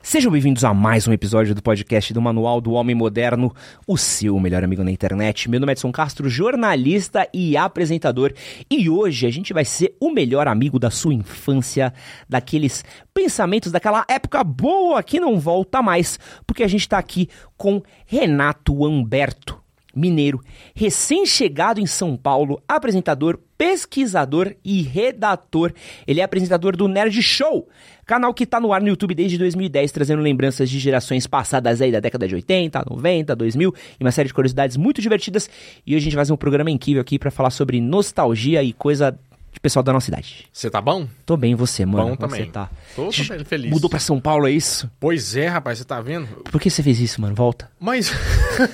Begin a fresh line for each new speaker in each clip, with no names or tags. Sejam bem-vindos a mais um episódio do podcast do Manual do Homem Moderno, o seu melhor amigo na internet. Meu nome é Edson Castro, jornalista e apresentador, e hoje a gente vai ser o melhor amigo da sua infância, daqueles pensamentos daquela época boa que não volta mais, porque a gente está aqui com Renato Amberto mineiro, recém-chegado em São Paulo, apresentador, pesquisador e redator. Ele é apresentador do Nerd Show, canal que está no ar no YouTube desde 2010, trazendo lembranças de gerações passadas aí da década de 80, 90, 2000 e uma série de curiosidades muito divertidas. E hoje a gente vai fazer um programa incrível aqui para falar sobre nostalgia e coisa de pessoal da nossa idade.
Você tá bom?
Tô bem, você, mano?
Bom
Como
também.
Você tá?
Tô super feliz.
Mudou pra São Paulo, é isso?
Pois é, rapaz, você tá vendo?
Por que você fez isso, mano? Volta.
Mas.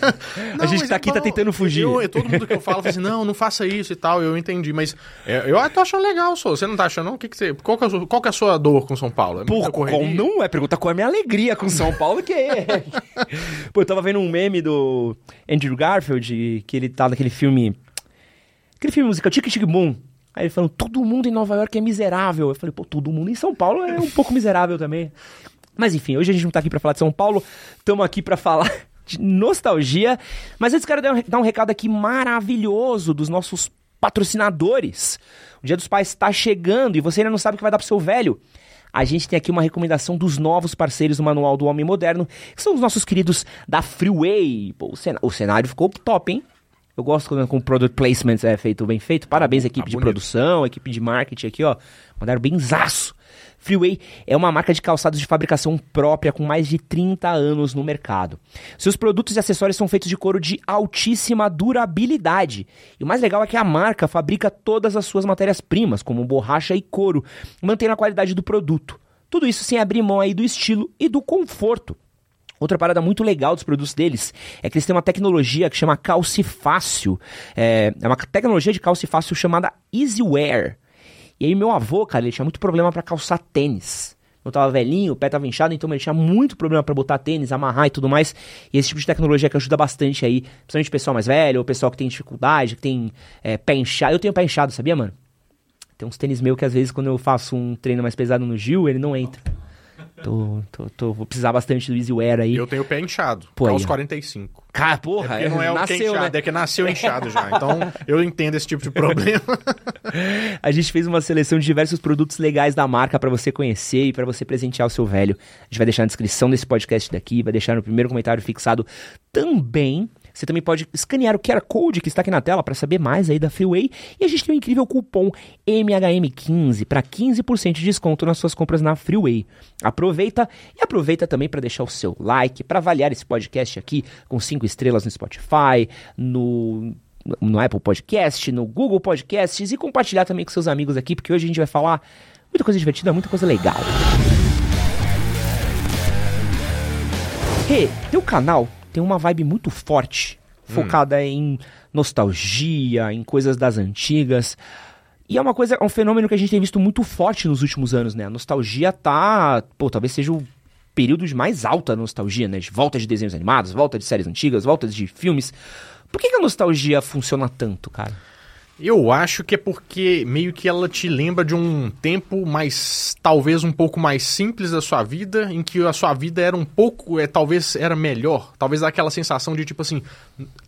Não,
A gente
mas
tá
é
aqui, tá
bom.
tentando fugir.
Eu, eu- todo mundo que eu falo fala assim: não, não faça isso e tal, eu entendi. Mas é, eu tô achando legal, sou. Você não tá achando, não? O que que você. Qual que é a sua, qual que é a sua dor com São Paulo? É
Por
muita correria?
qual não é? Pergunta qual é a minha alegria com São Paulo, que é. Pô, eu tava vendo um meme do Andrew Garfield, que ele tá naquele filme. Aquele filme musical, Tic Tic Boom. Aí ele falando, todo mundo em Nova York é miserável. Eu falei, pô, todo mundo em São Paulo é um pouco miserável também. Mas enfim, hoje a gente não tá aqui pra falar de São Paulo, estamos aqui pra falar de nostalgia. Mas antes quero dar um- dar um recado aqui maravilhoso dos nossos patrocinadores. O Dia dos Pais tá chegando e você ainda não sabe o que vai dar pro seu velho. A gente tem aqui uma recomendação dos novos parceiros do Manual do Homem Moderno, que são os nossos queridos da Freeway. Pô, o, cena- o cenário ficou top, hein? Eu gosto quando com product placement é feito bem feito. Parabéns, equipe de
bonito.
produção, equipe de marketing aqui, ó. Mandaram benzaço. Freeway é uma marca de calçados de fabricação própria com mais de 30 anos no mercado. Seus produtos e acessórios são feitos de couro de altíssima durabilidade. E o mais legal é que a marca fabrica todas as suas matérias-primas, como borracha e couro, mantendo a qualidade do produto. Tudo isso sem abrir mão aí do estilo e do conforto. Outra parada muito legal dos produtos deles é que eles têm uma tecnologia que chama calcifácio. É, é uma tecnologia de calcifácio chamada EasyWear. E aí meu avô, cara, ele tinha muito problema pra calçar tênis. Eu tava velhinho, o pé tava inchado, então ele tinha muito problema pra botar tênis, amarrar e tudo mais. E esse tipo de tecnologia que ajuda bastante aí, principalmente o pessoal mais velho, o pessoal que tem dificuldade, que tem é, pé inchado. Eu tenho pé inchado, sabia, mano? Tem uns tênis meu que às vezes quando eu faço um treino mais pesado no Gil, ele não entra. Tô, tô, tô- vou precisar bastante do EasyWear aí.
Eu tenho o pé inchado.
Pô, aí,
aos
ó.
45.
Cara, porra,
Porque não é o que é
nasceu,
inchado,
né?
é que nasceu inchado já. Então eu entendo esse tipo de problema.
A gente fez uma seleção de diversos produtos legais da marca pra você conhecer e pra você presentear o seu velho. A gente vai deixar na descrição desse podcast daqui, vai deixar no primeiro comentário fixado também. Você também pode escanear o QR Code que está aqui na tela pra saber mais aí da Freeway. E a gente tem um incrível cupom MHM15 pra 15% de desconto nas suas compras na Freeway. Aproveita e aproveita também pra deixar o seu like, pra avaliar esse podcast aqui com cinco estrelas no Spotify, no no Apple Podcast, no Google Podcasts e compartilhar também com seus amigos aqui, porque hoje a gente vai falar muita coisa divertida, muita coisa legal. Rê, teu canal tem uma vibe muito forte, focada em nostalgia, em coisas das antigas. E é uma coisa, é um fenômeno que a gente tem visto muito forte nos últimos anos, né? A nostalgia tá, pô, talvez seja o período de mais alta nostalgia, né? De volta de desenhos animados, volta de séries antigas, volta de filmes. Por que, que a nostalgia funciona tanto, cara?
Eu acho que é porque meio que ela te lembra de um tempo mais, talvez um pouco mais simples da sua vida, em que a sua vida era um pouco, é, talvez era melhor, talvez dá aquela sensação de tipo assim,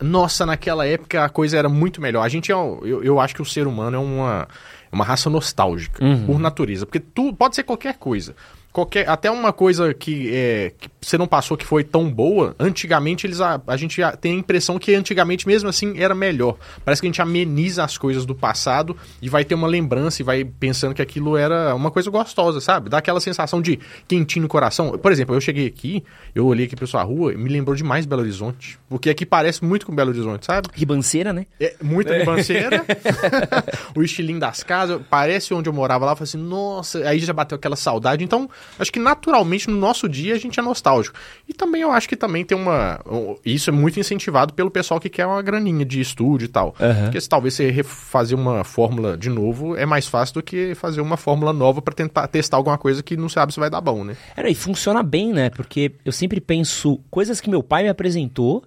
nossa, naquela época a coisa era muito melhor. A gente é, um- eu, eu acho que o ser humano é uma, é uma raça nostálgica, por natureza, porque tu, pode ser qualquer coisa. Qualquer, até uma coisa que, é, que você não passou que foi tão boa, antigamente eles a, a gente a- tem a impressão que antigamente mesmo assim era melhor. Parece que a gente ameniza as coisas do passado e vai ter uma lembrança e vai pensando que aquilo era uma coisa gostosa, sabe? Dá aquela sensação de quentinho no coração. Por exemplo, eu cheguei aqui, eu olhei aqui pra sua rua e me lembrou demais Belo Horizonte. Porque aqui parece muito com Belo Horizonte, sabe?
Ribanceira, né?
É, muita ribanceira. o estilinho das casas. Parece onde eu morava lá. Eu falei assim, nossa. Aí já bateu aquela saudade. Então, acho que naturalmente no nosso dia a gente é nostálgico. E também eu acho que também tem uma. um- Isso é muito incentivado pelo pessoal que quer uma graninha de estúdio e tal.
Aham.
Porque se talvez você refazer uma fórmula de novo é mais fácil do que fazer uma fórmula nova pra tentar testar alguma coisa que não sabe se vai dar bom, né?
Era, e funciona bem, né? Porque eu sempre penso coisas que meu pai me apresentou.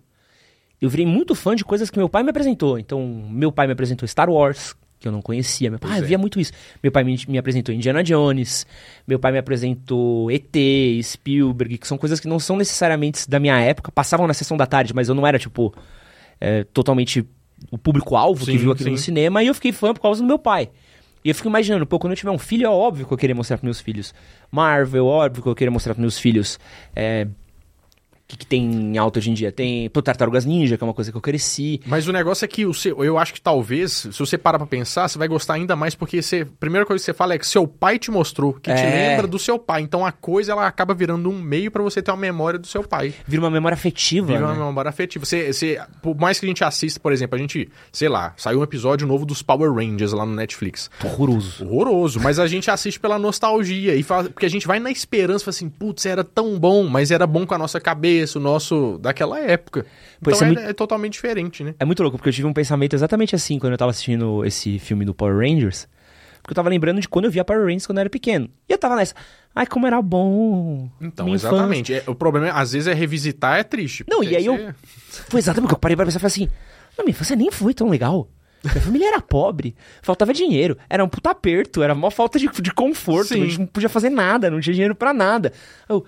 Eu virei muito fã de coisas que meu pai me apresentou. Então, meu pai me apresentou Star Wars, que eu não conhecia. Meu pai
Pois
ah, eu
é.
via muito isso. Meu pai me, me apresentou Indiana Jones, meu pai me apresentou ET, Spielberg, que são coisas que não são necessariamente da minha época, passavam na sessão da tarde, mas eu não era, tipo, é, totalmente o público-alvo que
Sim,
viu aquilo no
sim.
cinema, e eu fiquei fã por causa do meu pai. E eu fico imaginando, pô, quando eu tiver um filho, é óbvio que eu queria mostrar pros meus filhos. Marvel, é óbvio que eu queria mostrar pros meus filhos. É, o que, que tem em alta hoje em dia? Tem pô, Tartarugas Ninja, que é uma coisa que eu cresci.
Mas o negócio é que o seu, eu acho que talvez, se você parar pra pensar, você vai gostar ainda mais, porque você, a primeira coisa que você fala é que seu pai te mostrou, que te
É.
lembra do seu pai. Então a coisa ela acaba virando um meio pra você ter uma memória do seu pai.
Vira uma memória afetiva,
Vive
né?
uma memória afetiva. Você, você, por mais que a gente assista, por exemplo, a gente, sei lá, saiu um episódio novo dos Power Rangers lá no Netflix.
Horroroso.
Horroroso, mas a gente assiste pela nostalgia e fala, porque a gente vai na esperança, fala assim, putz, era tão bom, mas era bom com a nossa cabeça, o nosso daquela época.
Pois
então
é
é,
muito-
é totalmente diferente, né?
É muito louco, porque eu tive um pensamento exatamente assim quando eu tava assistindo esse filme do Power Rangers. Porque eu tava lembrando de quando eu via Power Rangers quando eu era pequeno. E eu tava nessa. Ai, como era bom.
Então,
minha infância."
exatamente. É, o problema é, às vezes é revisitar é triste.
Não,
porque
e aí eu-
você-
Foi exatamente o que eu parei pra pensar. Eu Falei assim, não, minha infância nem foi tão legal. Minha família era pobre, faltava dinheiro, era um puta aperto, era uma falta de, de conforto,
Sim.
a gente não podia fazer nada, não tinha dinheiro pra nada. Eu,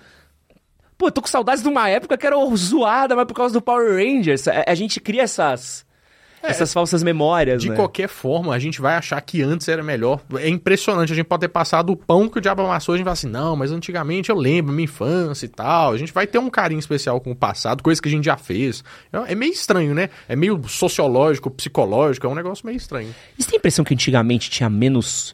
Pô, eu tô com saudades de uma época que era zoada, mas por causa do Power Rangers. A, a gente cria essas, essas falsas memórias,
É. De
né?
qualquer forma, a gente vai achar que antes era melhor. É impressionante, a gente pode ter passado o pão que o diabo amassou, a gente vai assim, não, mas antigamente eu lembro, minha infância e tal. A gente vai ter um carinho especial com o passado, coisa que a gente já fez. É é meio estranho, né? É meio sociológico, psicológico, é um negócio meio estranho.
E você tem a impressão que antigamente tinha menos...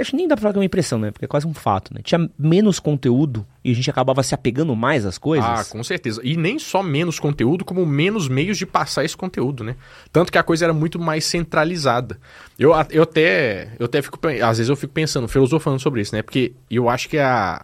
Acho que nem dá pra falar que é uma impressão, né? Porque é quase um fato, né? Tinha menos conteúdo e a gente acabava se apegando mais às coisas.
Ah, com certeza. E nem só menos conteúdo, como menos meios de passar esse conteúdo, né? Tanto que a coisa era muito mais centralizada. Eu, a- eu até, eu até fico, pe- às vezes eu fico pensando, filosofando sobre isso, né? Porque eu acho que a,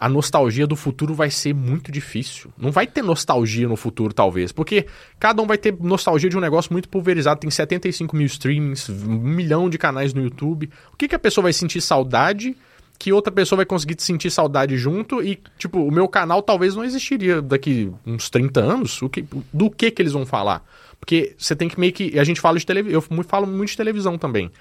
a nostalgia do futuro vai ser muito difícil. Não vai ter nostalgia no futuro, talvez, porque cada um vai ter nostalgia de um negócio muito pulverizado. Tem 75 mil streamings, um milhão de canais no YouTube. O que, que a pessoa vai sentir saudade? que outra pessoa vai conseguir te sentir saudade junto e, tipo, o meu canal talvez não existiria daqui uns 30 anos. O que, do que que eles vão falar? Porque você tem que meio que... A gente fala de televisão... Eu mu- falo muito de televisão também.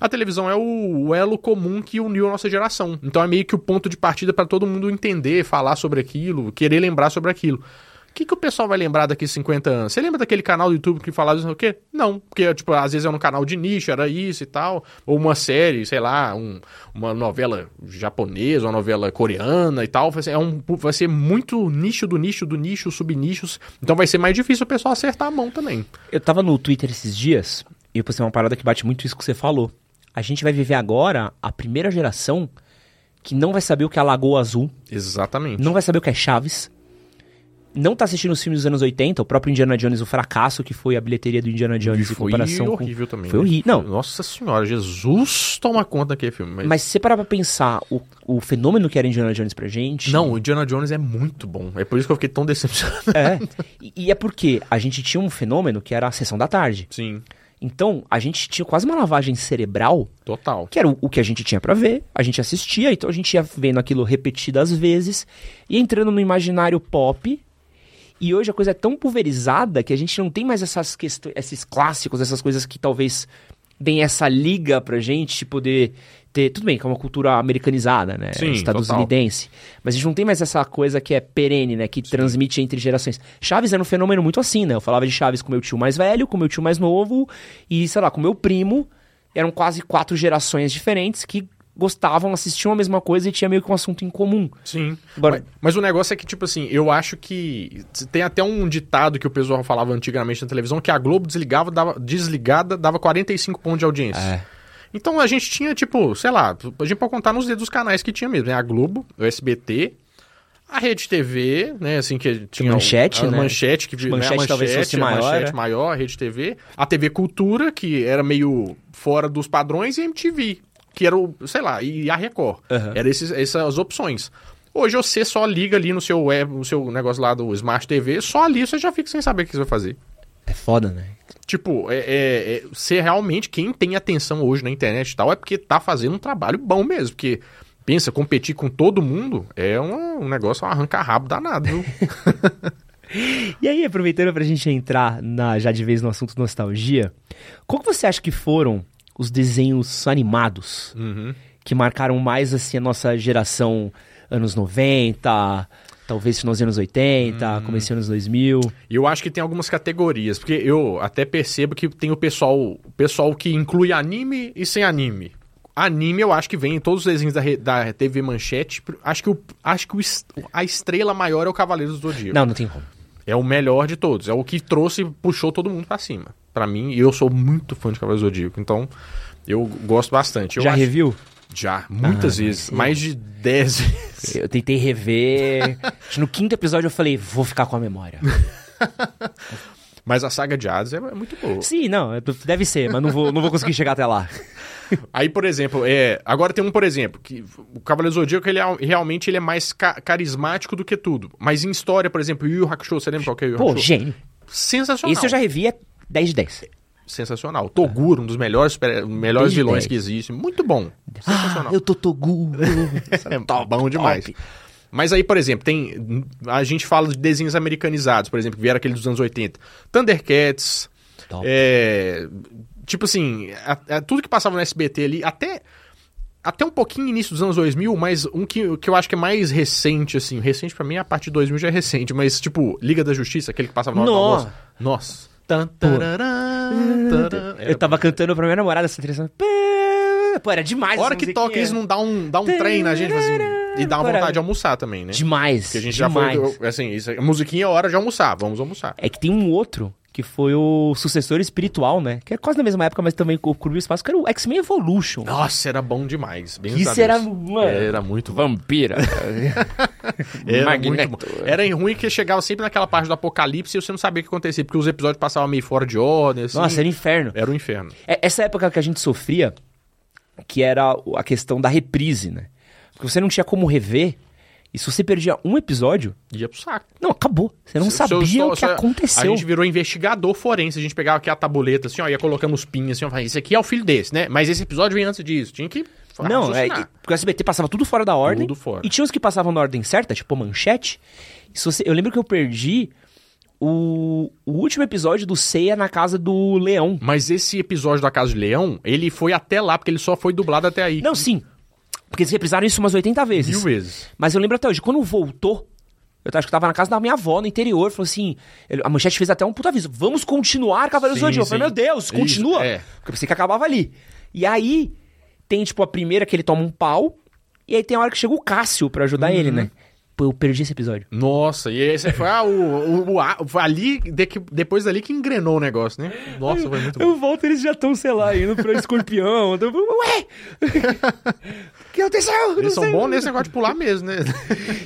A televisão é o, o elo comum que uniu a nossa geração. Então é meio que o ponto de partida para todo mundo entender, falar sobre aquilo, querer lembrar sobre aquilo. O que, que o pessoal vai lembrar daqui 50 anos? Você lembra daquele canal do YouTube que falava isso o quê? Não, porque tipo, às vezes era um canal de nicho, era isso e tal, ou uma série, sei lá, um- uma novela japonesa, uma novela coreana e tal, vai ser, é um, vai ser muito nicho do nicho do nicho, subnichos, então vai ser mais difícil o pessoal acertar a mão também.
Eu tava no Twitter esses dias e eu postei uma parada que bate muito isso que você falou. A gente vai viver agora a primeira geração que não vai saber o que é Lagoa Azul,
Exatamente.
não vai saber o que é Chaves, não tá assistindo os filmes dos anos 80, o próprio Indiana Jones, o fracasso que foi a bilheteria do Indiana
E
Jones em
foi
comparação com...
horrível também.
Foi
né?
horrível. Não,
Nossa senhora, Jesus toma conta daquele filme. Mas...
mas se você parar pra pensar o, o fenômeno que era Indiana Jones pra gente...
Não, o Indiana Jones é muito bom. É por isso que eu fiquei tão decepcionado.
É. E, e é porque a gente tinha um fenômeno que era a Sessão da Tarde.
Sim,
Então, a gente tinha quase uma lavagem cerebral
total.
que era o, o que a gente tinha pra ver, a gente assistia, então a gente ia vendo aquilo repetidas vezes e entrando no imaginário pop. E hoje a coisa é tão pulverizada que a gente não tem mais essas questões, esses clássicos, essas coisas que talvez deem essa liga pra gente poder ter. Tudo bem, que é uma cultura americanizada, né?
Sim,
Estadunidense. Mas a gente não tem mais essa coisa que é perene, né? Que transmite entre gerações. Chaves era um fenômeno muito assim, né? Eu falava de Chaves com meu tio mais velho, com meu tio mais novo e, sei lá, com meu primo. Eram quase quatro gerações diferentes que gostavam, assistiam a mesma coisa e tinha meio que um assunto em comum.
Sim.
Agora,
Mas- Mas o negócio é que, tipo assim, eu acho que. Tem até um ditado que o pessoal falava antigamente na televisão que a Globo desligava, dava, desligada, dava 45 pontos de audiência.
É.
Então a gente tinha, tipo, sei lá, a gente pode contar nos dedos dos canais que tinha mesmo, né? A Globo, o SBT, a Rede TV, né? Assim, que tinha. o-
Manchete,
a
né?
Manchete, que vi- né? A
Manchete talvez fosse
a
maior,
Manchete
é.
maior, a Rede TV. A TV Cultura, que era meio fora dos padrões, e a MTV, que era o, sei lá, e a Record.
Aham.
Eram esses- essas opções. Hoje você só liga ali no seu web, no seu negócio lá do Smart TV, só ali você já fica sem saber o que você vai fazer.
é foda, né?
Tipo, é, é, é- você realmente, quem tem atenção hoje na internet e tal, é porque tá fazendo um trabalho bom mesmo. Porque, pensa, competir com todo mundo é um, um negócio, um arranca-rabo danado, viu?
E aí, aproveitando pra gente entrar na, já de vez no assunto nostalgia, qual que você acha que foram os desenhos animados,
Uhum.
que marcaram mais assim a nossa geração anos 90, talvez nos anos
Hum.
80, comecei nos anos 2000.
E eu acho que tem algumas categorias, porque eu até percebo que tem o pessoal, o pessoal que inclui anime e sem anime. Anime eu acho que vem em todos os desenhos da, re- da TV Manchete. Acho que, o, acho que o est- a estrela maior é o Cavaleiro do Zodíaco.
Não, não tem como.
É o melhor de todos. É o que trouxe, puxou todo mundo pra cima. Pra mim, e eu sou muito fã de Cavaleiro do Zodíaco, então eu gosto bastante. Eu
Já Ah,
acho-
reviu?
Já, muitas vezes. Mais de 10 vezes.
Eu tentei rever. Acho que no quinto episódio eu falei, vou ficar com a memória.
Mas a saga de Hades é muito boa.
Sim, não, eu tô- deve ser, mas não vou, não vou conseguir chegar até lá.
Aí, por exemplo, é, agora tem um, por exemplo, que o Cavaleiro Zodíaco, ele é, realmente ele é mais ca- carismático do que tudo. Mas em história, por exemplo, Yu Yu Hakusho, você lembra qual que é Yu Yu
Pô,
Hakusho?
gênio.
Sensacional.
Esse eu já revi é 10 de 10.
Sensacional. Toguro, um dos melhores, super- melhores
Desde
vilões
10.
que existe. Muito bom.
Ah,
É Sensacional.
eu tô Togu.
É, tá bom demais. Mas aí, por exemplo, tem. A gente fala de desenhos americanizados, por exemplo, que vieram aqueles dos anos 80. Thundercats.
Top.
é, tipo assim, a- a- tudo que passava no SBT ali, até. Até um pouquinho início dos anos 2000, mas um que, que eu acho que é mais recente, assim. Recente pra mim, a parte de 2000 já é recente, mas tipo, Liga da Justiça, aquele que passava na hora do
Nó.
almoço. Nossa. Tan, tararã, tararã. Era-
Eu tava cantando pra minha namorada essa trilha. assim, Pô, era demais.
A hora
essa
que
musiquinha.
toca, eles não dá um, dá um trem na gente, assim, e dá uma
Parada.
vontade de almoçar também, né?
Demais.
Porque a gente
demais.
já foi. Assim, isso, a musiquinha é hora de almoçar, vamos almoçar.
É que tem um outro que foi o sucessor espiritual, né? Que é quase na mesma época, mas também cobriu o espaço, que era o X-Men Evolution.
Nossa, era bom demais. Bem
Isso
sabido.
era, mano.
Era muito bom.
Vampira.
Era muito bom. Era ruim que chegava sempre naquela parte do apocalipse e você não sabia o que acontecia, porque os episódios passavam meio fora de ordem, assim.
Nossa, era um inferno.
Era um inferno.
É, Essa época que a gente sofria, que era o- a questão da reprise, né? Porque você não tinha como rever. E se você perdia um episódio,
Ia pro saco.
não, acabou. Você não
Se- se eu
sabia
estou-
o que
se eu-
aconteceu.
A gente virou investigador forense. A gente pegava aqui a tabuleta, assim, ó, ia colocando os pins, assim, ó, falava, esse aqui é o filho desse, né? Mas esse episódio vem antes disso. Tinha que.
Não, é,
raciocinar.
porque o SBT passava tudo fora da ordem.
Tudo fora.
E tinha os que passavam na ordem certa, tipo manchete. E se você- eu lembro que eu perdi o, o último episódio do Ceia na casa do Leão.
Mas esse episódio da Casa de Leão, ele foi até lá, porque ele só foi dublado até aí.
Não, sim. Porque eles reprisaram isso umas 80 vezes.
Mil vezes.
Mas eu lembro até hoje, quando voltou, eu acho que eu tava na casa da minha avó, no interior, falou assim: ele- a manchete fez até um puta aviso, vamos continuar Cavaleiros
Sim,
do Zodíaco. Eu falei, meu
sim.
Deus,
Isso,
continua.
é.
Porque eu pensei que acabava ali. E aí, tem tipo a primeira que ele toma um pau, e aí tem a hora que chega o Cássio pra ajudar ele, né? Pô, eu perdi esse episódio.
Nossa, e aí você foi, ah, o, o, o, a- foi ali, de que- depois dali que engrenou o negócio, né? Nossa, foi muito bom.
É. Eu volto, eles já estão, sei lá, indo pra escorpião. Eu tô, Ué! O que aconteceu? Eu não
Eles são
sei.
bons nesse negócio de pular mesmo, né?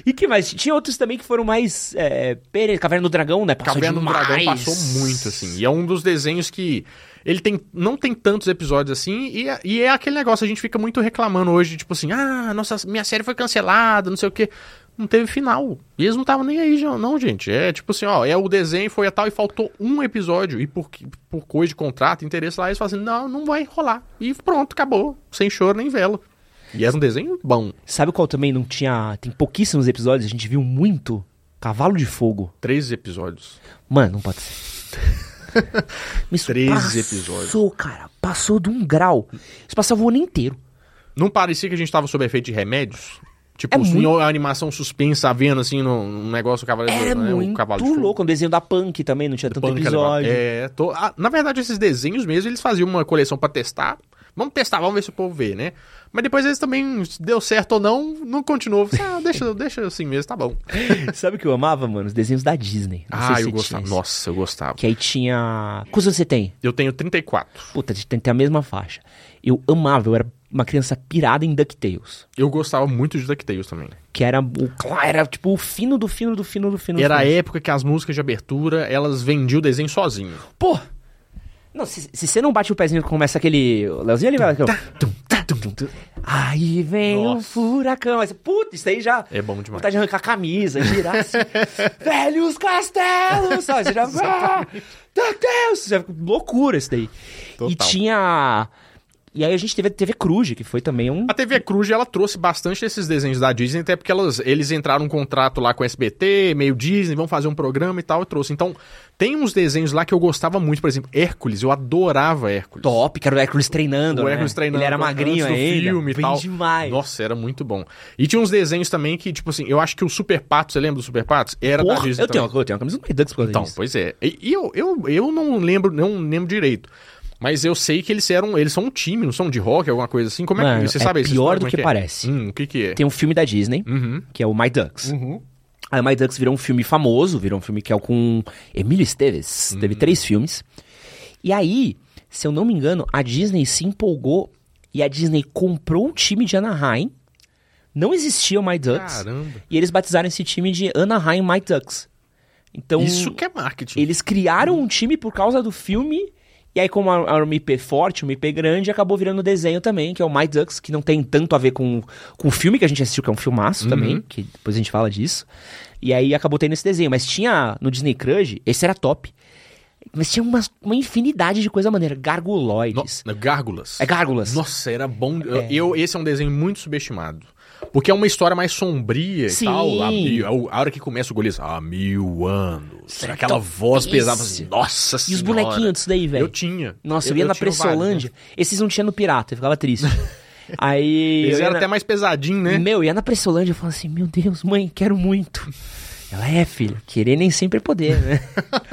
E que mais? Tinha outros também que foram mais. É, pere- Caverna do Dragão, né? Passou
Caverna do
demais.
Dragão passou muito, assim. E é um dos desenhos que. Ele tem, não tem tantos episódios assim, e, é- e é aquele negócio, a gente fica muito reclamando hoje, tipo assim, ah, nossa, minha série foi cancelada, não sei o quê. Não teve final. E eles não estavam nem aí, não, não, gente. É tipo assim, ó, é o desenho, foi a tal, e faltou um episódio. E por, que- por coisa de contrato, interesse lá, eles falam assim, não, não vai rolar. E pronto, acabou. Sem choro nem vela. E era um desenho bom.
Sabe qual também não tinha. Tem pouquíssimos episódios, a gente viu muito. Cavalo de Fogo.
Três episódios.
Mano, não pode ser. Isso
13
passou, Passou,
episódios.
cara. Passou de um grau. Isso passava o ano inteiro.
Não parecia que a gente tava sob efeito de remédios? Tipo,
É
assim,
muito-
ou a animação suspensa, vendo assim, no- num negócio, o cavaleiro,
Era
né, o
muito
cavalo de fogo.
louco. O desenho da Punk também não tinha tanto
Pânico
episódio.
elevado. É, tô- ah, na verdade, esses desenhos mesmo, eles faziam uma coleção pra testar. Vamos testar, vamos ver se o povo vê, né? Mas depois eles também, se deu certo ou não, não continuou. Ah, deixa, deixa assim mesmo, tá bom.
Sabe o que eu amava, mano? Os desenhos da Disney. Não sei
ah,
se
eu
tinha
gostava.
isso.
Nossa, eu gostava.
Que aí tinha. Quantos anos você tem?
Eu tenho 34.
Puta, a gente tem que ter a mesma faixa. Eu amava, eu era uma criança pirada em DuckTales.
Eu gostava muito de DuckTales também.
Que era o. cla- Era tipo o fino do fino do fino do fino. do
Era a
fino.
época que as músicas de abertura, elas vendiam o desenho sozinho.
Pô! Não, se, se você não bate o pezinho e começa aquele. o Leozinho ali vai. aquele- tá, Aí vem o
Tá. Nossa.
furacão. Aí você, Puta, isso aí já.
É bom demais.
Vontade de arrancar a camisa, girar assim. Velhos castelos! Sabe? Você já. Ah, DuckTales! Você já- Loucura isso daí. E
Total.
tinha. E aí a gente teve a TV Cruz, que foi também um.
A TV Cruz, ela trouxe bastante esses desenhos da Disney, até porque elas, eles entraram um contrato lá com o SBT, meio Disney, vão fazer um programa e tal, e trouxe. Então, tem uns desenhos lá que eu gostava muito, por exemplo, Hércules, eu adorava Hércules.
Top, que era o Hércules treinando.
O
né?
Hércules treinando
Ele era magrinho
antes do
ainda.
filme e
Bem
tal.
demais.
Nossa, era muito bom. E tinha uns desenhos também que, tipo assim, eu acho que o Super Pato, você lembra do Super Pato? Era da
Porra,
Disney
eu, tenho,
também.
eu tenho uma camisa do Midan que
Então, pois é. E, e eu, eu, eu não lembro, não lembro direito. Mas eu sei que eles eram, eles são um time, não são de rock, alguma coisa assim. Como é
Mano,
que você sabe
é
essa
pior
história?
do
Como é
que
é?
parece.
Hum, o que que é?
Tem um filme da Disney,
Uhum.
que é o My Ducks.
Uhum.
Aí My Ducks virou um filme famoso, virou um filme que é o com Emílio Esteves. Teve três filmes. E aí, se eu não me engano, a Disney se empolgou e a Disney comprou um time de Anaheim. Não existia o My Ducks.
Caramba.
E eles batizaram esse time de Anaheim My Ducks. Então,
Isso que é marketing.
eles criaram um time por causa do filme. E aí, como era era um IP forte, um IP grande, acabou virando desenho também, que é o My Ducks, que não tem tanto a ver com, com o filme que a gente assistiu, que é um
Uhum.
filmaço também, que depois a gente fala disso. E aí acabou tendo esse desenho. Mas tinha no Disney Crush, esse era top. Mas tinha umas- uma infinidade de coisa maneira.
No-
Garguloides.
Gárgulas.
É gárgulas.
Nossa, era bom. Eu- Eu, esse é um desenho muito subestimado. Porque é uma história mais sombria
Sim.
e tal. A, mil- a hora que começa o Golias, há mil anos.
Será
Aquela
que eu
voz
fiz?
pesada. assim,
E
Nossa
os
senhora.
bonequinhos disso daí, velho?
Eu tinha.
Nossa, eu, ia na
tinha vários,
Pressolândia. Esses não tinha no Pirata, eu ficava triste. aí.
né?
eu
Eles
ia
eram
na-
até mais pesadinhos, né?
Meu, eu ia na Pressolândia e falava assim: Meu Deus, mãe, quero muito. Ela é, filho, querer nem sempre é poder, né?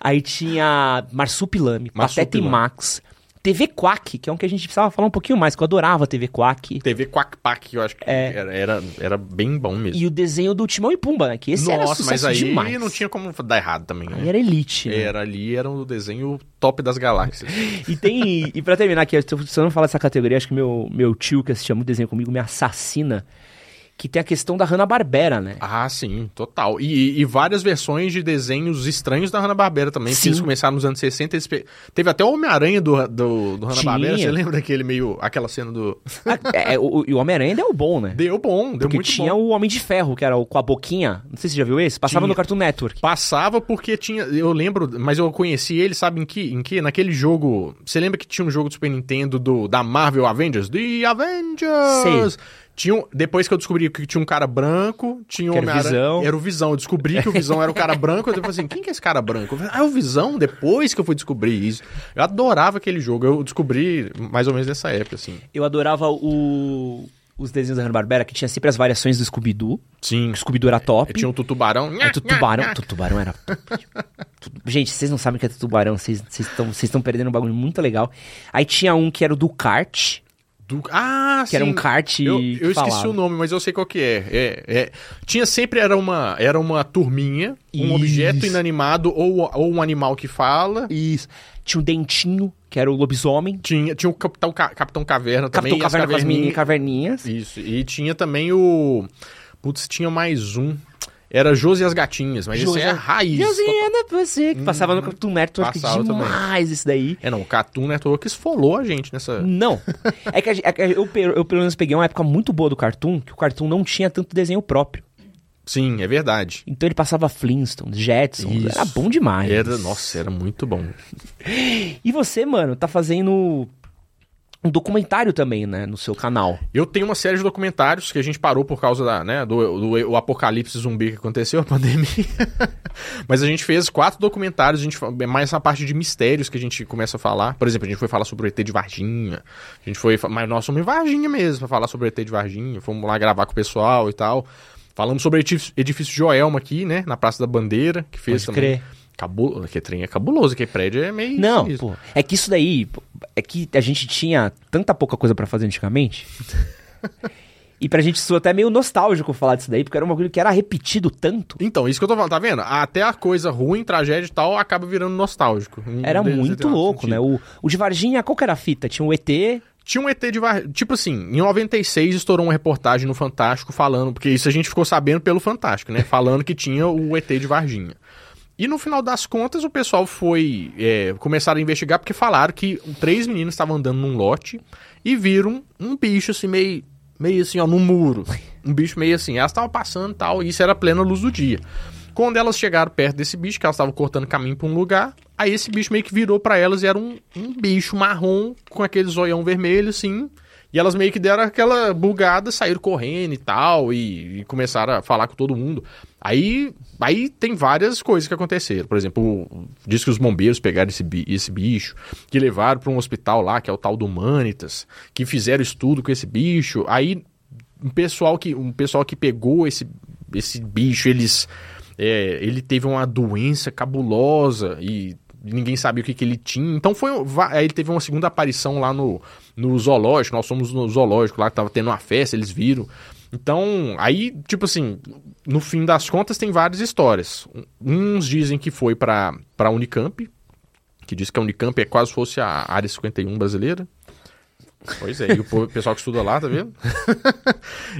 Aí tinha Marsupilame, Pateta e
Marsupilame.
Max, TV Quack, que é um que a gente precisava falar um pouquinho mais, que eu adorava TV Quack.
TV Quack Pack, eu acho que era, era, era bem bom mesmo.
É. E o desenho do Timão e Pumba, né? Que esse era
Nossa,
sucesso
mas aí
demais.
não tinha como dar errado também,
Aí
né?
era elite, né?
Era ali, era o desenho top das galáxias.
E tem. E pra terminar aqui, eu tô- se eu não falar dessa categoria, acho que meu, meu tio que assistia muito desenho comigo me assassina. Que tem a questão da Hanna-Barbera, né?
Ah, sim, total. E, e várias versões de desenhos estranhos da Hanna-Barbera também,
Sim.
porque eles começaram nos anos 60. eles pe- Teve até o Homem-Aranha do, do, do Hanna-Barbera,
Tinha.
você lembra aquele meio, aquela cena do...
É, é, o, e o Homem-Aranha ainda é o bom, né?
Deu bom, deu
Porque
muito
tinha
bom.
o Homem de Ferro, que era o com a boquinha. Não sei se você já viu esse. Passava
Tinha.
no Cartoon Network.
Passava porque tinha, eu lembro, mas eu conheci ele, sabe em que? Em que? Naquele jogo, você lembra que tinha um jogo do Super Nintendo do, da Marvel Avengers? The Avengers! Tinha um- depois que eu descobri que tinha um cara branco, tinha um
Que era o
Homem-Aranha-
Visão.
Era o Visão. Eu descobri que o Visão era o cara branco. Eu falei assim, quem que é esse cara branco? Eu falei, ah, é o Visão? Depois que eu fui descobrir isso. Eu adorava aquele jogo. Eu descobri mais ou menos nessa época, assim.
Eu adorava o- os desenhos da Hanna-Barbera, que tinha sempre as variações do Scooby-Doo.
Sim.
O Scooby-Doo era top.
Tinha o Tutubarão.
Aí É Tutubarão. Tutubarão era top. Tutu- Gente, vocês não sabem o que é Tutubarão. Vocês estão vocês estão perdendo um bagulho muito legal. Aí tinha um que era o do kart.
Do- Ah, sim.
Que era um kart
Eu,
que
eu esqueci
falava.
o nome, mas eu sei qual que é. É, é. Tinha sempre era uma era uma turminha, um
Isso.
objeto inanimado ou, ou um animal que fala.
Isso. Tinha o Dentinho, que era o lobisomem.
Tinha tinha o Capitão Ca- Capitão Caverna também,
Capitão
e as
Caverna com as mini
caverninhas.
caverninhas.
Isso. E tinha também o Putz, tinha mais um. Era Josi e as gatinhas, mas isso
Josi-
é a raiz.
Josiana, você, que passava no Cartoon Network
Passava também.
demais isso daí.
É não, o Cartoon Network esfolou a gente nessa.
Não. É que, a gen- é que eu, pe- eu, pelo menos, peguei uma época muito boa do Cartoon, que o Cartoon não tinha tanto desenho próprio.
Sim, é verdade.
Então ele passava Flintstones, Jetsons,
Isso.
era bom demais.
Era, nossa, era muito bom.
E você, mano, tá fazendo um documentário também, né, no seu canal.
Eu tenho uma série de documentários que a gente parou por causa da, né, do, do- o apocalipse zumbi que aconteceu, a pandemia. Mas a gente fez quatro documentários, a gente, fa- é mais na parte de mistérios que a gente começa a falar. Por exemplo, a gente foi falar sobre o ET de Varginha. A gente foi. fa- Mas nós somos em Varginha mesmo, pra falar sobre o ET de Varginha. Fomos lá gravar com o pessoal e tal. Falamos sobre o edif- edifício Joelma aqui, né? Na Praça da Bandeira, que fez
Pode
também.
crer.
Cabu... Que trem é cabuloso, que prédio é meio.
Não,
sinistro.
pô, é que isso daí, pô, é que a gente tinha tanta pouca coisa pra fazer antigamente. e pra gente soa até meio nostálgico falar disso daí, porque era um bagulho que era repetido tanto.
Então, isso que eu tô falando, tá vendo? Até a coisa ruim, tragédia e tal, acaba virando nostálgico. Em
Era
determinado
muito louco,
sentido.
né? O, o de Varginha, qual que era a fita? Tinha o ET,
Tinha um ET de Var... Tipo assim, em 96 estourou uma reportagem no Fantástico falando, porque isso a gente ficou sabendo pelo Fantástico, né? Falando que tinha o ET de Varginha. E no final das contas, o pessoal foi. É, começaram a investigar porque falaram que três meninos estavam andando num lote e viram um bicho assim, meio, meio assim, ó, num muro. Um bicho meio assim. Elas estavam passando e tal, e isso era plena luz do dia. Quando elas chegaram perto desse bicho, que elas estavam cortando caminho pra um lugar, aí esse bicho meio que virou pra elas e era um, um bicho marrom com aquele zoião vermelho, assim. E elas meio que deram aquela bugada, saíram correndo e tal, e, e começaram a falar com todo mundo. Aí, aí tem várias coisas que aconteceram. Por exemplo, o- diz que os bombeiros pegaram esse, bi- esse bicho, que levaram pra um hospital lá, que é o tal do Humanitas, que fizeram estudo com esse bicho. Aí um pessoal que um pessoal que pegou esse, esse bicho eles é, ele teve uma doença cabulosa e ninguém sabia o que, que ele tinha então foi um- va- aí ele teve uma segunda aparição lá no, no zoológico nós fomos no zoológico lá que tava tendo uma festa eles viram então aí tipo assim no fim das contas tem várias histórias Um- uns dizem que foi para para Unicamp que diz que a Unicamp é quase fosse a área 51 brasileira Pois é, e o povo- o pessoal que estuda lá, tá vendo?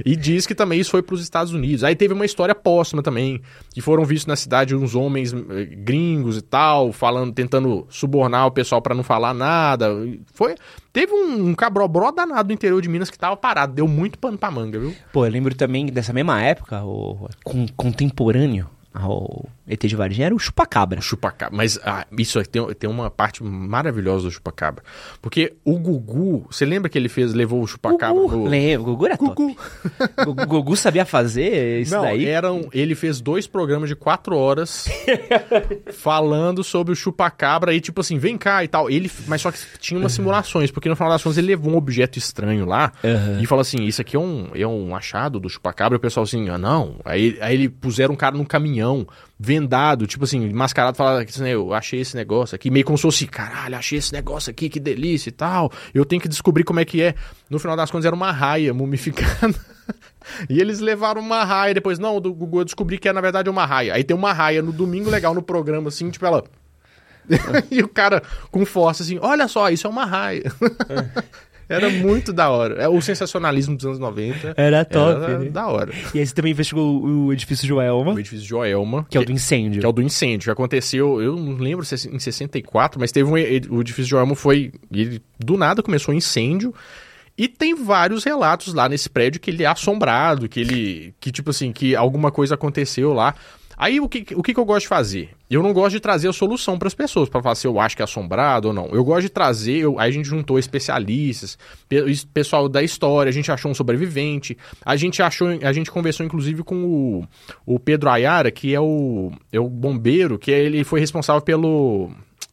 e diz que também isso foi para os Estados Unidos. Aí teve uma história póstuma também, que foram vistos na cidade uns homens eh, gringos e tal, falando, tentando subornar o pessoal para não falar nada. Foi, teve um, um cabrobró danado do interior de Minas que tava parado, deu muito pano pra manga, viu?
Pô, eu lembro também que dessa mesma época, o con- contemporâneo ao ET de Varginha era o Chupacabra.
O Chupacabra. Mas ah, isso aí tem, tem uma parte maravilhosa do Chupacabra. Porque o Gugu, você lembra que ele fez, levou o Chupacabra
Gugu.
no-
Lembro, Gugu era top.
Gugu.
Gugu. Gugu sabia fazer isso
Não, é-
daí.
eram. Ele fez dois programas de quatro horas falando sobre o chupacabra e tipo assim, vem cá e tal. Ele, mas só que tinha umas simulações, porque no final das contas ele levou um objeto estranho lá e falou assim, isso aqui é um, é um achado do chupacabra. E o pessoal assim, ah não. Aí, aí ele puseram um cara num caminhão vendado, tipo assim, mascarado, falando assim, eu achei esse negócio aqui, meio como se fosse, caralho, achei esse negócio aqui, que delícia e tal. Eu tenho que descobrir como é que é. No final das contas era uma raia mumificada. E eles levaram uma raia depois. Não, do Gugu eu descobri que é, na verdade, uma raia. Aí tem uma raia no domingo legal no programa, assim, tipo, ela. e o cara com força assim, olha só, isso é uma raia. Era muito da hora. É o sensacionalismo dos anos 90.
Era É, top,
Era
né?
da hora.
E aí você também investigou o o edifício
O
Joelma,
edifício Joelma.
que é o do incêndio.
Que é o do incêndio, que aconteceu, eu não lembro se é em 64, mas teve um. ele- O edifício de Ormo foi. Ele, do nada começou um incêndio. E tem vários relatos lá nesse prédio que ele é assombrado, que ele. que tipo assim, que alguma coisa aconteceu lá. Aí o que, o que, que eu gosto de fazer? Eu não gosto de trazer a solução para as pessoas, para falar se eu acho que é assombrado ou não. Eu gosto de trazer, eu- aí a gente juntou especialistas, pe- is- pessoal da história, a gente achou um sobrevivente, a gente achou, a gente conversou inclusive com o, o Pedro Ayara, que é o, é o bombeiro, que ele foi responsável pelo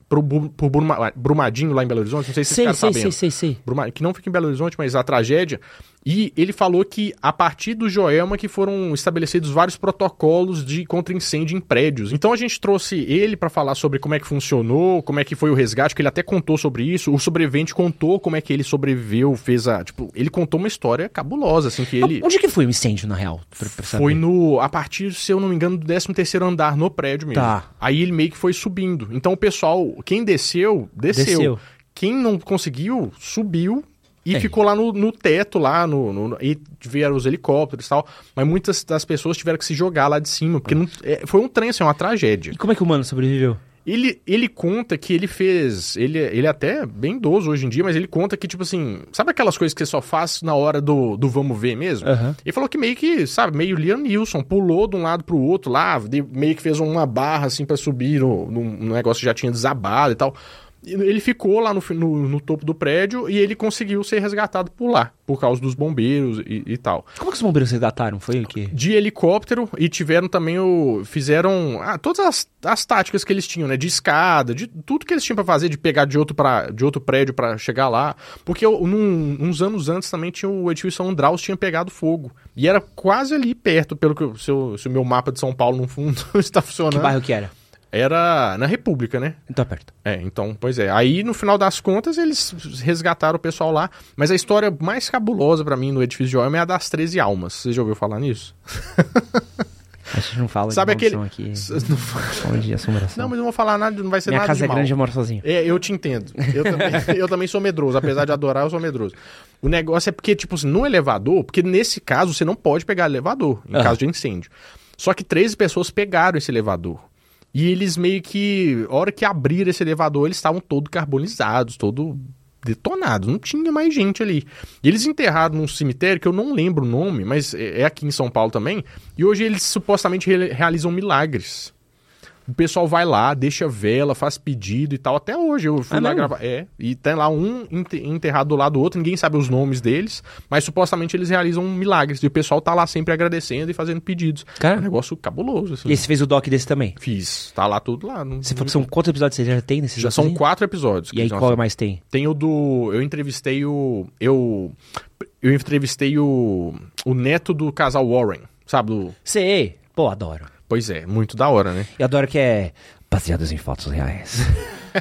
pro, Bu- por Bruma- Brumadinho lá em Belo Horizonte, não sei se vocês
Sei,
ficaram
sei,
sabendo.
sei, sei, sei.
Bruma- que não fica em Belo Horizonte, mas a tragédia. E ele falou que a partir do Joelma que foram estabelecidos vários protocolos de contra-incêndio em prédios. Então a gente trouxe ele para falar sobre como é que funcionou, como é que foi o resgate, que ele até contou sobre isso. O sobrevivente contou como é que ele sobreviveu, fez a, tipo, ele contou uma história cabulosa assim que ele
Onde que foi o incêndio, na real? Pra- pra saber?
foi no. A partir, se eu não me engano, do 13 terceiro andar no prédio mesmo.
Tá.
Aí ele meio que foi subindo. Então o pessoal, quem desceu, desceu.
Desceu.
Quem não conseguiu, subiu e
É.
ficou lá no, no teto, lá no, no- no- E vieram os helicópteros e tal. Mas muitas das pessoas tiveram que se jogar lá de cima, porque não, é, foi um trem, assim, uma tragédia.
E como é que o mano sobreviveu?
Ele, ele conta que ele fez. Ele, ele é até bem idoso hoje em dia, mas ele conta que, tipo assim, sabe aquelas coisas que você só faz na hora do, do vamos ver mesmo?
Aham.
Ele falou que meio que, sabe, meio Liam Nilson, pulou de um lado pro outro lá, de- meio que fez uma barra assim pra subir no, num- num negócio que já tinha desabado e tal. E Ele ficou lá no, fi- no- no topo do prédio e ele conseguiu ser resgatado por lá, por causa dos bombeiros e- e tal
Como é que os bombeiros resgataram? Foi o quê?
de helicóptero e tiveram também o. Fizeram ah, todas as, as táticas que eles tinham, né? De escada, de tudo que eles tinham pra fazer, de pegar de outro, pra, de outro prédio pra chegar lá. Porque eu- num- uns anos antes também tinha o edifício São Draus tinha pegado fogo. E era quase ali perto, pelo que eu- se, eu- se o meu mapa de São Paulo no fundo está
Que
funcionando.
bairro que era?
Era na República, né?
Então aperto.
É, então, pois é. Aí, no final das contas, eles resgataram o pessoal lá. Mas a história mais cabulosa pra mim no edifício de Olma é a das 13 almas. Você já ouviu falar nisso?
A gente não fala
Sabe
de
aquele.
maldição aqui.
S- Não, fa-
Fala de assombração.
não, mas não vou falar nada, não vai ser
Minha
nada
casa
de
é
mal.
grande, eu moro sozinho.
É, eu te entendo. Eu também, eu também sou medroso. Apesar de adorar, eu sou medroso. O negócio é porque, tipo, assim, no elevador, porque nesse caso você não pode pegar elevador em
Aham.
caso de incêndio. Só que 13 pessoas pegaram esse elevador. E eles meio que, a hora que abriram esse elevador, eles estavam todos carbonizados, todo detonados, não tinha mais gente ali. E eles enterraram num cemitério que eu não lembro o nome, mas é é aqui em São Paulo também, e hoje eles supostamente re- realizam milagres. O pessoal vai lá, deixa vela, faz pedido e tal. Até hoje eu fui
É
lá
mesmo?
gravar. É, e tem lá um ente- enterrado do lado do outro, ninguém sabe os nomes deles, mas supostamente eles realizam milagres. E o pessoal tá lá sempre agradecendo e fazendo pedidos. É um
Cara,
negócio cabuloso. Assim.
e você fez o doc desse também?
Fiz, tá lá tudo lá. Não,
Você falou
não-
que são quantos episódios você já tem nesses
Uhum. já
docs
são
aí?
quatro episódios.
E aí
já
qual é mais tem?
tem o do. Eu entrevistei o. Eu. Eu entrevistei o. O neto do casal Warren, sabe? Do,
Sei. Pô, adoro.
pois é, muito da hora, né?
Eu adoro que é baseados em fatos reais.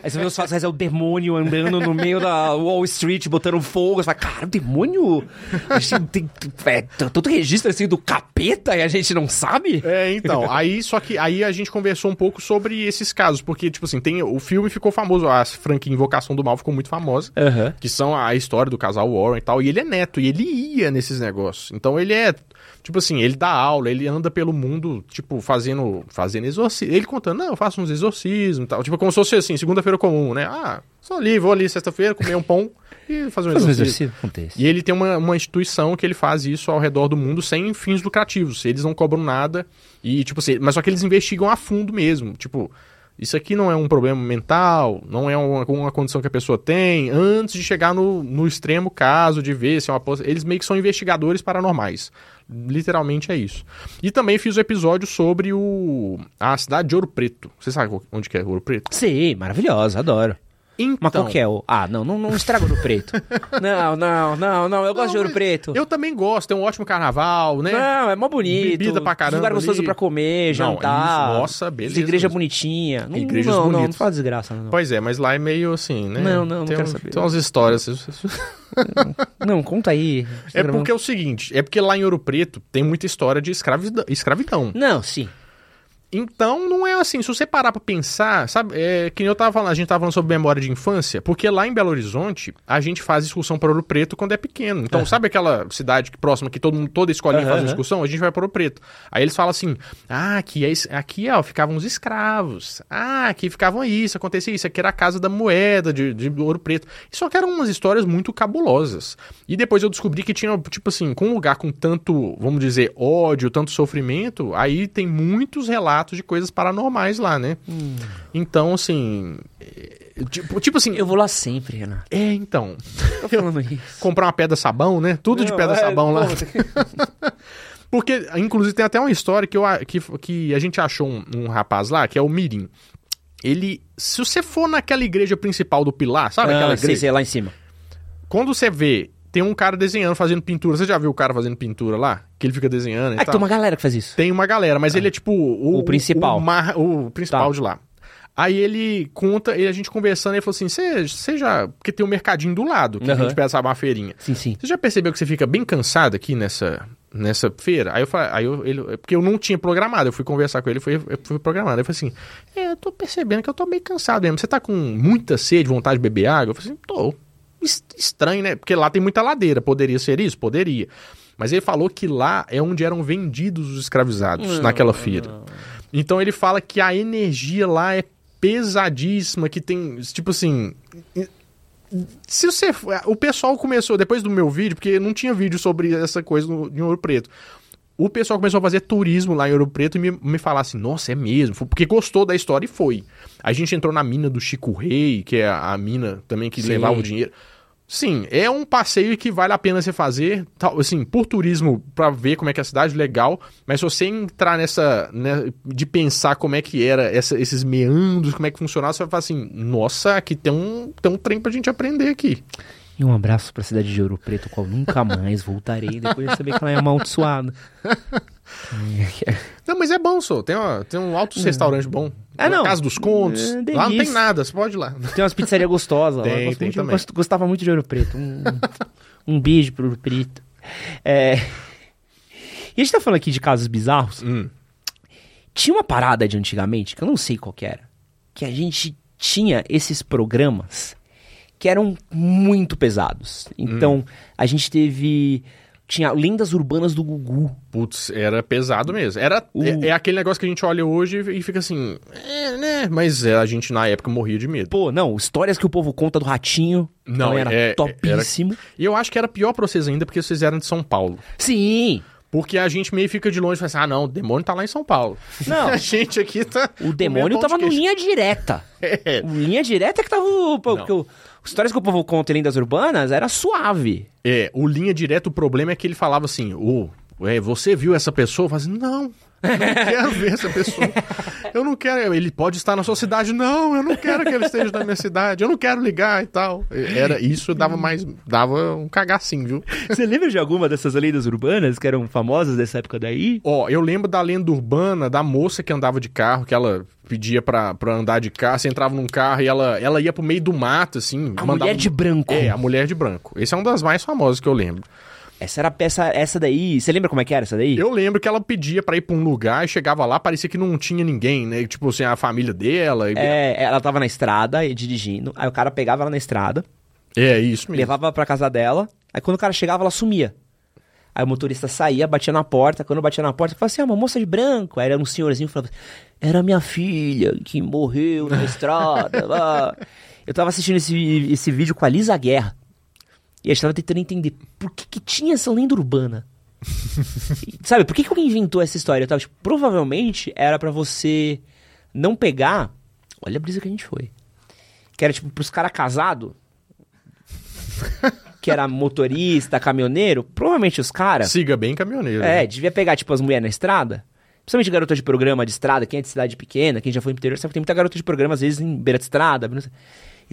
Aí você vê os fatos reais, é o demônio andando no meio da Wall Street, botando fogo. Você fala, cara, o demônio? A gente tem é, t- tanto registro assim do capeta e a gente não sabe?
É, então. aí, só que aí a gente conversou um pouco sobre esses casos, porque, tipo assim, tem, o filme ficou famoso, a franquia Invocação do Mal ficou muito famosa.
Aham.
Que são a história do casal Warren e tal. E ele é neto, e ele ia nesses negócios. Então ele é. Tipo assim, ele dá aula, ele anda pelo mundo, tipo, fazendo. fazendo exorcismo. Ele contando, não, eu faço uns exorcismos e tal. Tipo, como se fosse assim, segunda-feira comum, né? Ah, sou ali, vou ali sexta-feira, comer um pão e fazer um
Faz um
exorcismo.
exercício. Acontece.
E ele tem uma, uma instituição que ele faz isso ao redor do mundo sem fins lucrativos. Eles não cobram nada. E, tipo assim, mas só que eles investigam a fundo mesmo. Tipo, isso aqui não é um problema mental, não é uma, uma condição que a pessoa tem, antes de chegar no, no extremo caso de ver se é uma poss- Eles meio que são investigadores paranormais. Literalmente é isso. E também fiz o episódio sobre o a cidade de Ouro Preto. Você sabe onde que é Ouro Preto?
Sim, maravilhosa, adoro.
Então,
Mas qual que é o. Ah, não, não, não estraga ouro preto. não, não, não, não, eu gosto de
Não,
ouro
mas
preto.
Eu também gosto, tem um ótimo carnaval, né?
Não, é mó bonito.
Bebida pra caramba
Lugar gostoso
ali.
pra comer,
Não, é
jantar.
isso, nossa, beleza
Igreja é
mesmo.
bonitinha. Não,
Igrejas
não, não, não
bonitas.
faz desgraça, não.
Pois é, mas lá é meio assim, né?
Não, não, não
tem
quero saber.
Tem umas histórias.
Não, conta aí.
É porque é o seguinte, é porque lá em Ouro Preto tem muita história de escravida- escravidão.
Não, sim.
Então não é assim, se você parar pra pensar, sabe, é, que nem eu tava falando, a gente tava falando sobre memória de infância, porque lá em Belo Horizonte a gente faz excursão pra Ouro Preto quando é pequeno. Então, sabe aquela cidade que, próxima que todo mundo, toda escolinha
Aham,
faz uma
aham.
excursão? A gente vai pra Ouro Preto. Aí eles falam assim: ah, aqui, é, es- aqui ó, ficavam os escravos. Ah, aqui ficavam isso, acontecia isso, aqui era a casa da moeda de, de Ouro Preto. E só que eram umas histórias muito cabulosas. E depois eu descobri que tinha, tipo assim, com um lugar com tanto, vamos dizer, ódio, tanto sofrimento, aí tem muitos relatos de coisas paranormais lá, né? Então, assim. é, Tipo, tipo assim.
Eu vou lá sempre, Renato.
É, então.
Tô falando isso.
Comprar uma pedra sabão, né? Tudo de
é
pedra sabão lá. Porque, inclusive, tem até uma história que, eu, a- que, que a gente achou um, um rapaz lá, que é o Mirim. Ele. Se você for naquela igreja principal do Pilar, sabe aquela
Ah,
igreja?
sei, sei, lá em cima.
Quando você vê, tem um cara desenhando, fazendo pintura. Você já viu o cara fazendo pintura lá? Que ele fica desenhando e
Ah,
tal.
tem uma galera que faz isso.
Tem uma galera, mas ele é tipo o,
O principal.
O, mar- o principal
Tá.
de lá. Aí ele conta, e a gente conversando, ele falou assim: você já. Porque tem um mercadinho do lado, que a
Aham.
gente pensa uma feirinha.
Sim, sim.
Você já percebeu que você fica bem cansado aqui nessa, nessa feira? Aí eu falei, aí eu, ele, é porque eu não tinha programado, eu fui conversar com ele, foi, eu fui programado. Ele falou assim: É, eu tô percebendo que eu tô meio cansado mesmo. Você tá com muita sede, vontade de beber água? Eu falei assim: Tô. Es- Estranho, né? Porque lá tem muita ladeira. Poderia ser isso? Poderia. Mas ele falou que lá é onde eram vendidos os escravizados, naquela feira. Então ele fala que a energia lá é pesadíssima, que tem, tipo assim, se você. for- O pessoal começou, depois do meu vídeo, porque não tinha vídeo sobre essa coisa no, em Ouro Preto. O pessoal começou a fazer turismo lá em Ouro Preto e me, me falar assim: nossa, é mesmo, Foi porque gostou da história e foi. A gente entrou na mina do Chico Rei, que é a, a mina também que
Sim.
levava o dinheiro. Sim, é um passeio que vale a pena você fazer, tal, assim, por turismo, pra ver como é que é a cidade, legal, mas se você entrar nessa, né, de pensar como é que era essa- esses meandros, como é que funcionava, você vai falar assim, nossa, aqui tem um, tem um trem pra gente aprender aqui.
E um abraço pra cidade de Ouro Preto, qual nunca mais voltarei depois de saber que ela é amaldiçoada.
Não, mas é bom, só. Tem, ó, tem um alto restaurante bom.
Ah,
Na
Hum. não.
Casa dos Contos.
É,
lá não tem
delícia.
nada, você pode ir lá.
Tem umas pizzarias gostosas lá.
Tem,
Eu gosto
tem
muito-
também.
gosto- gostava muito de Ouro Preto. Um, um beijo pro Ouro Preto. É... E a gente tá falando aqui de casos bizarros.
Hum.
Tinha uma parada de antigamente, que eu não sei qual que era, que a gente tinha esses
Hum.
programas que eram muito pesados. Então, a gente teve Tinha Lendas Urbanas do Gugu.
Putz, era pesado mesmo. Era,
O-
é, é aquele negócio que a gente olha hoje e fica assim, é, né? Mas é, a gente na época morria de medo.
Pô, não, histórias que o povo conta do ratinho.
Não,
também era
é- é-
topíssimo.
E eu acho que era pior pra vocês ainda porque vocês eram de São Paulo.
Sim!
Porque a gente meio fica de longe e fala assim, ah não, o demônio tá lá em São Paulo.
Não.
a gente aqui tá...
O demônio
com
tava no
medo de
linha direta.
queixo. É,
O linha direta que tava. o- pô,
Não.
Porque o, histórias que o povo conta em lendas urbanas era suave.
É, o linha direto, o problema é que ele falava assim, ô, é, você viu essa pessoa? Eu falava assim, não, eu não quero ver essa pessoa. Eu não quero, ele pode estar na sua cidade. Não, eu não quero que ele esteja na minha cidade, eu não quero ligar e tal. Era, isso dava mais, dava um cagacinho, viu?
Você lembra de alguma dessas lendas urbanas que eram famosas dessa época daí?
Ó, eu lembro da lenda urbana da moça que andava de carro, que ela pedia pra, pra andar de carro, você entrava num carro e ela, ela ia pro meio do mato, assim.
A mulher de branco.
É, a mulher de branco. Esse é uma das mais famosas que eu lembro.
Essa era a peça, essa daí. Você lembra como é que era essa daí?
Eu lembro que ela pedia pra ir pra um lugar e chegava lá, parecia que não tinha ninguém, né? Tipo assim, a família dela. e- É,
É, ela tava na estrada e dirigindo. Aí o cara pegava ela na estrada,
É, isso mesmo.
levava pra casa dela. Aí quando o cara chegava, ela sumia. Aí o motorista saía, batia na porta. Quando batia na porta, falava assim: é uma moça de branco. Aí era um senhorzinho que falava assim, era minha filha que morreu na estrada. lá." Eu tava assistindo esse, esse vídeo com a Lisa Guerra. E a gente tava tentando entender por que, que tinha essa lenda urbana. E, Sabe, por que, que alguém inventou essa história? Eu tava, tipo, provavelmente era pra você não pegar. Olha a brisa que a gente foi. Que era tipo pros caras casados. que era motorista, caminhoneiro. Provavelmente os caras.
Siga bem caminhoneiro.
É, devia pegar, tipo, as mulheres na estrada. Principalmente garota de programa de estrada, quem é de cidade pequena, quem já foi no interior, sabe que tem muita garota de programa, às vezes, em beira de estrada. não sei.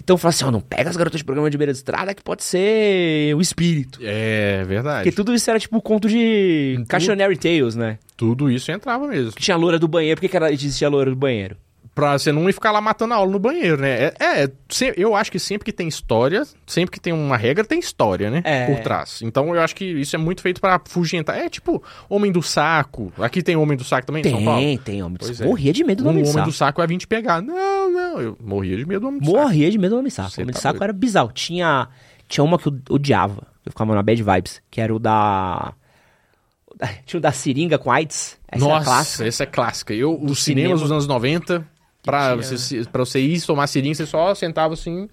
Então fala assim, ó, não pega as garotas de programa de beira de estrada que pode ser o espírito.
É, verdade.
Porque tudo isso era tipo conto de cautionary tales, né?
Tudo isso entrava mesmo.
Que tinha a loura do banheiro. Por que, que era, existia a loura do banheiro?
Pra você não ir ficar lá matando a aula no banheiro, né? É, é, se- eu acho que sempre que tem história, sempre que tem uma regra, tem história, né?
É.
Por trás. Então eu acho que isso é muito feito pra afugentar. É tipo Homem do Saco. Aqui tem Homem do Saco também em São Paulo?
Tem, tem, homem.
Pois é.
Morria de medo do
Um
homem de
Homem
saco.
do Saco vai vir te pegar. Não, não. Eu morria de medo do Homem do Saco.
Morria de medo do homem de saco.
Você
homem de
tá
saco
doido.
era bizarro. Tinha, tinha uma que eu odiava. Eu ficava na bad vibes. Que era o da... Tinha o da seringa com AIDS. Essa era
Nossa,
clássica.
essa é clássica. Eu, os
cinema.
cinemas dos anos 90, pra,
tinha, né?
você, se- pra você ir tomar seringa, você só sentava assim,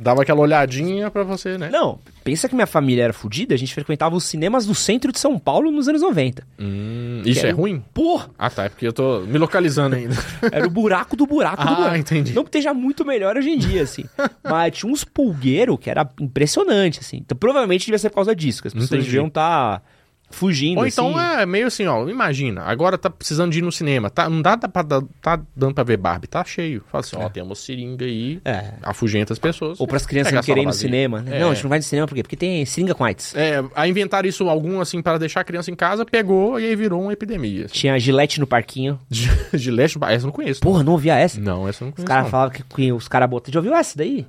dava aquela olhadinha pra você, né?
Não, pensa que minha família era fodida. A gente frequentava os cinemas do centro de São Paulo nos anos 90.
Hum, isso é
Quero-
ruim?
Porra!
Ah, tá. É porque eu tô me localizando ainda.
Era o buraco do buraco do
Ah,
buraco.
entendi.
Não que esteja muito melhor hoje em dia, assim. Mas tinha uns pulgueiros que era impressionante, assim. Então provavelmente devia ser por causa disso, que as pessoas
Entendi.
deviam estar fugindo,
Ou então
assim.
é meio assim, ó. Imagina, agora tá precisando de ir no cinema. Tá, não dá pra, dar- tá dando pra ver Barbie, tá cheio. Fala assim, ó, tem uma seringa aí,
É.
afugenta as pessoas.
Ou pras crianças
Pega
não
a sala
quererem ir no
vazia.
cinema. né?
É.
Não, a gente não vai no cinema por quê? Porque tem seringa com AIDS.
É, a inventar isso algum assim para deixar a criança em casa, pegou e aí virou uma epidemia. assim.
Tinha gilete no parquinho.
De leste, ah, essa eu não conheço.
Porra, não ouvia essa?
Não, essa eu não
Os
conheço.
caras
não.
falavam que, que os caras botavam... Já ouviu essa daí?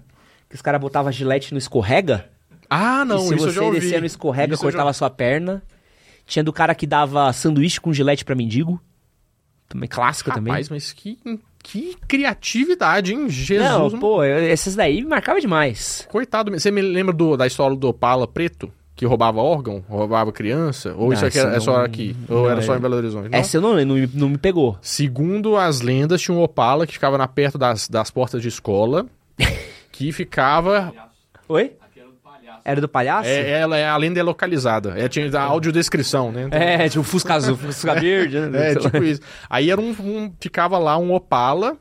Que os caras botavam gilete no escorrega?
Ah, não,
e se
isso eu
você
já ouvi.
descia no escorrega,
Isso eu
cortava a sua perna. Tinha do cara que dava sanduíche com gilete pra mendigo. Também clássica
já...
também.
Rapaz, mas que, que criatividade, hein? Jesus. né? um
Não, pô, eu- essas daí me marcava demais.
Coitado. Você me lembra do- da história do Opala Preto? Que roubava órgão? Roubava criança? Ou
Não,
isso aqui
esse
era, é só
não-
aqui? Ou
não,
era só
é-
em Belo Horizonte? Não?
Essa eu não, não, me- não me pegou.
Segundo as lendas, tinha um Opala que ficava na, perto das, das portas de escola. Que ficava.
Oi? Era do palhaço?
É, ela, é- a lenda é localizada. É, tinha a audiodescrição, né? Então-
É, tipo Fusca Azul, Fusca Verde, né?
É,
Sei lá.
tipo isso. Aí era um, um- Ficava lá um Opala.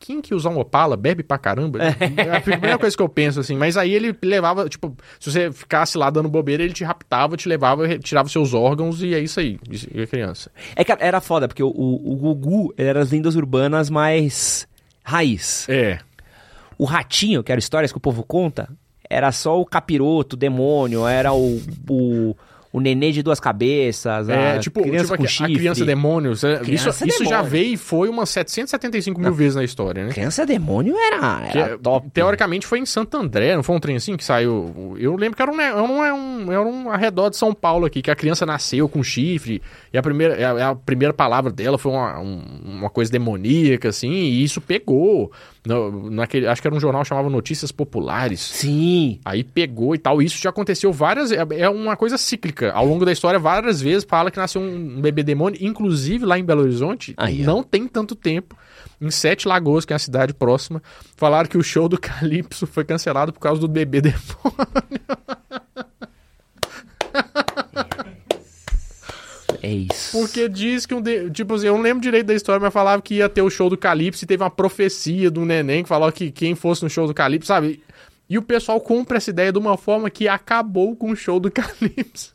Quem que usar um Opala bebe pra caramba? né? É a primeira coisa que eu penso, assim. Mas aí ele levava, tipo, se você ficasse lá dando bobeira, ele te raptava, te levava, re- tirava seus órgãos e é isso aí. Isso- E a criança.
É que era foda, porque o, o, o Gugu ele era as lendas urbanas mais raiz.
É.
O Ratinho, que era histórias que o povo conta, era só o capiroto, o demônio, era o, o, o nenê de duas cabeças,
É,
a
tipo,
criança
tipo
com
a, a
chifre.
criança demônio. isso-
Criança
isso isso já
demônio.
veio e foi umas 775 mil vezes na história, né?
Criança demônio era,
Que,
era
é,
top.
Teoricamente foi em Santo André, não foi um trem assim que saiu. Eu lembro que era um, ne- era um, era um, era um arredor de São Paulo aqui, que a criança nasceu com chifre, e a primeira, é a, a primeira palavra dela foi uma, um- uma coisa demoníaca, assim, e isso pegou. No- naquele, acho que era um jornal que chamava Notícias Populares.
Sim.
Aí pegou e tal. Isso já aconteceu várias. é- É uma coisa cíclica. Ao longo da história, várias vezes fala que nasceu um bebê demônio. Inclusive lá em Belo Horizonte,
Aí, ó.
não tem tanto tempo. Em Sete Lagoas, que é a cidade próxima, falaram que o show do Calypso foi cancelado por causa do bebê demônio.
É isso.
Porque diz que um. de- Tipo assim, eu não lembro direito da história, mas falava que ia ter o show do Calypso e teve uma profecia do neném que falava que quem fosse no show do Calypso, sabe? E o pessoal compra essa ideia de uma forma que acabou com o show do Calypso.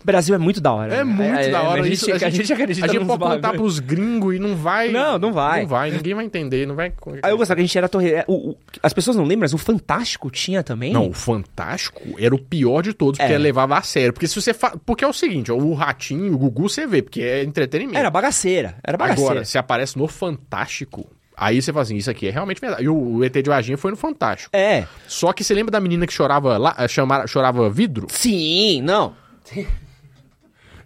O Brasil é muito da hora. né?
É muito da hora
a gente,
isso.
A gente acredita
A gente
nos
pode perguntar
bagulho.
pros gringos e não vai.
Não, não vai.
Não vai, ninguém vai entender, não vai.
Aí eu gostava que a gente era torre. é, o- o- as pessoas não lembram, mas o Fantástico tinha também.
Não, o Fantástico era o pior de todos, porque
É.
levava a sério. Porque se você fa... Porque é o seguinte, ó, o Ratinho, o Gugu, você vê, porque é entretenimento.
Era bagaceira. Era bagaceira.
Agora, se aparece no Fantástico, aí você fala assim, isso aqui é realmente verdade. E o, o ET de Varginha foi no Fantástico.
É.
Só que você lembra da menina que chorava lá, eh, chamara, chorava vidro?
Sim, não.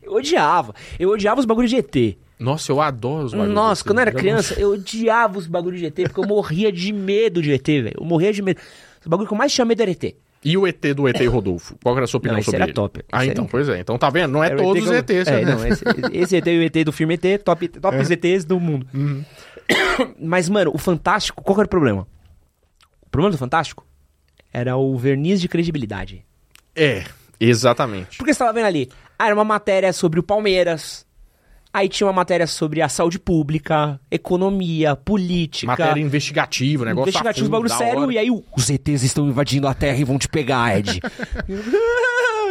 Eu odiava. Eu odiava os bagulhos de ET.
Nossa, eu adoro os bagulhos
Nossa,
desse.
quando eu era
Já não-
criança, eu odiava os bagulhos de ET, porque eu morria de medo de ET, velho. Eu morria de medo. O bagulho que eu mais tinha medo era ET.
E o ET do ET Rodolfo? Qual que era a sua opinião
Não, esse
sobre
era
ele?
top.
Ah,
Esse
então,
era-
pois é. Então tá vendo? Não é
Era o ET
todos os
que eu-
ETs,
é,
né? É.
não, esse, esse ET e o ET do filme ET, top, top os ETs do mundo.
Uhum.
Mas, mano, o Fantástico, qual que era o problema? O problema do Fantástico era o verniz de credibilidade.
É, exatamente.
Porque você tava vendo ali, ah, era uma matéria sobre o Palmeiras, aí tinha uma matéria sobre a saúde pública, economia, política.
Matéria investigativa, negócio
Investigativo,
a fundo,
bagulho
da
sério,
hora.
e aí o- os ETs estão invadindo a Terra e vão te pegar, Ed.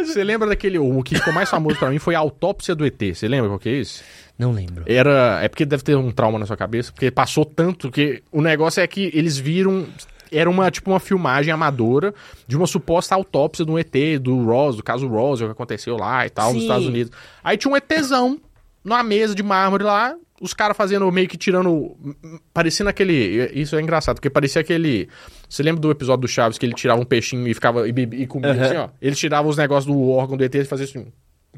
Você lembra daquele... O que ficou mais famoso pra mim foi a autópsia do ET. Você lembra qual que é isso?
Não lembro.
Era... É porque deve ter um trauma na sua cabeça, porque passou tanto que... O negócio é que eles viram... Era uma, tipo, uma filmagem amadora de uma suposta autópsia do ET, do Ross, do caso Ross, o que aconteceu lá e tal, nos
Sim.
Estados Unidos. Aí tinha um ETzão numa mesa de mármore lá, os caras fazendo meio que tirando. Parecendo aquele. Isso é engraçado, porque parecia aquele. Você lembra do episódio do Chaves que ele tirava um peixinho e ficava. e, bebia- e comia assim, ó? Ele tirava os negócios do órgão do ET e fazia assim.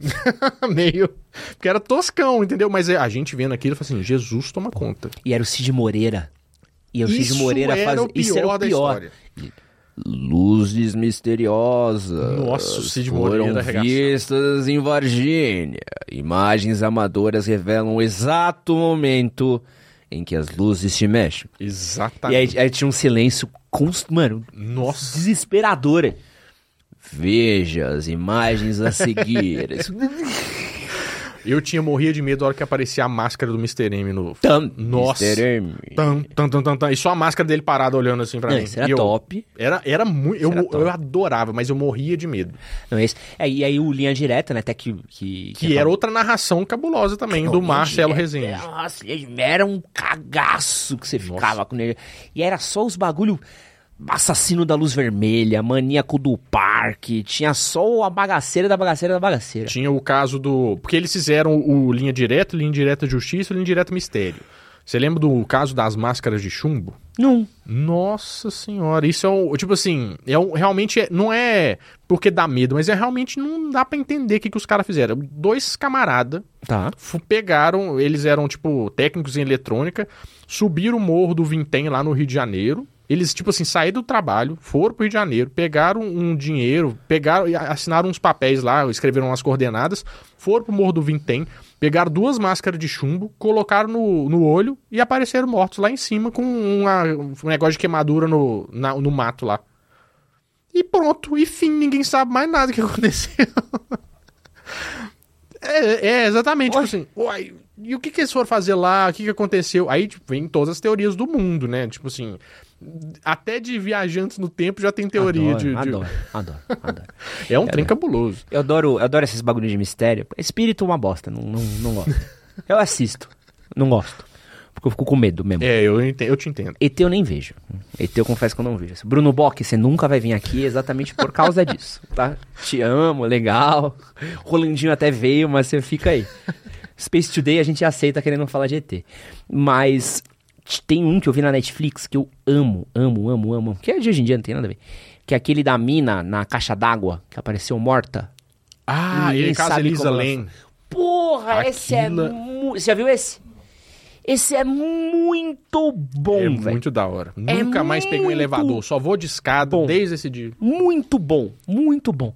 meio. Porque era toscão, entendeu? Mas é, a gente vendo aquilo, fala assim: Jesus toma conta.
E era o Cid Moreira. E o Cid
Isso
Moreira
era
faz...
o
Isso era o
pior da
pior.
história.
Luzes misteriosas.
Nossa, o Cid Moreira
foram
arregaçou.
vistas em Varginha. Imagens amadoras revelam o exato momento em que as luzes se mexem. E
Exatamente.
aí, aí tinha um silêncio const... mano,
Nossa.
desesperador. hein? Veja as imagens a seguir. Isso-
Eu tinha morria de medo na hora que aparecia a máscara do Mr. M no.
Tam-
Nossa.
Mr. M.
Tan, tan, tan, tan, tan. E só a máscara dele parada olhando assim pra
Não,
mim.
isso era
E eu-
top.
Era, era muito. Eu,
era top.
eu adorava, mas eu morria de medo.
Não, esse... é, e aí o Linha Direta, né? Até que. Que,
Que era outra narração cabulosa também, do
É,
Marcelo Rezende.
Nossa, era um cagaço que você ficava com ele. E era só os bagulho. Assassino da luz vermelha, maníaco do parque, tinha só a bagaceira da bagaceira da bagaceira.
Tinha o caso do. Porque eles fizeram o Linha Direta, Linha Direta Justiça e Linha Direta Mistério. Você lembra do caso das máscaras de chumbo?
Não.
Nossa senhora, isso é um. Tipo assim, é um, realmente é- não é porque dá medo, mas é realmente não dá pra entender o que, que os caras fizeram. Dois camarada
Tá.
fu- pegaram, eles eram tipo técnicos em eletrônica, subiram o morro do Vintém lá no Rio de Janeiro. Eles, tipo assim, saíram do trabalho, foram pro Rio de Janeiro, pegaram um dinheiro, pegaram e a- assinaram uns papéis lá, escreveram umas coordenadas, foram pro Morro do Vintém, pegaram duas máscaras de chumbo, colocaram no, no olho e apareceram mortos lá em cima com uma- um negócio de queimadura no, na- no mato lá. E pronto, e fim, ninguém sabe mais nada que aconteceu. É, é, exatamente, tipo assim, uai, e o que, que eles foram fazer lá, o que, que aconteceu? Aí tipo, vem todas as teorias do mundo, né? Tipo assim, até de viajantes no tempo já tem teoria
adoro,
de- de,
adoro, né? adoro, adoro.
É um trem cabuloso.
Eu adoro, eu adoro esses bagulhos de mistério. Espírito é uma bosta, não, não, não gosto. Eu assisto, não gosto. Porque eu fico com medo mesmo.
É, eu, ente- eu te entendo.
ET eu nem vejo. ET eu confesso que eu não vejo. Assim, Bruno Bock, você nunca vai vir aqui exatamente por causa disso, tá? Te amo, legal. Rolandinho até veio, mas você fica aí. Space Today a gente aceita querendo falar de ET. Mas t- tem um que eu vi na Netflix que eu amo, amo, amo, amo. amo, Que é de hoje em dia, não tem nada a ver. Que é aquele da mina na caixa d'água que apareceu morta.
Ah,
Ninguém
ele casa
sabe
Elisa
como ela-
Lane.
Porra, esse é...
Aquilo-
mu- Você já viu esse? Esse é muito bom,
É
velho.
muito da hora.
É
Nunca mais peguei um
muito
elevador, só vou de escada
bom.
desde esse dia.
Muito bom, muito bom.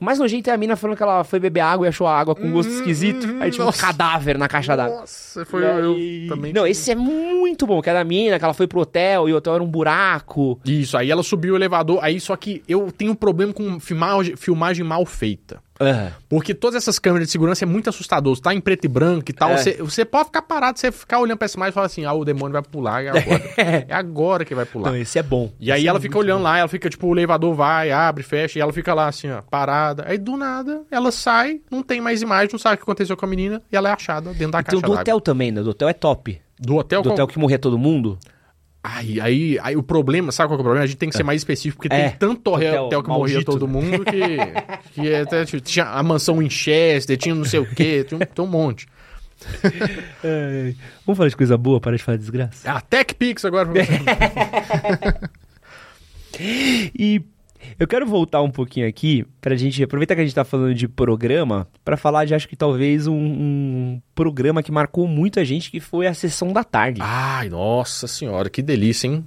O mais nojento é a mina falando que ela foi beber água e achou a água com um gosto esquisito. Aí tinha
Hum, nossa.
um cadáver na caixa d'água.
Nossa, foi
E- Não, esse é muito bom, que é da mina, que ela foi pro hotel e o hotel era um buraco.
Isso, aí ela subiu o elevador, aí só que eu tenho um problema com filmagem, filmagem mal feita. Porque todas essas câmeras de segurança é muito assustador. Você tá em preto e branco e tal.
É.
Você, você pode ficar parado, você ficar olhando pra essa imagem e falar assim: ah, o demônio vai pular, é agora. é agora que vai pular.
Não, esse é bom.
E aí
Esse é
ela
muito
fica olhando lá, ela fica tipo, o elevador vai, abre, fecha, e ela fica lá assim, ó, parada. Aí do nada, ela sai, não tem mais imagem, não sabe o que aconteceu com a menina, e ela é achada dentro da
Tem
caixa
o Então, do
d'água. Então,
hotel também, né? Do hotel é top.
Do hotel,
Do
qual-
hotel que morria todo mundo.
Aí, aí, aí o problema, sabe qual que é o problema? A gente tem que ser mais específico, porque
É.
tem tanto hotel,
Hotel
hotel que morria
maldito, né?
todo mundo que, que é até, tipo, tinha a mansão Winchester, tinha não sei o quê, tinha um, tinha um monte.
É, Vamos falar de coisa boa, para de falar de desgraça.
A TechPix Ah, agora.
E eu quero voltar um pouquinho aqui pra gente aproveitar que a gente tá falando de programa pra falar de acho que talvez um, um programa que marcou muito a gente que foi a sessão da tarde.
Ai, nossa senhora, que delícia, hein?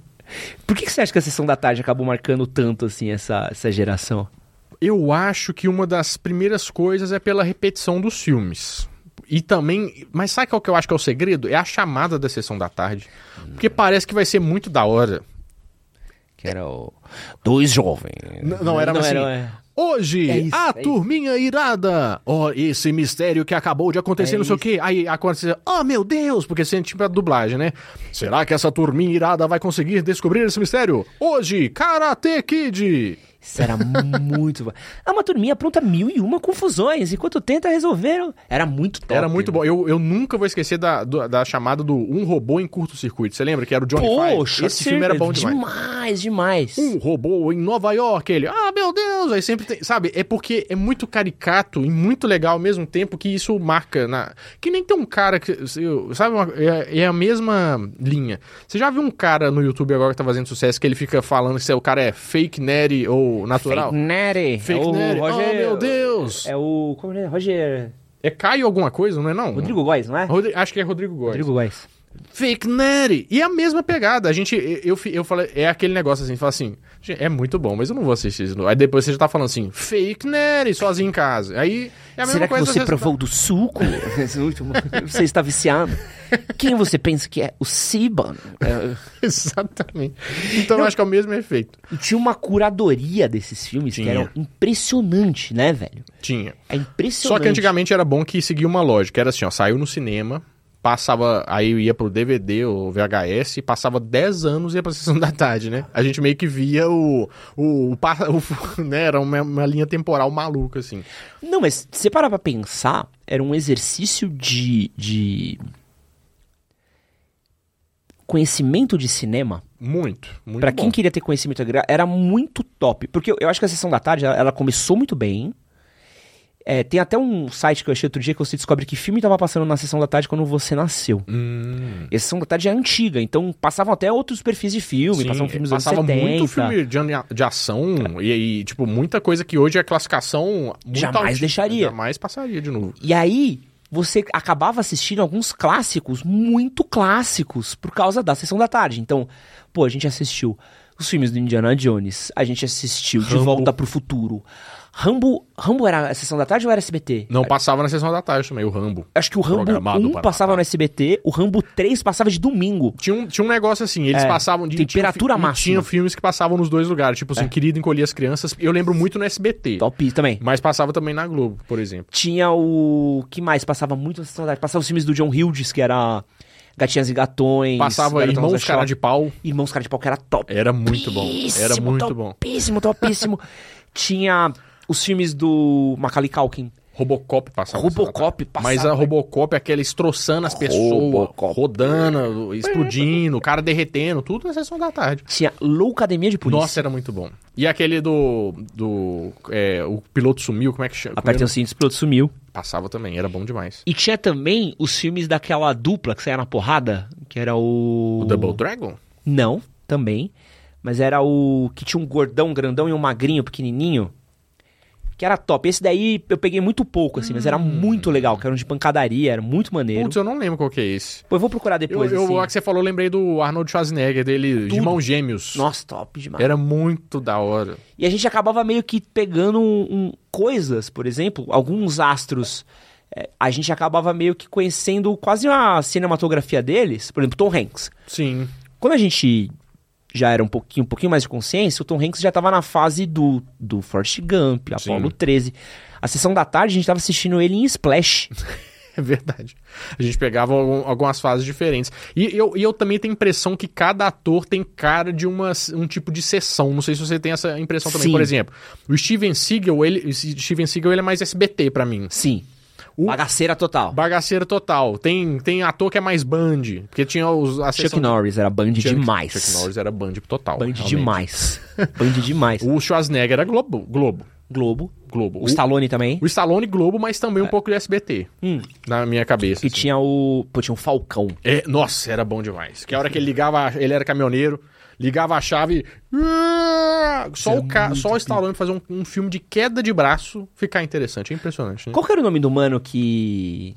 Por que, que você acha que a sessão da tarde acabou marcando tanto assim essa, essa geração?
Eu acho que uma das primeiras coisas é pela repetição dos filmes. E também. Mas sabe qual que eu acho que é o segredo? É a chamada da sessão da tarde. Porque parece que vai ser muito da hora.
Que era o dois jovens.
N- não, era assim.
é.
Hoje,
É isso,
a
é isso.
turminha irada. Ó, esse mistério que acabou de acontecer,
É
não sei o quê. Aí acontece, oh meu Deus, porque sente tipo a dublagem, né? Será que essa turminha irada vai conseguir descobrir esse mistério? Hoje, Karate Kid.
Isso era muito bom. É uma turminha pronta mil e uma confusões. Enquanto tenta resolver, era muito top.
Era muito
né?
bom. Eu, eu nunca vou esquecer da, do- da chamada do Um Robô em Curto-Circuito. Você lembra que era o Johnny Five?
Poxa,
Esse filme era bom demais.
Demais, demais.
Um robô em Nova York, ele, ah, meu Deus, aí sempre tem, sabe? É porque é muito caricato e muito legal ao mesmo tempo que isso marca na... Que nem tem um cara que, se eu- sabe, uma- é, é a mesma linha. Você já viu um cara no YouTube agora que tá fazendo sucesso que ele fica falando que se o cara é fake nerd ou natural?
Fake Nery.
Fake
é o
Nery.
Roger...
Oh, meu Deus.
É o... Como é? Roger...
É Caio alguma coisa, não é não?
Rodrigo Góes, não é?
Rodri- Acho que é Rodrigo Góes.
Rodrigo Góes.
Fake Nerd. E é a mesma pegada. A gente, eu, eu, fi- eu falei, é aquele negócio assim, fala assim, "Gente, é muito bom, mas eu não vou assistir isso. não." Aí depois você já tá falando assim, Fake Nerd, sozinho em casa. Aí é a mesma
Será que
coisa.
você
às vezes-
provou do suco? Esse último- você está viciado. Quem você pensa que é? O Siban. É,
Exatamente. Então eu acho que é o mesmo efeito.
E tinha uma curadoria desses filmes
Tinha.
que era impressionante, né, velho?
Tinha.
É impressionante.
Só que antigamente era bom que seguia uma lógica. Era assim, ó, saiu no cinema, passava, aí ia pro DVD ou VHS, passava 10 anos e ia pra sessão da tarde, né? A gente meio que via o. o, o, pa- o- né? Era uma, uma linha temporal maluca, assim.
Não, mas se você parar pra pensar, era um exercício de. de... Conhecimento de cinema,
Muito, muito
pra
bom.
quem queria ter conhecimento integral, era muito top. Porque eu, eu acho que a sessão da tarde, ela, ela começou muito bem. É, tem até um site que eu achei outro dia que você descobre que filme tava passando na sessão da tarde quando você nasceu.
Hum,
E a sessão da tarde é antiga, então passavam até outros perfis de filme,
sim,
passavam filmes dos
passava
anos 70.
muito filme de, an- de ação e, e, tipo, muita coisa que hoje é classificação muito
Jamais
alti-
deixaria.
Jamais passaria de novo.
E aí, você acabava assistindo alguns clássicos, muito clássicos, por causa da sessão da tarde. Então, pô, a gente assistiu os filmes do Indiana Jones, a gente assistiu De
Rambo.
Volta pro Futuro. Rambo, Rambo era a sessão da tarde ou era SBT?
Não passava na sessão da tarde também, o Rambo.
Acho que o Rambo
Programado
1
para
passava no SBT, o Rambo 3 passava de domingo.
Tinha um, tinha um negócio assim, eles passavam de.
É, temperatura
tinha, fi-
máxima. É.
Tinha filmes que passavam nos dois lugares, tipo assim, Querido Encolher as Crianças. Eu lembro muito no SBT,
Top também.
mas passava também na Globo, por exemplo.
Tinha o. que mais? Passava muito na sessão da tarde. Passava os filmes do John Hughes, que era Gatinhas e Gatões.
Passava
Garotão
Irmãos
Rosa
Cara
Choque.
de Pau,
Irmãos Cara de Pau, que era top.
era muito bom. Era muito bom.
Topíssimo, topíssimo. Tinha os filmes do Macaulay Culkin.
Robocop passava.
Robocop
passava. Mas a
passava.
Robocop, é aquela estroçando as pessoas,
Robocop.
rodando, explodindo, o cara derretendo, tudo na sessão da tarde.
Tinha Loucademia de Polícia.
Nossa, era muito bom. E aquele do. do é, o piloto sumiu, como é que chama?
Apertei o
Como é
cinto, o piloto sumiu.
que- Passava também, era bom demais.
E tinha também os filmes daquela dupla que saía na porrada, que era o...
O Double Dragon?
Não, também. Mas era o que tinha um gordão grandão e um magrinho pequenininho. Que era top. Esse daí eu peguei muito pouco, assim, mas era muito legal. Que era um de pancadaria, era muito maneiro.
Hum. Putz, eu não lembro qual que é esse.
Pô, eu vou procurar
Eu,
depois,
eu,
assim.
a que você falou, eu lembrei do Arnold Schwarzenegger, dele, de irmãos gêmeos.
Nossa, top demais.
Era muito da hora.
E a gente acabava meio que pegando um- um- coisas, por exemplo, alguns astros. É, a gente acabava meio que conhecendo quase a cinematografia deles. Por exemplo, Tom Hanks.
Sim.
Quando a gente já era um pouquinho, um pouquinho mais de consciência, o Tom Hanks já tava na fase do, do Forrest Gump,
Sim.
Apollo 13. A sessão da tarde a gente tava assistindo ele em Splash.
É verdade. A gente pegava algum- algumas fases diferentes. E eu, e eu também tenho a impressão que cada ator tem cara de uma, um tipo de sessão. Não sei se você tem essa impressão também.
Sim.
Por exemplo, o Steven Seagal, ele, o Steven Seagal ele é mais SBT pra mim.
Sim.
O-
Bagaceira total.
Bagaceiro total. Tem, tem ator que é mais Band. Porque tinha os, a
Chuck
sessão...
Norris era Band
Chuck-
demais.
Chuck Norris era Band total.
Band
realmente.
demais. Band demais.
O Schwarzenegger era Globo. Globo.
Globo.
Globo.
O Stallone também.
o Stallone Globo, mas também um pouco de SBT.
Hum.
Na minha cabeça.
E
assim.
tinha o. Pô, tinha o Falcão.
É, nossa, era bom demais. Que a hora que ele ligava, a- ele era caminhoneiro, ligava a chave. Ah, Só o, ca... só o Stallone fazer um, um filme de queda de braço ficar interessante. É impressionante, né?
Qual que era o nome do mano que.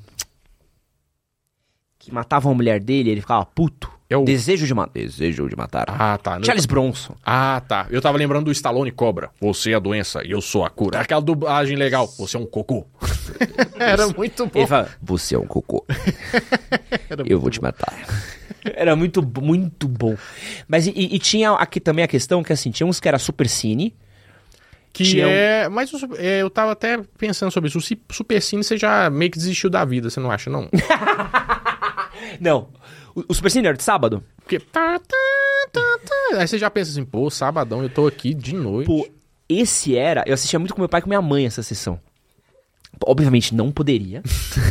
Que matava a mulher dele e ele ficava puto?
É o-
Desejo de matar. Desejo de matar.
Ah, tá. Eu-
Charles Bronson.
Ah, tá. Eu tava lembrando do Stallone Cobra. Você é a doença, eu sou a cura. Aquela dublagem legal. Você é um cocô. era muito bom.
Ele fala, você é um cocô. Eu vou te matar. Era muito, bo- muito bom. Mas e, e tinha aqui também a questão que assim, tinha uns que era super cine.
Que
Tinha um-
é. Mas o su- é, eu tava até pensando sobre isso. O Ci- Supercine, você já meio que desistiu da vida, você não acha, não?
Não. O, o super cine era de sábado?
Porque. tá, tá, tá, tá. Aí você já pensa assim, pô, sabadão, eu tô aqui de noite.
Pô, esse era. Eu assistia muito com meu pai e com minha mãe essa sessão. Obviamente não poderia.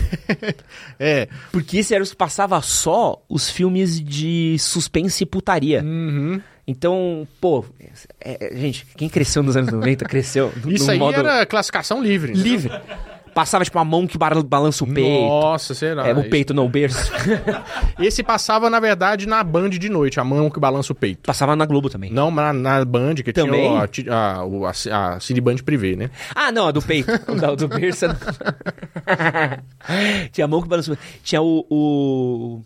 É.
Porque esse era os que passava só os filmes de suspense e putaria.
Uhum.
Então, pô, é- é- gente, quem cresceu nos anos 90 cresceu. no-
Isso
no
aí
modo
era classificação livre. né? entendeu?
livre. Passava, tipo, a mão que bar- balança o peito.
Nossa, será?
É, o peito não, o berço.
Esse passava, na verdade, na Band de noite, a mão que balança o peito.
Passava na Globo também.
Não, na, na Band, que
Também?
tinha o- a ti- a, o- a, ci- a, Cine Band Privé, né?
Ah, não, a do peito. não, do berço. não. Tinha a mão que balançou. Tinha o. O,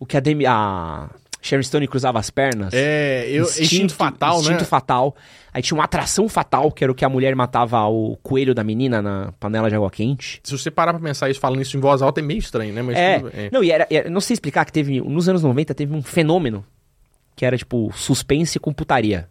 o que a Demi. A Sharon Stone cruzava as pernas.
É, eu, instinto, fatal,
instinto
né?
fatal. Aí tinha uma atração fatal, que era o que a mulher matava o coelho da menina na panela de água quente.
Se você parar pra pensar isso falando isso em voz alta, é meio estranho, né? Mas
É,
tudo bem.
não, e era, era- não sei explicar que teve, nos anos 90 teve um fenômeno que era tipo suspense com putaria.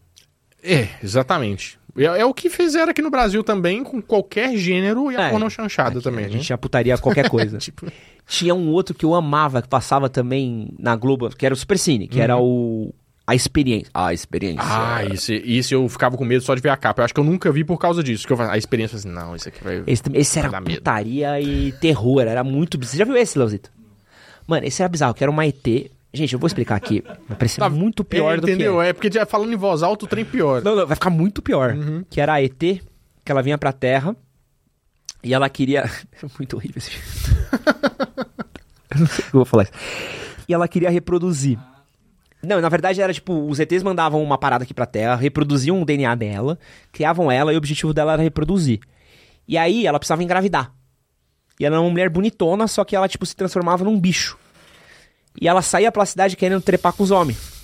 É, exatamente. É, é o que fizeram aqui no Brasil também, com qualquer gênero e a
É.
porno chanchada também,
A
né?
gente tinha putaria a qualquer coisa.
Tipo,
Hum? Tinha um outro que eu amava, que passava também na Globo, que era o Super Cine, que era o. A experiência. A experiência.
ah, isso,
é
isso eu ficava com medo só de ver a capa. Eu acho que eu nunca vi por causa disso. Que eu, fa- a experiência, assim, não, isso aqui vai...
Esse, é também- esse
Dá
era
medo.
putaria e terror, era muito bizarro. Você já viu esse, Leozito? Mano, esse era bizarro, que era uma ET. Gente, eu vou explicar aqui. Vai parecer muito pior
é,
do que.
entendeu?
é.
É. porque já falando em voz alta, o trem piora.
Não, não, vai ficar muito pior. Que era a ET, que ela vinha pra Terra e ela queria. É muito horrível esse filme. eu não sei o que eu vou falar isso. E ela queria reproduzir. Não, na verdade era tipo, os ETs mandavam uma parada aqui pra Terra, reproduziam o DNA dela, criavam ela e o objetivo dela era reproduzir. E aí ela precisava engravidar. E ela era uma mulher bonitona, só que ela tipo se transformava num bicho. E ela saía pela cidade querendo trepar com os homens.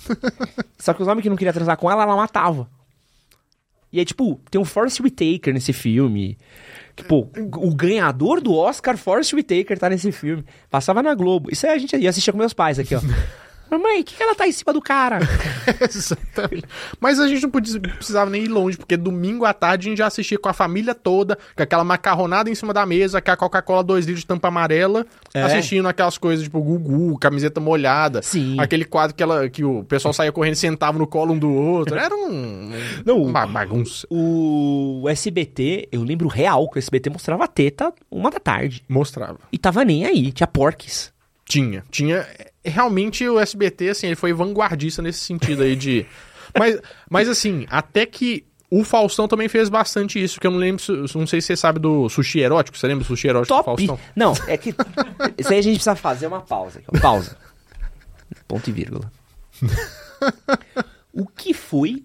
Só que os homens que não queriam transar com ela, ela matava. E aí, tipo, tem um Forrest Whitaker nesse filme. Que, pô, o ganhador do Oscar, Forrest Whitaker, tá nesse filme. Passava na Globo. Isso aí a gente ia assistir com meus pais aqui, ó. Mas, mãe, o que, que ela tá em cima do cara?
Exatamente. Mas a gente não podia- precisava nem ir longe, porque domingo à tarde a gente já assistia com a família toda, com aquela macarronada em cima da mesa, com a Coca-Cola 2 litros de tampa amarela,
É.
assistindo aquelas coisas tipo Gugu, camiseta molhada.
Sim.
Aquele quadro que, ela, que o pessoal saía correndo e sentava no colo um do outro. Era um.
Não, o-
uma bagunça.
O SBT, eu lembro real que o SBT mostrava teta uma da tarde.
Mostrava.
E tava nem aí, tinha porques.
Tinha. Tinha. é, Realmente o SBT, assim, ele foi vanguardista nesse sentido aí de. mas, mas assim, até que. O Faustão também fez bastante isso, que eu não lembro, se- não sei se você sabe do sushi erótico, você lembra do sushi erótico do
Top!
Faustão?
Não, é que. Isso aí a gente precisa fazer uma pausa aqui, ó. Pausa. Ponto e vírgula. o que foi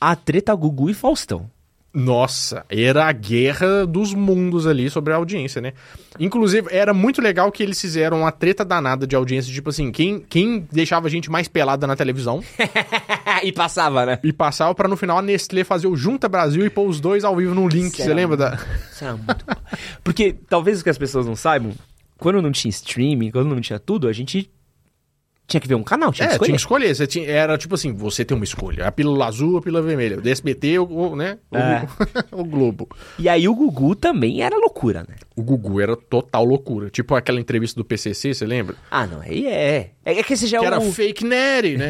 a treta Gugu e Faustão?
Nossa, era a guerra dos mundos ali sobre a audiência, né? Inclusive, era muito legal que eles fizeram uma treta danada de audiência, tipo assim, quem, quem deixava a gente mais pelada na televisão
e passava, né?
e passava pra no final a Nestlé fazer o Junta Brasil e pôr os dois ao vivo no link,
Isso
você
era
lembra da...
Isso era muito bom. Porque talvez o que as pessoas não saibam, quando não tinha streaming, quando não tinha tudo, a gente tinha que ver um canal, tinha
É,
que escolher.
tinha que escolher. Você tinha- era tipo assim, você tem uma escolha. A pílula azul, a pílula vermelha. O DSBT ou, ou, né? O,
É.
o Globo.
E aí o Gugu também era loucura, né?
O Gugu era total loucura. Tipo aquela entrevista do PCC, você lembra?
Ah, não, aí é. É é que esse já é,
Que era
o-
fake Nery, né?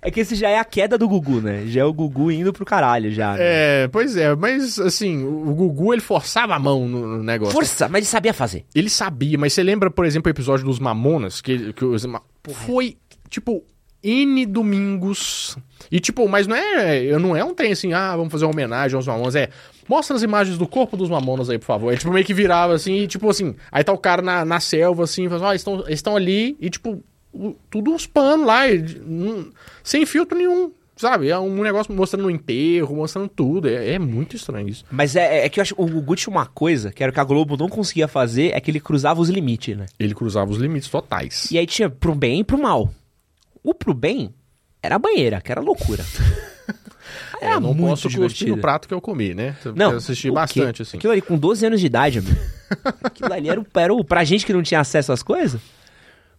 é que esse já é a queda do Gugu, né? Já é o Gugu indo pro caralho já. né?
é, pois é. Mas, assim, o o Gugu, ele forçava a mão no, no negócio.
Força, mas ele sabia fazer.
Ele sabia, mas você lembra, por exemplo, o episódio dos Mamonas? Que, que os ma- foi, tipo, N domingos. E, tipo, mas não é. é, Não é um trem assim, ah, vamos fazer uma homenagem aos Mamonas. É. Mostra as imagens do corpo dos Mamonas aí, por favor. É tipo, meio que virava assim, e, tipo assim. Aí tá o cara na, na selva, assim, falando, ó, eles estão, eles estão ali, e, tipo, o- tudo uns panos lá, e de- não- sem filtro nenhum. Sabe? É um negócio mostrando o enterro, mostrando tudo. É, é muito estranho isso.
Mas é, é que eu acho o Gugu tinha uma coisa que era que a Globo não conseguia fazer, é que ele cruzava os limites, né?
Ele cruzava os limites totais.
E aí tinha pro bem e pro mal. O pro bem era a banheira, que era loucura. Era
É, eu não
muito
posso cuspir
divertido.
no prato que eu comi, né? Eu
Não,
assisti
o quê?
bastante, assim.
Aquilo ali com 12 anos de idade, amigo. Aquilo ali era, o- era o. Pra gente que não tinha acesso às coisas.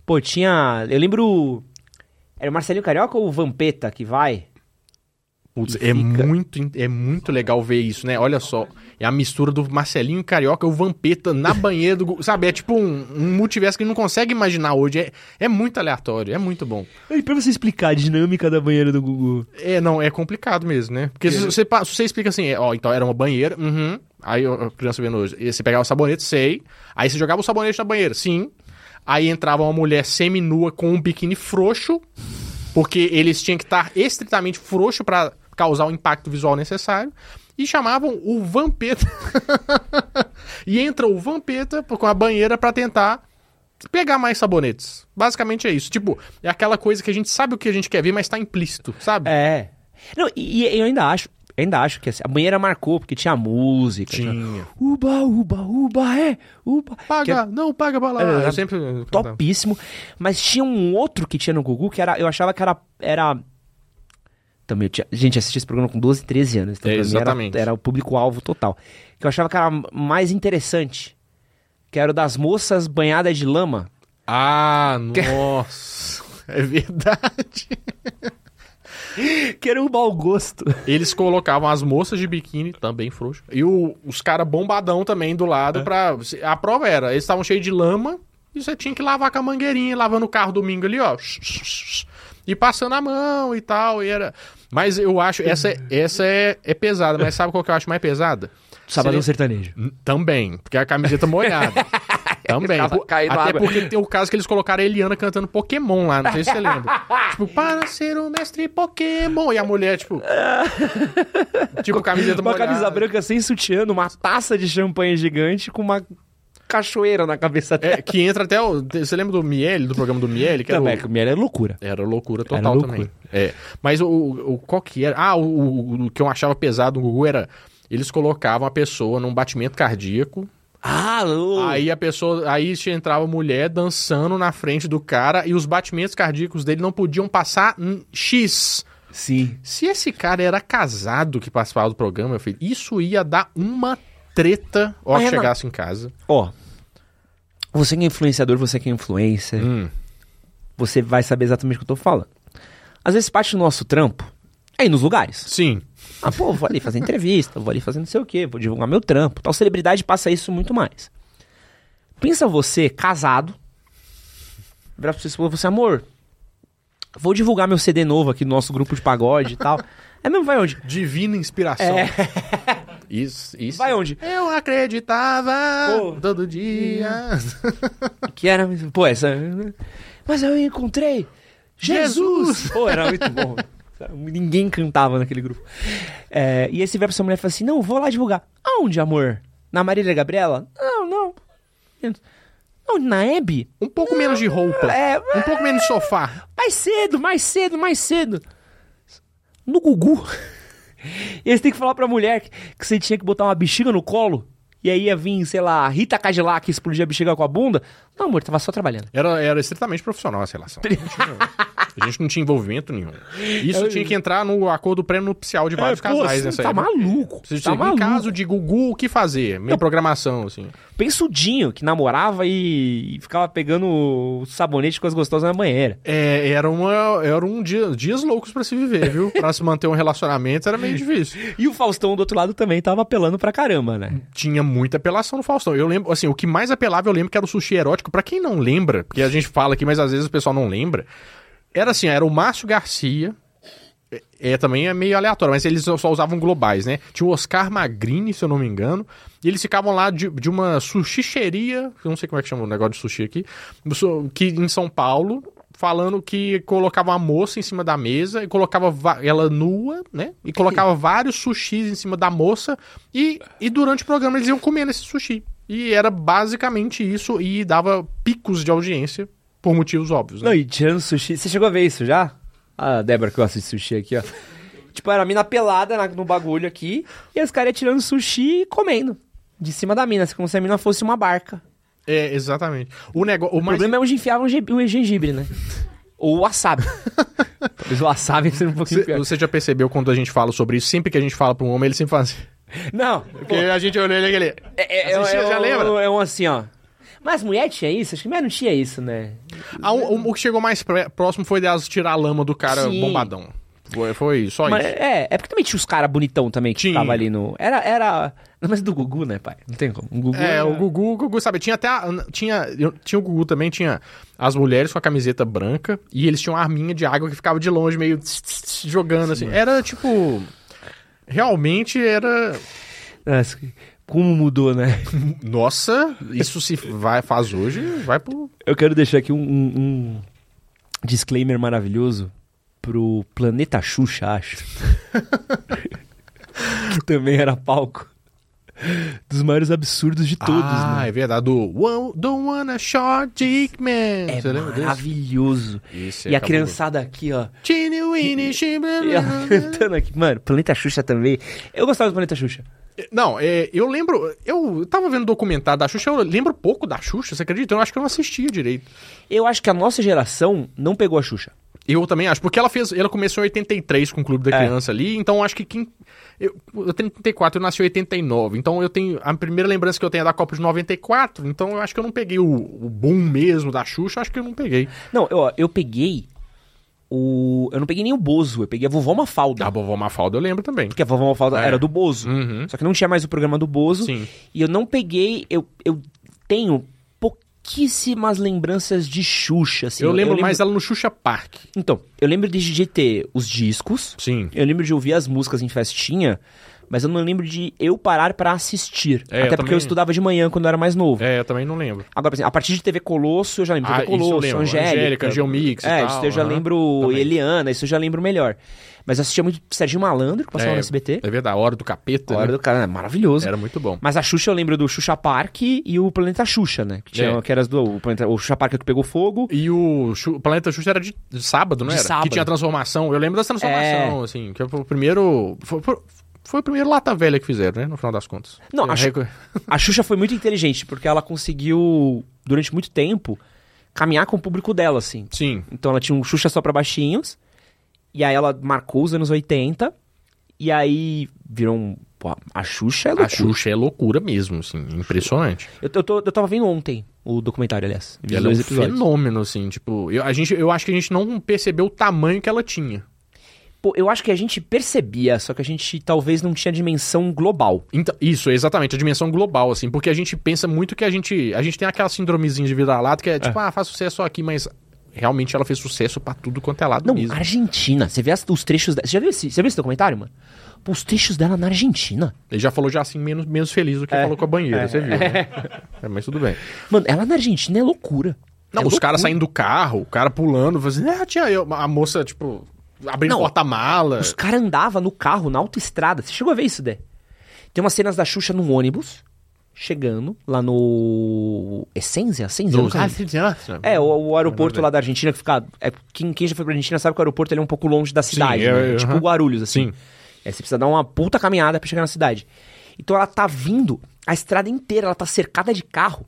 Pô, tinha. Eu lembro. Era o Marcelinho Carioca ou o Vampeta que vai?
Putz,
E fica-
é muito, in- é muito legal ver isso, né? Olha só, é a mistura do Marcelinho Carioca e o Vampeta na banheira do... Gu- Sabe, é tipo um, um multiverso que não consegue imaginar hoje. É, é muito aleatório, é muito bom.
E pra você explicar a dinâmica da banheira do Gugu.
É, não, é complicado mesmo, né? Porque se você, pa- se você explica assim, é, ó, então era uma banheira, uhum, aí ó, a criança vendo hoje, e você pegava o sabonete, sei, aí você jogava o sabonete na banheira, sim, aí entrava uma mulher seminua com um biquíni frouxo, porque eles tinham que estar estritamente frouxo pra causar o impacto visual necessário, e chamavam o Vampeta. e entra o Vampeta com a banheira pra tentar pegar mais sabonetes. Basicamente é isso. Tipo, é aquela coisa que a gente sabe o que a gente quer ver, mas tá implícito, sabe?
É. Não, e, e eu ainda acho. eu ainda acho que assim, a banheira marcou, porque tinha
Tá
música.
Tinha.
Uba, uba, uba, é. Uba. Que
Paga, não, paga balada.
É,
eu
era
sempre cantava.
topíssimo. Mas tinha um outro que tinha no Gugu que era, eu achava que era. era... Também eu tinha... Gente, eu assisti esse programa com 12, 13 anos. Então pra
É,
mim era-
exatamente.
Era, o público-alvo total. Que eu achava que era mais interessante. Que era o das moças banhadas de lama.
Ah, nossa. É verdade.
Que era um mau gosto.
Eles colocavam as moças de biquíni, também frouxo, e o- os caras bombadão também do lado pra. A prova era, eles estavam cheios de lama e você tinha que lavar com a mangueirinha, lavando o carro domingo ali, ó. E passando a mão e tal. E era... Mas eu acho, essa, é- essa é, é pesada, mas sabe qual que eu acho mais pesada?
Sabadão
Você-
sertanejo.
N- Também, porque a camiseta molhada. Também.
Ficava
Pô,
caindo na
Até
água.
porque tem o caso que eles colocaram a Eliana cantando Pokémon lá, não sei se você lembra. tipo, para ser o mestre Pokémon. E a mulher, tipo. tipo, camiseta
Uma
molhada.
camisa branca sem sutiã, uma taça de champanhe gigante com uma cachoeira na cabeça dela.
É, que entra até o. Você lembra do Miele, do programa do Miele? Que era o-
Também, é que era loucura.
Era loucura total
Era loucura.
também. É. Mas o, o qual que era? Ah, o, o- o que eu achava pesado no Gugu era. Eles colocavam a pessoa num batimento cardíaco.
Ah, louco.
Aí a pessoa. Aí entrava a mulher dançando na frente do cara e os batimentos cardíacos dele não podiam passar hum, X.
Sim.
Se esse cara era casado que participava do programa, meu filho, isso ia dar uma treta ao
Mas,
que
Renan-
chegasse em casa.
Ó. Você que é influenciador, você que é influencer,
Hum,
você vai saber exatamente o que eu tô falando. Às vezes parte do nosso trampo é ir nos lugares.
sim.
Ah, pô, vou ali fazer entrevista, vou ali fazer não sei o quê, vou divulgar meu trampo. Tal celebridade passa isso muito mais. Pensa você, casado, virar pra você e falar pra você, amor, vou divulgar meu CD novo aqui no nosso grupo de pagode e tal. É mesmo, vai onde?
Divina inspiração.
É.
Isso, isso.
Vai onde?
Eu acreditava
Pô. Hum.
todo dia.
Que era, pô, essa... Mas eu encontrei Jesus!
Jesus!
Pô, era muito bom. Ninguém cantava naquele grupo. É, e aí você vai pra sua mulher e fala assim, não, vou lá divulgar. Aonde, amor? Na Marília Gabriela? Não, não. Não, na Hebe?
Um pouco menos de roupa.
É,
Um pouco menos de sofá.
Mais cedo, mais cedo, mais cedo. No Gugu. E aí você tem que falar pra mulher que, que você tinha que botar uma bexiga no colo. E aí ia vir, sei lá, Rita Cadillac explodir a bexiga com a bunda. Não, amor, tava só trabalhando.
Era, era estritamente profissional essa relação. A gente não- A gente não tinha envolvimento nenhum. Isso tinha que entrar no acordo pré-nupcial de vários
É, pô,
casais né,
você
nessa
tá
época.
maluco,
Você
tá
tinha,
maluco.
Em caso de Gugu, o que fazer? Minha programação, assim.
Pensudinho, que namorava e, e ficava pegando sabonete com as gostosas na banheira.
É, era, uma, era um dia, dias loucos pra se viver, viu? Pra se manter um relacionamento era meio difícil.
E o Faustão do outro lado também tava apelando pra caramba, né?
tinha muita apelação no Faustão. Eu lembro, assim, o que mais apelava, eu lembro que era o sushi erótico. Pra quem não lembra, porque a gente fala aqui, mas às vezes o pessoal não lembra. Era assim, era o Márcio Garcia. É, é, também é meio aleatório, mas eles só, só usavam globais, né? Tinha o Oscar Magrini, se eu não me engano. E eles ficavam lá de, de uma sushicheria, eu não sei como é que chama o negócio de sushi aqui, do su- que em São Paulo, falando que colocava uma moça em cima da mesa e colocava va- ela nua, né? E colocava vários sushis em cima da moça e, e durante o programa eles iam comendo esse sushi. E era basicamente isso e dava picos de audiência por motivos óbvios, né?
Não, e tirando sushi. Você chegou a ver isso já? A Débora que gosta de sushi aqui, ó. tipo, era a mina pelada na- no bagulho aqui e os caras tirando sushi e comendo. De cima da mina, assim, como se a mina fosse uma barca.
É, exatamente. O negócio, o
O
mais
problema é onde enfiavam o ge- o gengibre, né? Ou o wasabi. Talvez o wasabi seja um pouquinho
Cê-
pior.
Você já percebeu quando a gente fala sobre isso? Sempre que a gente fala pra um homem, ele sempre faz.
Não,
Porque a gente olhou ele e ele.
É, é, é,
Assim, você
é,
já
um-
lembra?
é um assim, ó. Mas mulher tinha isso? Acho que mulher não tinha isso, né?
Ah, o, o que chegou mais pré- próximo foi delas tirar a lama do cara
Sim.
bombadão. Foi, foi só
Mas,
isso.
é, é porque também tinha os caras bonitão também que
Tinha.
tava ali no. Era. era... Não, mas do Gugu, né, pai? Não tem como. O Gugu um-
É,
era-
o Gugu, o Gugu, sabe, tinha até. a- tinha, eu- tinha o Gugu também, tinha as mulheres com a camiseta branca e eles tinham uma arminha de água que ficava de longe, meio tss, tss, tss, jogando assim. Era tipo. Realmente era.
Nossa, como mudou, né?
Nossa, isso se vai, faz hoje, vai pro.
Eu quero deixar aqui um, um- um disclaimer maravilhoso pro Planeta Xuxa, acho. que também era palco dos maiores absurdos de todos,
ah,
né?
é verdade. Do "Wow, Don't Wanna Short Dick Man.
É
Você lembra desse?
maravilhoso.
Esse
E a
acabou.
criançada aqui, ó.
Teeny weeny, shimmer-
E ela cantando aqui. Mano, Planeta Xuxa também. Eu gostava do Planeta Xuxa.
Não, é, eu lembro. Eu tava vendo documentário da Xuxa, eu lembro pouco da Xuxa, você acredita? Eu acho que eu não assistia direito.
Eu acho que a nossa geração não pegou a Xuxa.
Eu também acho, porque ela fez. Ela começou em 83 com o Clube da
É.
Criança ali, então eu acho que quem. Eu, eu tenho 34, eu nasci em 89. Então eu tenho. A primeira lembrança que eu tenho é da Copa de 94. Então eu acho que eu não peguei o, o boom mesmo da Xuxa, eu acho que eu não peguei.
Não, eu, ó, eu peguei o... Eu não peguei nem o Bozo, eu peguei a Vovó Mafalda.
Da vovó Mafalda eu lembro também.
Porque a Vovó Mafalda
Ah. É.
era do Bozo.
Uhum.
Só que não tinha mais o programa do Bozo.
Sim.
E eu não peguei... Eu, eu tenho pouquíssimas lembranças de Xuxa, assim.
eu, lembro mais dela no Xuxa Park.
Então, eu lembro de, de ter os discos.
Sim.
Eu lembro de ouvir as músicas em festinha. Mas eu não lembro de eu parar pra assistir.
É, eu
Até porque
também-
eu estudava de manhã quando eu era mais novo.
É, eu também não lembro.
Agora, por exemplo, a partir de TV Colosso, eu já lembro.
Ah,
TV
isso eu
Colosso,
lembro.
Angélica.
Angélica, Geomix e
É,
tal,
isso eu já
aham.
lembro.
Também.
Eliana, isso eu já lembro melhor. Mas eu assistia muito Serginho Malandro, que passava no SBT.
É verdade, a Hora do Capeta.
Hora
né?
do cara, né? maravilhoso.
Era muito bom.
Mas a Xuxa eu lembro do Xuxa Park e o Planeta Xuxa, né? Que, tinha,
É.
que era as duas. O, Planeta- o Xuxa Park que pegou fogo.
E o Xu- Planeta Xuxa era de, de sábado, não
De
era?
sábado. É.
Que tinha transformação. Eu lembro dessa transformação, assim, que foi o primeiro. Foi, foi- foi o primeiro lata velha que fizeram, né? No final das contas.
Não,
Eu
acho-
reco-
A Xuxa foi muito inteligente, porque ela conseguiu, durante muito tempo, caminhar com o público dela, assim.
Sim.
Então ela tinha um Xuxa só pra baixinhos. E aí ela marcou os anos 80. E aí virou um. Pô, a Xuxa é
A
loucura.
Xuxa é loucura mesmo, assim. Impressionante.
Eu, eu, tô- eu tava vendo ontem o documentário, aliás. Vi os
Ela é um
dois episódios.
fenômeno, assim, tipo, eu, a gente, eu acho que a gente não percebeu o tamanho que ela tinha.
Pô, eu acho que a gente percebia, só que a gente talvez não tinha dimensão global.
Então, isso, exatamente, a dimensão global, assim, porque a gente pensa muito que a gente. A gente tem aquela síndromezinha de vira-lata que é tipo, ah, faz sucesso aqui, mas realmente ela fez sucesso pra tudo quanto é lado
Não,
mesmo.
Argentina. Você vê as- os trechos dela. Você já viu esse, você viu esse documentário, mano? Pô, os trechos dela na Argentina.
Ele já falou já assim, menos, menos feliz
É.
do que falou com a banheira, você viu, né? É, mas tudo bem.
Mano, ela na Argentina é loucura.
Não,
É
os caras
loucura.
saindo do carro, o cara pulando, fazendo, ah, tinha eu. A moça, tipo, abrindo
Não.
porta-mala.
Os caras andavam no carro, na autoestrada. Você chegou a ver isso, Dé? Tem umas cenas da Xuxa num ônibus, chegando lá no. Essência? Essência?
Do-
não sei. Ah, É, o, o aeroporto lá da Argentina que fica. é, quem, quem já foi pra Argentina sabe que o aeroporto ele é um pouco longe da cidade.
é,
né?
é,
tipo
aham.
Guarulhos, assim.
Sim.
É, você precisa dar uma puta caminhada pra chegar na cidade. Então ela tá vindo a estrada inteira, ela tá cercada de carro.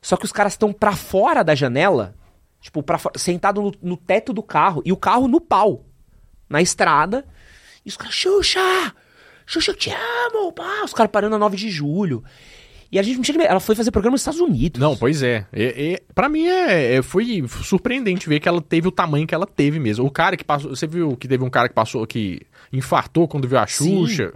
Só que os caras estão pra fora da janela, tipo, pra fora, sentado no, no teto do carro, e o carro no pau, na estrada. E os caras, Xuxa! Xuxa, eu te amo! Pá! Os caras parando a 9 de julho. E a gente não tinha. que- Ela foi fazer programa nos Estados Unidos.
Não, pois é. E, e, pra mim é, é- foi surpreendente ver que ela teve o tamanho que ela teve mesmo. O cara que passou. Você viu que teve um cara que passou, que infartou quando viu a
Sim.
Xuxa?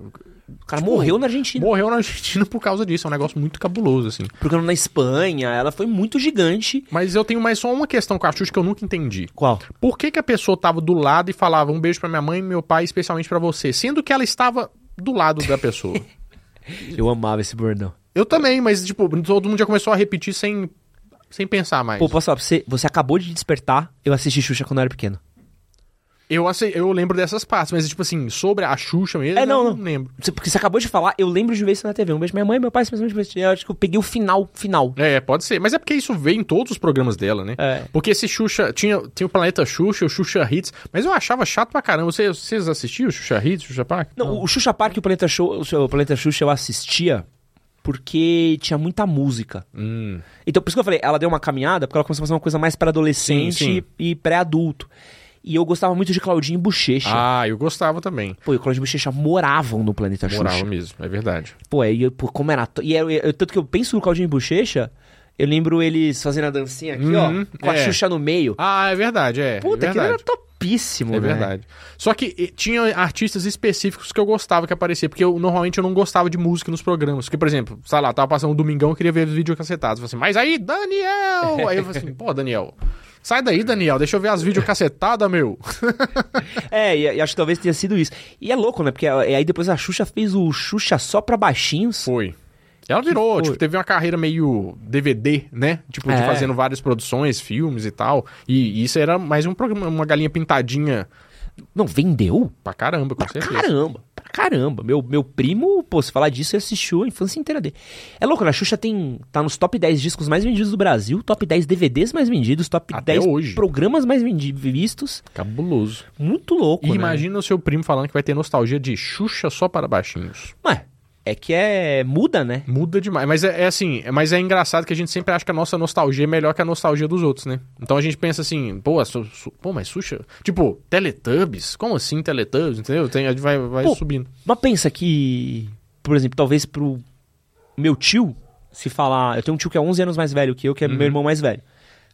O cara
tipo,
morreu na Argentina.
Morreu na Argentina por causa disso. É um negócio muito cabuloso, assim.
programa na Espanha, ela foi muito gigante.
Mas eu tenho mais só uma questão com a Xuxa que eu nunca entendi.
Qual?
Por que, que a pessoa tava do lado e falava um beijo pra minha mãe e meu pai, especialmente pra você? Sendo que ela estava do lado da pessoa.
Eu amava esse bordão.
eu também, mas, tipo, todo mundo já começou a repetir sem, sem pensar mais.
Pô, posso falar pra você? Você acabou de despertar, eu assisti Xuxa quando eu era pequeno.
Eu, ace- eu lembro dessas partes, mas, tipo assim, sobre a Xuxa mesmo,
É, não,
eu
não.
lembro.
Você- Porque você acabou de falar, eu lembro de ver isso na TV. Um beijo pra minha mãe, meu pai, especialmente pra você. Eu acho que eu peguei o final, final.
É, pode ser. Mas é porque isso veio em todos os programas dela, né?
É.
Porque esse Xuxa... Tinha, tinha o Planeta Xuxa, o Xuxa Hits, mas eu achava chato pra caramba. Vocês, vocês assistiam o Xuxa Hits, o Xuxa Park?
Não, o Xuxa Park e o Planeta, Show, o Planeta Xuxa eu assistia porque tinha muita música.
Hum.
Então, por isso que eu falei, ela deu uma caminhada, porque ela começou a fazer uma coisa mais pra adolescente
Sim, sim.
e pré-adulto. E eu gostava muito de Claudinho e Bochecha.
Ah, eu gostava também.
Pô, e o Claudinho e Bochecha moravam no Planeta Xuxa.
Morava mesmo, é verdade.
Pô, aí, eu- pô, como era. to- E eu, eu- tanto que eu penso no Claudinho e Bochecha, eu lembro eles fazendo a dancinha aqui,
Uhum,
ó, com a
é.
Xuxa no meio.
Ah, é verdade, é.
Puta,
é
aquilo
verdade.
era topíssimo,
É
né?
verdade. Só que eh, tinha artistas específicos que eu gostava que aparecia, porque eu normalmente eu não gostava de música nos programas. Porque, por exemplo, sei lá, tava passando um domingão, eu queria ver os videocassetados. Eu falei assim, mas aí, Daniel! Aí eu falei assim, pô, Daniel, sai daí, Daniel, deixa eu ver as videocassetadas, meu.
É, e, e acho que talvez tenha sido isso. E é louco, né? Porque ah, aí depois a Xuxa fez o Xuxa só pra baixinhos.
Foi. Ela virou,
foi?
tipo, teve uma carreira meio DVD, né? Tipo, de
É.
fazendo várias produções, filmes e tal. E isso era mais um programa, uma galinha pintadinha
Não, vendeu?
pra caramba, com
Pra
certeza.
caramba, pra caramba. Meu, meu primo, pô, se falar disso, ele assistiu a infância inteira dele. É louco, né? A Xuxa tem, tá nos top 10 discos mais vendidos do Brasil, top 10 DVDs mais vendidos, top
Até
10
hoje.
programas mais vendi- vistos.
Cabuloso.
Muito louco,
E
né?
imagina o seu primo falando que vai ter nostalgia de Xuxa só para baixinhos.
Ué, é que é. muda, né?
Muda demais. Mas é, é assim, é- mas é engraçado que a gente sempre acha que a nossa nostalgia é melhor que a nostalgia dos outros, né? Então a gente pensa assim, pô, a su- su- pô mas Xuxa... Tipo, Teletubbies? Como assim Teletubbies? Entendeu? Tem, a gente vai, vai
Pô.
subindo.
Mas pensa que, por exemplo, talvez pro meu tio, se falar. Eu tenho um tio que é 11 anos mais velho que eu, que é
Uhum.
meu irmão mais velho.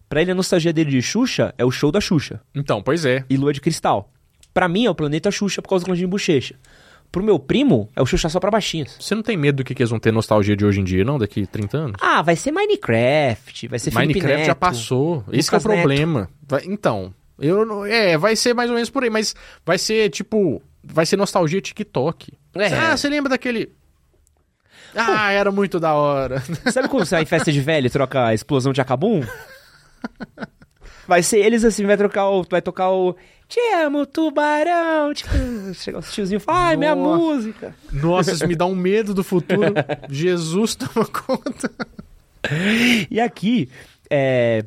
Pra ele, a nostalgia dele de Xuxa é o show da Xuxa
Então, pois é.
e Lua de Cristal. Pra mim, é o planeta Xuxa por causa do Clandinho Bochecha. Pro meu primo, é o Xuxa só pra baixinhos.
Você não tem medo do que, que eles vão ter nostalgia de hoje em dia, não? Daqui 30 anos?
Ah, vai ser Minecraft, vai ser Felipe
Minecraft já
Neto.
passou. Esse que é o
Lucas Neto.
problema. Vai- então, eu não- é, vai ser mais ou menos por aí, mas vai ser tipo, vai ser nostalgia TikTok.
É.
Ah, você lembra daquele Ah, era muito da hora.
Sabe quando você vai em festa de velho e troca a explosão de Acabum? Vai ser eles assim, vai trocar o. Vai tocar o. Te amo, tubarão. Tipo, chega os tiozinhos e fala, ai, minha
Nossa.
música.
Nossa, isso me dá um medo do futuro. Jesus toma conta.
E aqui, é.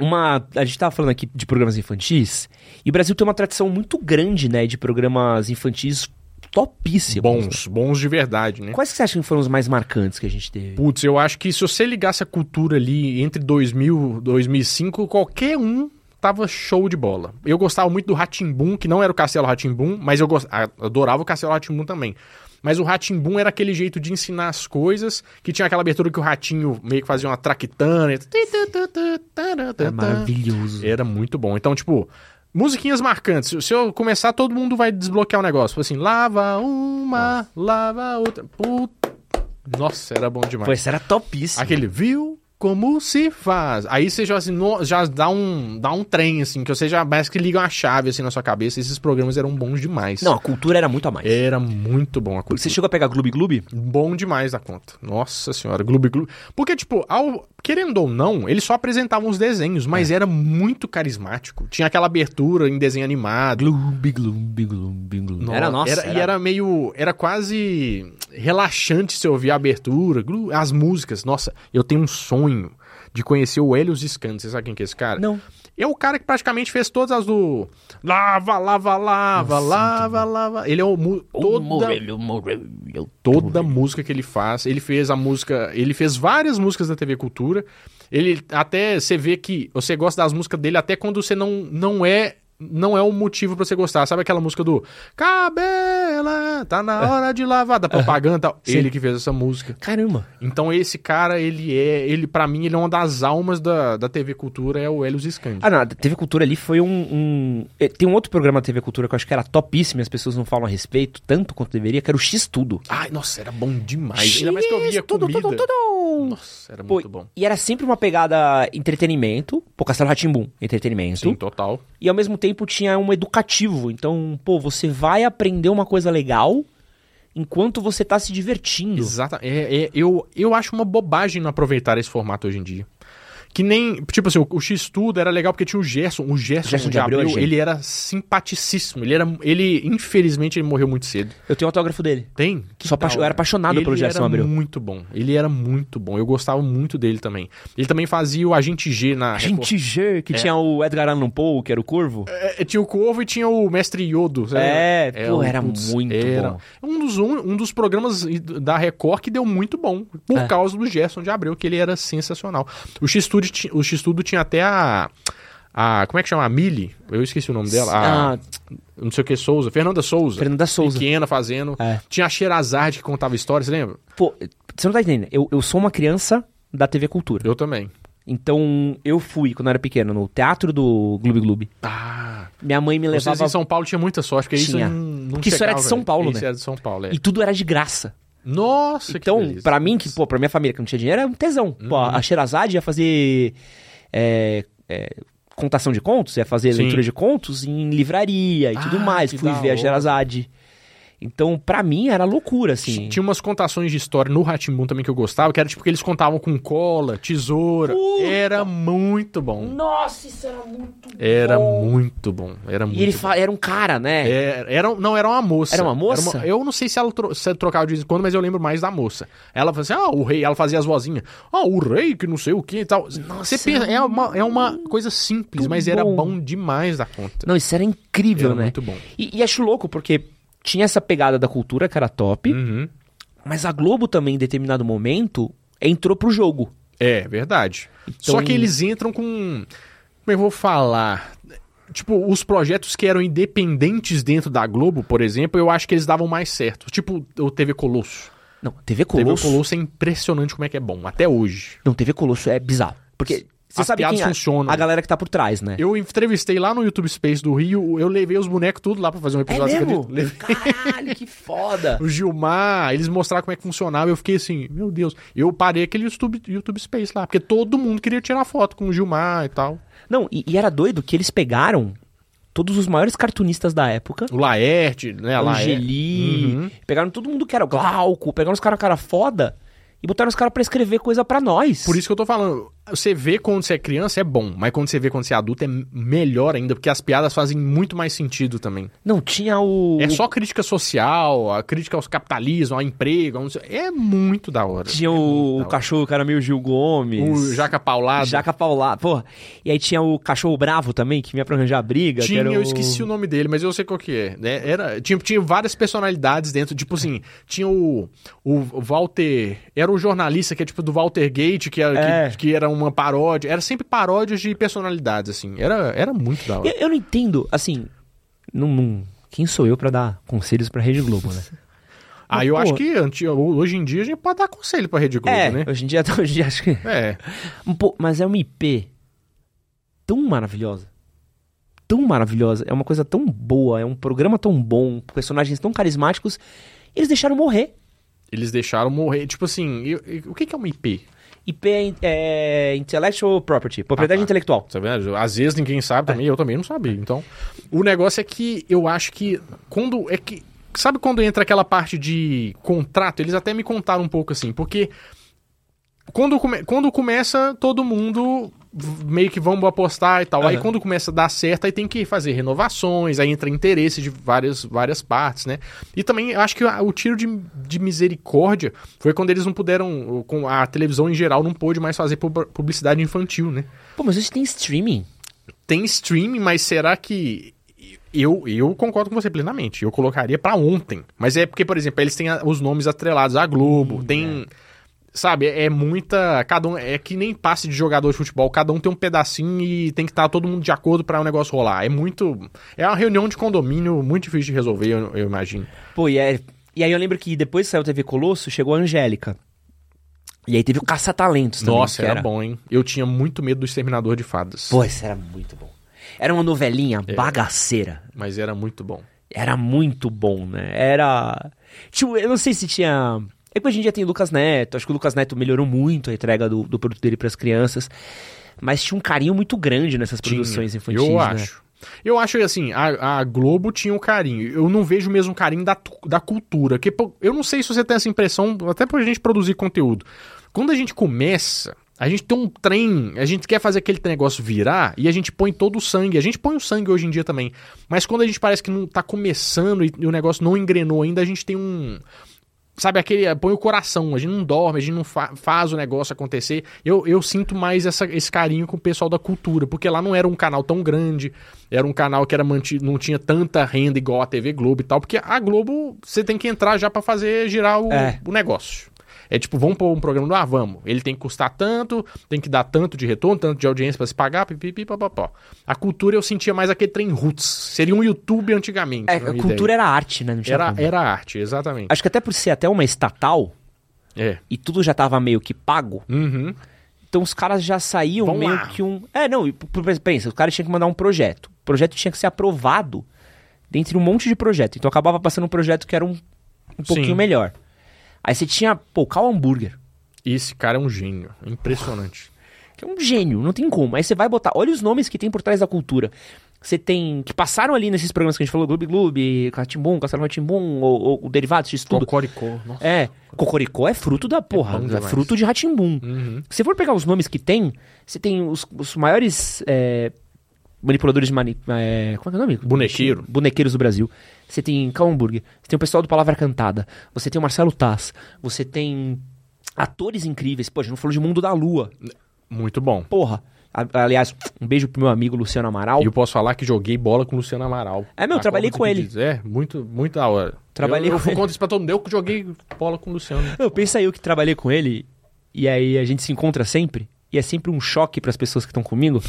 Uma. A gente tava falando aqui de programas infantis. E o Brasil tem uma tradição muito grande, né? De programas infantis topíssimos. né?
Bons, bons de verdade, né?
Quais que você acha que foram os mais marcantes que a gente teve?
Putz, eu acho que se você ligasse a cultura ali entre 2000 e 2005, qualquer um tava show de bola. Eu gostava muito do Ratimbum, que não era o Castelo Ratimbum, mas eu gos- a- adorava o Castelo Ratimbum também. Mas o Ratimbum era aquele jeito de ensinar as coisas, que tinha aquela abertura que o ratinho meio que fazia uma traquitana. tá.
É maravilhoso.
Era muito bom. Então, tipo, musiquinhas marcantes. Se eu começar, todo mundo vai desbloquear o negócio. Tipo assim, lava uma, lava outra. Puta. Nossa, era bom demais.
Pô, isso era topíssimo.
Aquele viu como se faz. Aí você já, assim, no- já dá, um, dá um trem, assim, que você já parece que liga uma chave assim na sua cabeça. Esses programas eram bons demais.
Não, a cultura era muito a mais.
Era muito bom a coisa.
Você chegou a pegar Gloob Gloob?
Bom demais da conta. Nossa senhora, Gloob Gloob. Porque, tipo, ao- querendo ou não, eles só apresentavam os desenhos, mas
É.
era muito carismático. Tinha aquela abertura em desenho animado.
Gloob Gloob Gloob Gloob. Era nossa.
Era, E era meio. Era quase relaxante você ouvir a abertura, glu- as músicas. Nossa, eu tenho um sonho de conhecer o Helios Scan. Você sabe quem que é esse cara?
Não.
É o cara que praticamente fez todas as do. Lava, lava, lava,
então.
lava, lava. Ele é o. mu- Toda toda a música que ele faz. Ele fez a música, ele fez várias músicas da TV Cultura. Ele até você vê que você gosta das músicas dele até quando você não não é não é o motivo pra você gostar. Sabe aquela música do Cabela, tá na hora de lavar da propaganda? Ele que fez essa música.
Caramba.
Então esse cara, ele é, ele para mim ele é uma das almas da, da TV Cultura, é o Helios Scandi.
Ah, não, a TV Cultura ali foi um, um- eh, Tem um outro programa da TV Cultura que eu acho que era topíssimo e as pessoas não falam a respeito, tanto quanto deveria, que era o X Tudo.
Ai, nossa, era bom demais. Ah, Ainda mais que eu via
tudo,
comida.
tudo, tudo.
Nossa, era
Pô,
muito bom.
E era sempre uma pegada entretenimento, pô, Castelo Ratimbum, entretenimento.
Sim, total.
E ao mesmo tempo tinha um educativo. Então, pô, você vai aprender uma coisa legal enquanto você tá se divertindo.
Exatamente. é, eu, eu acho uma bobagem não aproveitar esse formato hoje em dia. Que nem, tipo assim, o, o X-Tudo era legal porque tinha o Gerson. O Gerson,
Gerson
de,
de Abreu
Abreu,
é gênio.
ele era simpaticíssimo. Ele, era, ele, infelizmente, ele morreu muito cedo.
Eu tenho o autógrafo dele.
Tem? Que
Sou
da
apaixo- eu
hora.
era apaixonado pelo Gerson Abreu.
Ele era muito bom. Ele era muito bom. Eu gostava muito dele também. Ele também fazia o Agente G na...
A gente G, que tinha o Edgar Allan Poe, que era o Corvo.
É, tinha o Corvo e tinha o Mestre Yodo. sabe?
É, pô, era muito bom.
Um dos, um, um dos programas da Record que deu muito bom, por
É.
causa do Gerson de Abreu, que ele era sensacional. O X-Tudo ti- o X-Tudo tinha até a... a- como é que chama? A Mili? Eu esqueci o nome dela. A,
Ah,
não sei o que, Souza. Fernanda Souza.
Fernanda Souza.
Pequena fazendo.
É.
Tinha a Xerazade que contava histórias, lembra?
Pô, você não tá entendendo. Eu, eu sou uma criança da TV Cultura.
Eu também.
Então, eu fui, quando eu era pequeno, no teatro do Gloob Gloob.
Ah,
Minha mãe me
vocês
levava...
em São Paulo tinha muita sorte, porque
Tinha.
isso não, não
Porque isso era
chegava,
de São
velho.
Paulo,
Isso
né?
era de São Paulo, é.
E tudo era de graça.
Nossa, que Uhum.
Então,
beleza.
pra mim, que, pô, pra minha família que não tinha dinheiro, era um tesão. Pô, a Sherazade ia fazer é, é, contação de contos, ia fazer
Sim.
leitura de contos em livraria e tudo
Ah,
mais.
que
Fui
da
ver a
hora.
Sherazade. Então, pra mim, era loucura, assim.
Tinha umas contações de história no Ratimbun também que eu gostava, que era tipo que eles contavam com cola, tesoura.
Puta!
Era muito bom.
Nossa, isso era muito
Era
bom.
muito bom. Era muito
E ele
bom. É.
fa- era um cara, né?
Era, era- não, era uma moça.
Era uma moça?
eu não sei se ela tro- se ela trocava de vez em quando, mas eu lembro mais da moça. Ela fazia, ah, o rei, ela fazia as vozinhas. Ah, o rei, que não sei o que e tal. Você pensa, é uma, é uma coisa simples,
muito
mas era
bom.
bom demais da conta.
Não, isso era incrível,
Era
né?
muito bom.
E, e acho louco, porque tinha essa pegada da cultura que era top,
Uhum.
mas a Globo também, em determinado momento, entrou pro jogo.
É, verdade. Só que eles entram com. Como é eu vou falar? Tipo, os projetos que eram independentes dentro da Globo, por exemplo, eu acho que eles davam mais certo. Tipo, o TV Colosso.
Não, TV
TV
Colosso.
Colosso é impressionante como é que é bom, até hoje.
Não, TV Colosso é bizarro. Porque você
As
sabe
piadas
quem é
funcionam.
a galera que tá por trás, né?
Eu entrevistei lá no YouTube Space do Rio, eu levei os bonecos tudo lá pra fazer um episódio.
É
você acredita? Levei
Caralho, que foda.
O Gilmar, eles mostraram como é que funcionava. Eu fiquei assim, meu Deus. Eu parei aquele YouTube, YouTube Space lá, porque todo mundo queria tirar foto com o Gilmar e tal.
Não, e, e era doido que eles pegaram todos os maiores cartunistas da época.
O Laerte, né? a Laerte.
Angeli,
Uhum.
pegaram todo mundo que era o Glauco, pegaram os caras cara foda e botaram os caras pra escrever coisa pra nós.
Por isso que eu tô falando, você vê quando você é criança é bom, mas quando você vê quando você é adulto é melhor ainda, porque as piadas fazem muito mais sentido também.
Não, tinha o.
É só crítica social, a crítica aos capitalismo, ao emprego, ao não sei- é muito da hora.
Tinha o, o cachorro, cara meio Gil Gomes.
Uhum. O Jaca Paulado.
Jaca Paulado. Porra. E aí tinha o cachorro bravo também, que vinha pra arranjar briga. que
Tinha,
era
eu esqueci o nome dele, mas eu sei qual que é. né? Era, tinha, tinha várias personalidades dentro, tipo assim, tinha o, o Walter, era o jornalista que é tipo do Walter Gate, que era,
É.
que, que era uma paródia, era sempre paródias de personalidades, assim, era, era muito da hora.
Eu, eu não entendo, assim. Não, não- quem sou eu pra dar conselhos pra Rede Globo, né?
Aí Ah, eu
Pô.
acho que anti- hoje em dia a gente pode dar conselho pra Rede Globo,
é,
né?
hoje em dia, hoje em dia acho que...
É.
Um po- mas é uma IP tão maravilhosa. Tão maravilhosa. É uma coisa tão boa. É um programa tão bom. Personagens tão carismáticos. Eles deixaram morrer.
Eles deixaram morrer. Tipo assim, eu- eu- o que que é uma IP?
IP é, in- é Intellectual Property. Propriedade
Ah, tá.
intelectual.
Tá vendo? Às vezes ninguém sabe também, eu também não sabia. Então, o negócio é que eu acho que quando é que sabe quando entra aquela parte de contrato, eles até me contaram um pouco assim, porque quando, come- quando começa todo mundo v- meio que vamos apostar e tal. Aí
Aham.
quando começa a dar certo, aí tem que fazer renovações, aí entra interesse de várias, várias partes, né? E também eu acho que a- o tiro de, de misericórdia foi quando eles não puderam, ou com a televisão em geral não pôde mais fazer pub- publicidade infantil, né?
Pô, mas hoje tem streaming.
tem streaming, mas será que. Eu, eu concordo com você plenamente. Eu colocaria pra ontem. Mas é porque, por exemplo, eles têm a- os nomes atrelados à Globo, tem. Sabe, é muita. Cada um. É que nem passe de jogador de futebol. Cada um tem um pedacinho e tem que estar todo mundo de acordo pra o negócio rolar. É muito. É uma reunião de condomínio muito difícil de resolver, eu, eu imagino.
Pô, e, é- e aí eu lembro que depois que saiu TV Colosso, chegou a Angélica. E aí teve o Caça-Talentos também.
Nossa,
que
era, é bom, hein? Eu tinha muito medo do Exterminador de Fadas.
Pô, isso era muito bom. Era uma novelinha bagaceira.
Mas era muito bom.
era muito bom, né? Era. Tipo, eu não sei se tinha. É que hoje em dia tem o Lucas Neto. Acho que o Lucas Neto melhorou muito a entrega do, do produto dele para as crianças. Mas tinha um carinho muito grande nessas produções
Tinha.
infantis.
Eu
né?
acho. Eu acho que, assim, a, a Globo tinha um carinho. Eu não vejo o mesmo um carinho da, tu- da cultura. Que, pô, eu não sei se você tem essa impressão, até pra gente produzir conteúdo. Quando a gente começa, a gente tem um trem, a gente quer fazer aquele negócio virar e a gente põe todo o sangue. A gente põe o sangue hoje em dia também. Mas quando a gente parece que não tá começando e, e o negócio não engrenou ainda, a gente tem um. Sabe, aquele. Põe o coração, a gente não dorme, a gente não fa- faz o negócio acontecer. Eu, eu sinto mais essa- esse carinho com o pessoal da cultura, porque lá não era um canal tão grande, era um canal que era mantido, não tinha tanta renda igual a TV Globo e tal, porque a Globo você tem que entrar já pra fazer girar o,
É.
o negócio. É tipo, vamos pôr um programa do Ah, vamos. Ele tem que custar tanto, tem que dar tanto de retorno, tanto de audiência pra se pagar, pipipi, papapó. A cultura eu sentia mais aquele trem roots. Seria um YouTube antigamente.
É,
pra
a
uma
cultura
ideia.
era arte, né? Não tinha
era, é-
como.
era arte, exatamente.
Acho que até por ser até uma estatal
É.
e tudo já tava meio que pago.
Uhum.
Então os caras já saíam
Vão
meio
lá.
que um. É, não, e p- p- pensa, os caras tinham que mandar um projeto. O projeto tinha que ser aprovado dentre um monte de projeto. Então acabava passando um projeto que era um, um pouquinho
Sim.
melhor. Aí você tinha, pô, Cal Hambúrguer,
Esse cara é um gênio. É Impressionante.
que é um gênio, não tem como. Aí você vai botar. Olha os nomes que tem por trás da cultura. Você tem. que passaram ali nesses programas que a gente falou, Gloob Gloob, Catimbum, Castelo Timbum, ou, ou o Derivados, isso tudo.
Cocoricó. Nossa.
É, Cocoricó é fruto da porra,
bom
é,
demais.
fruto de Ratimbum.
Uhum.
Se você for pegar os nomes que tem, você tem os, os maiores é, manipuladores de mani, é, como é que é o nome?
Bonequeiro.
Bonequeiros do Brasil. Você tem Kaumburg, você tem o pessoal do Palavra Cantada, você tem o Marcelo Taz, você tem atores incríveis. Pô, a gente não falou de Mundo da Lua.
Muito bom.
Porra. A- Aliás, um beijo pro meu amigo Luciano Amaral.
E eu posso falar que joguei bola com o Luciano Amaral.
É, meu,
Na
trabalhei com
Copa do
ele.
Pedidos. É, muito, muito da hora.
Trabalhei
eu, eu
com
fui
ele.
contra isso pra todo mundo. Eu que joguei bola com o Luciano.
Eu pensa eu que trabalhei com ele e aí a gente se encontra sempre. E é sempre um choque pras pessoas que estão comigo.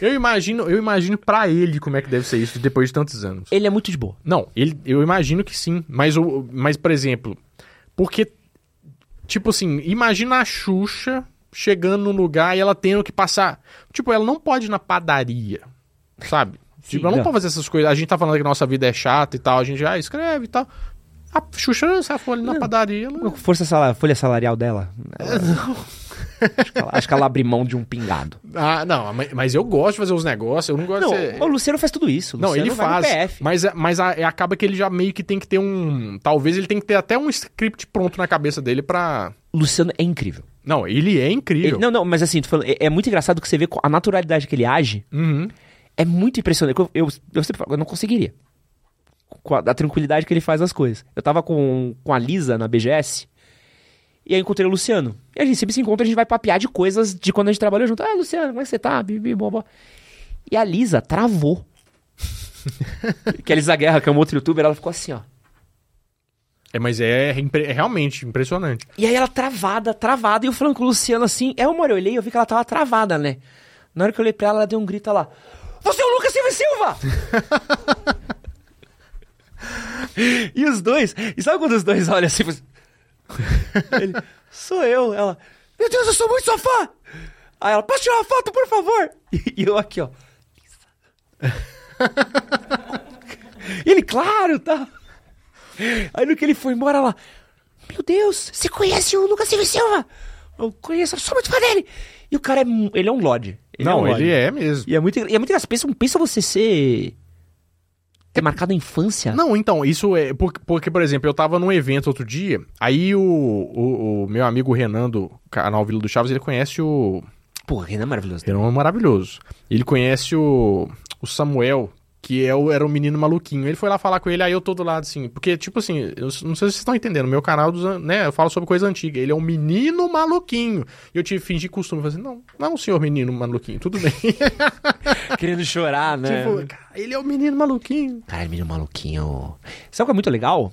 eu imagino, eu imagino pra ele como é que deve ser isso depois de tantos anos.
Ele é muito de boa.
Não, ele, eu imagino que sim. Mas, o, mas, por exemplo, porque, tipo assim, imagina a Xuxa chegando num lugar e ela tendo que passar. Tipo, ela não pode ir na padaria, sabe?
Sim, é.
tipo, ela não,
não.
pode fazer essas coisas. A gente tá falando que nossa vida é chata e tal, a gente já escreve e tal. A Xuxa, se ela for ali na padaria, ela...
Força sala- folha salarial dela. ela- acho, que ela, acho que ela abre mão de um pingado.
Ah, não, mas- mas eu gosto de fazer os negócios, eu não gosto
Não,
de ser...
o Luciano faz tudo isso. o
Não,
Luciano
ele
vai no
faz.
PF.
Mas, é, mas a- acaba que ele já meio que tem que ter um. Talvez ele tem que ter até um script pronto na cabeça dele pra.
O Luciano é incrível.
Não, ele é incrível.
Ele- não, não, mas assim, tô falando, é, é muito engraçado que você vê co- a naturalidade que ele age.
Uhum.
É muito impressionante. Eu, eu, eu sempre falo, eu não conseguiria. Com a, a tranquilidade que ele faz as coisas. Eu tava com, com a Lisa na BGS. E aí eu encontrei o Luciano. E a gente sempre se encontra, a gente vai papear de coisas de quando a gente trabalhou junto. Ah, Luciano, como é que você tá? Bibi, boba. E a Lisa travou. que a Lisa Guerra, que é uma outra youtuber, ela ficou assim, ó.
É, mas é, impre- é realmente impressionante.
E aí ela travada, travada, e eu falando com o Luciano assim, é uma hora eu olhei e eu vi que ela tava travada, né? Na hora que eu olhei pra ela, ela deu um grito, ela... Você é o Lucas Silva e Silva! E os dois. E sabe quando os dois olham assim? e falam assim, Ele, sou eu. Ela, meu Deus, eu sou muito sua fã. Aí ela, posso tirar uma foto, por favor? E, e eu aqui, ó. E ele, claro, tá. Aí no que ele foi embora, ela, meu Deus, você conhece o Lucas Silva e Silva? Eu conheço, eu sou muito fã dele. E o cara é, mu- ele é um Lorde.
Não,
um
ele
lorde.
é mesmo.
E é muito, engra- e é muito engraçado. Pensa, pensa você ser. ter marcado a infância.
Não, então, isso é. Porque, porque, por exemplo, eu tava num evento outro dia, aí o, o, o meu amigo Renan do canal Vila do Chaves, ele conhece o.
Pô, Renan é maravilhoso.
Renan é maravilhoso. Ele conhece o, o Samuel, que é o, era um menino maluquinho. Ele foi lá falar com ele, aí eu tô do lado assim. Porque, tipo assim, eu s- não sei se vocês estão entendendo, meu canal, dos, an- né, eu falo sobre coisa antiga. Ele é um menino maluquinho. E eu tive que fingir costume. Falei assim, não, não, senhor menino maluquinho, tudo bem.
Querendo chorar, né?
tipo, cara, ele é um menino maluquinho.
Caralho, menino é maluquinho. Sabe o que é muito legal?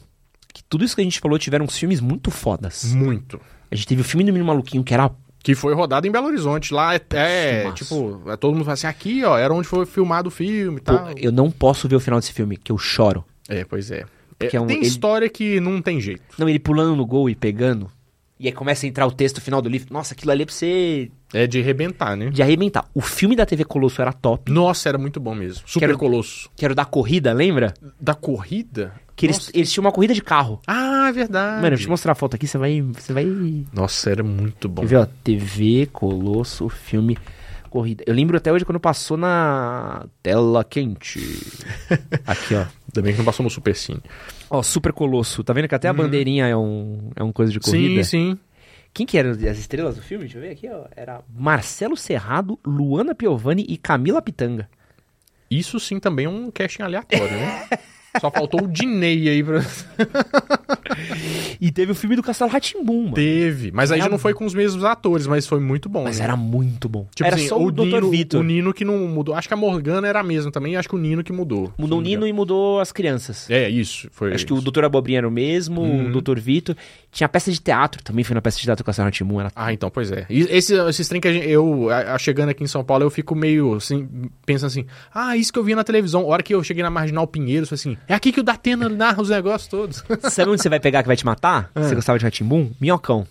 Que tudo isso que a gente falou tiveram uns filmes muito fodas.
Muito.
A gente teve o filme do menino maluquinho que era.
Que foi rodado em Belo Horizonte. Lá é, é,
Filmaço.
tipo, é, todo mundo fala assim, aqui, ó, era onde foi filmado o filme e
Pô,
tal.
eu não posso ver o final desse filme, que eu choro.
É, pois é. É,
Porque é um-
tem
ele-
história que não tem jeito.
Não, ele pulando no gol e pegando. E aí começa a entrar o texto final do livro. Nossa, aquilo ali é pra você
É de arrebentar, né?
de arrebentar. O filme da TV Colosso era top.
Nossa, era muito bom mesmo. Super
Quero-
Colosso.
Que era o da corrida, lembra?
Da corrida?
Que eles, eles tinham uma corrida de carro.
Ah, é verdade.
Mano, deixa eu te mostrar a foto aqui, você vai. Você vai.
Nossa, era muito bom.
Quer ver, ó? TV, Colosso, filme, corrida. Eu lembro até hoje quando passou na tela quente. aqui, ó.
Ainda bem que não passou no Super Cine.
Ó, Super Colosso. Tá vendo que até a bandeirinha é um, é um coisa de corrida?
sim.
Quem que eram as estrelas do filme? Deixa eu ver aqui, ó. Era Marcelo Serrado, Luana Piovani e Camila Pitanga.
Isso sim também é um casting aleatório, né? Só faltou o Diney aí pra...
E teve o filme do Castelo Ratimbum, mano.
Teve. Mas aí já não foi com os mesmos atores, mas foi muito bom.
Mas
né?
era muito bom.
Tipo
era
assim,
só o, Dr.
Nino, O
Vitor.
Nino que não mudou. Acho que a Morgana era a mesma também. Acho que o Nino que mudou.
Mudou o
Se não me
Nino e mudou as crianças.
engano. É, isso. Foi
Acho que o Doutor Abobrinha era o mesmo, o Doutor Vitor. Tinha peça de teatro, também foi na peça de teatro com a Sarah Timon. Era...
Ah, então, pois é. E esse, esses trem que a gente, eu, a- a- chegando aqui em São Paulo, eu fico meio assim, pensando assim, ah, isso que eu vi na televisão. A hora que eu cheguei na Marginal Pinheiro, eu falei assim, é aqui que o Datena narra os negócios todos.
Sabe onde você vai pegar que vai te matar? Você gostava de Ratimbum? Minhocão.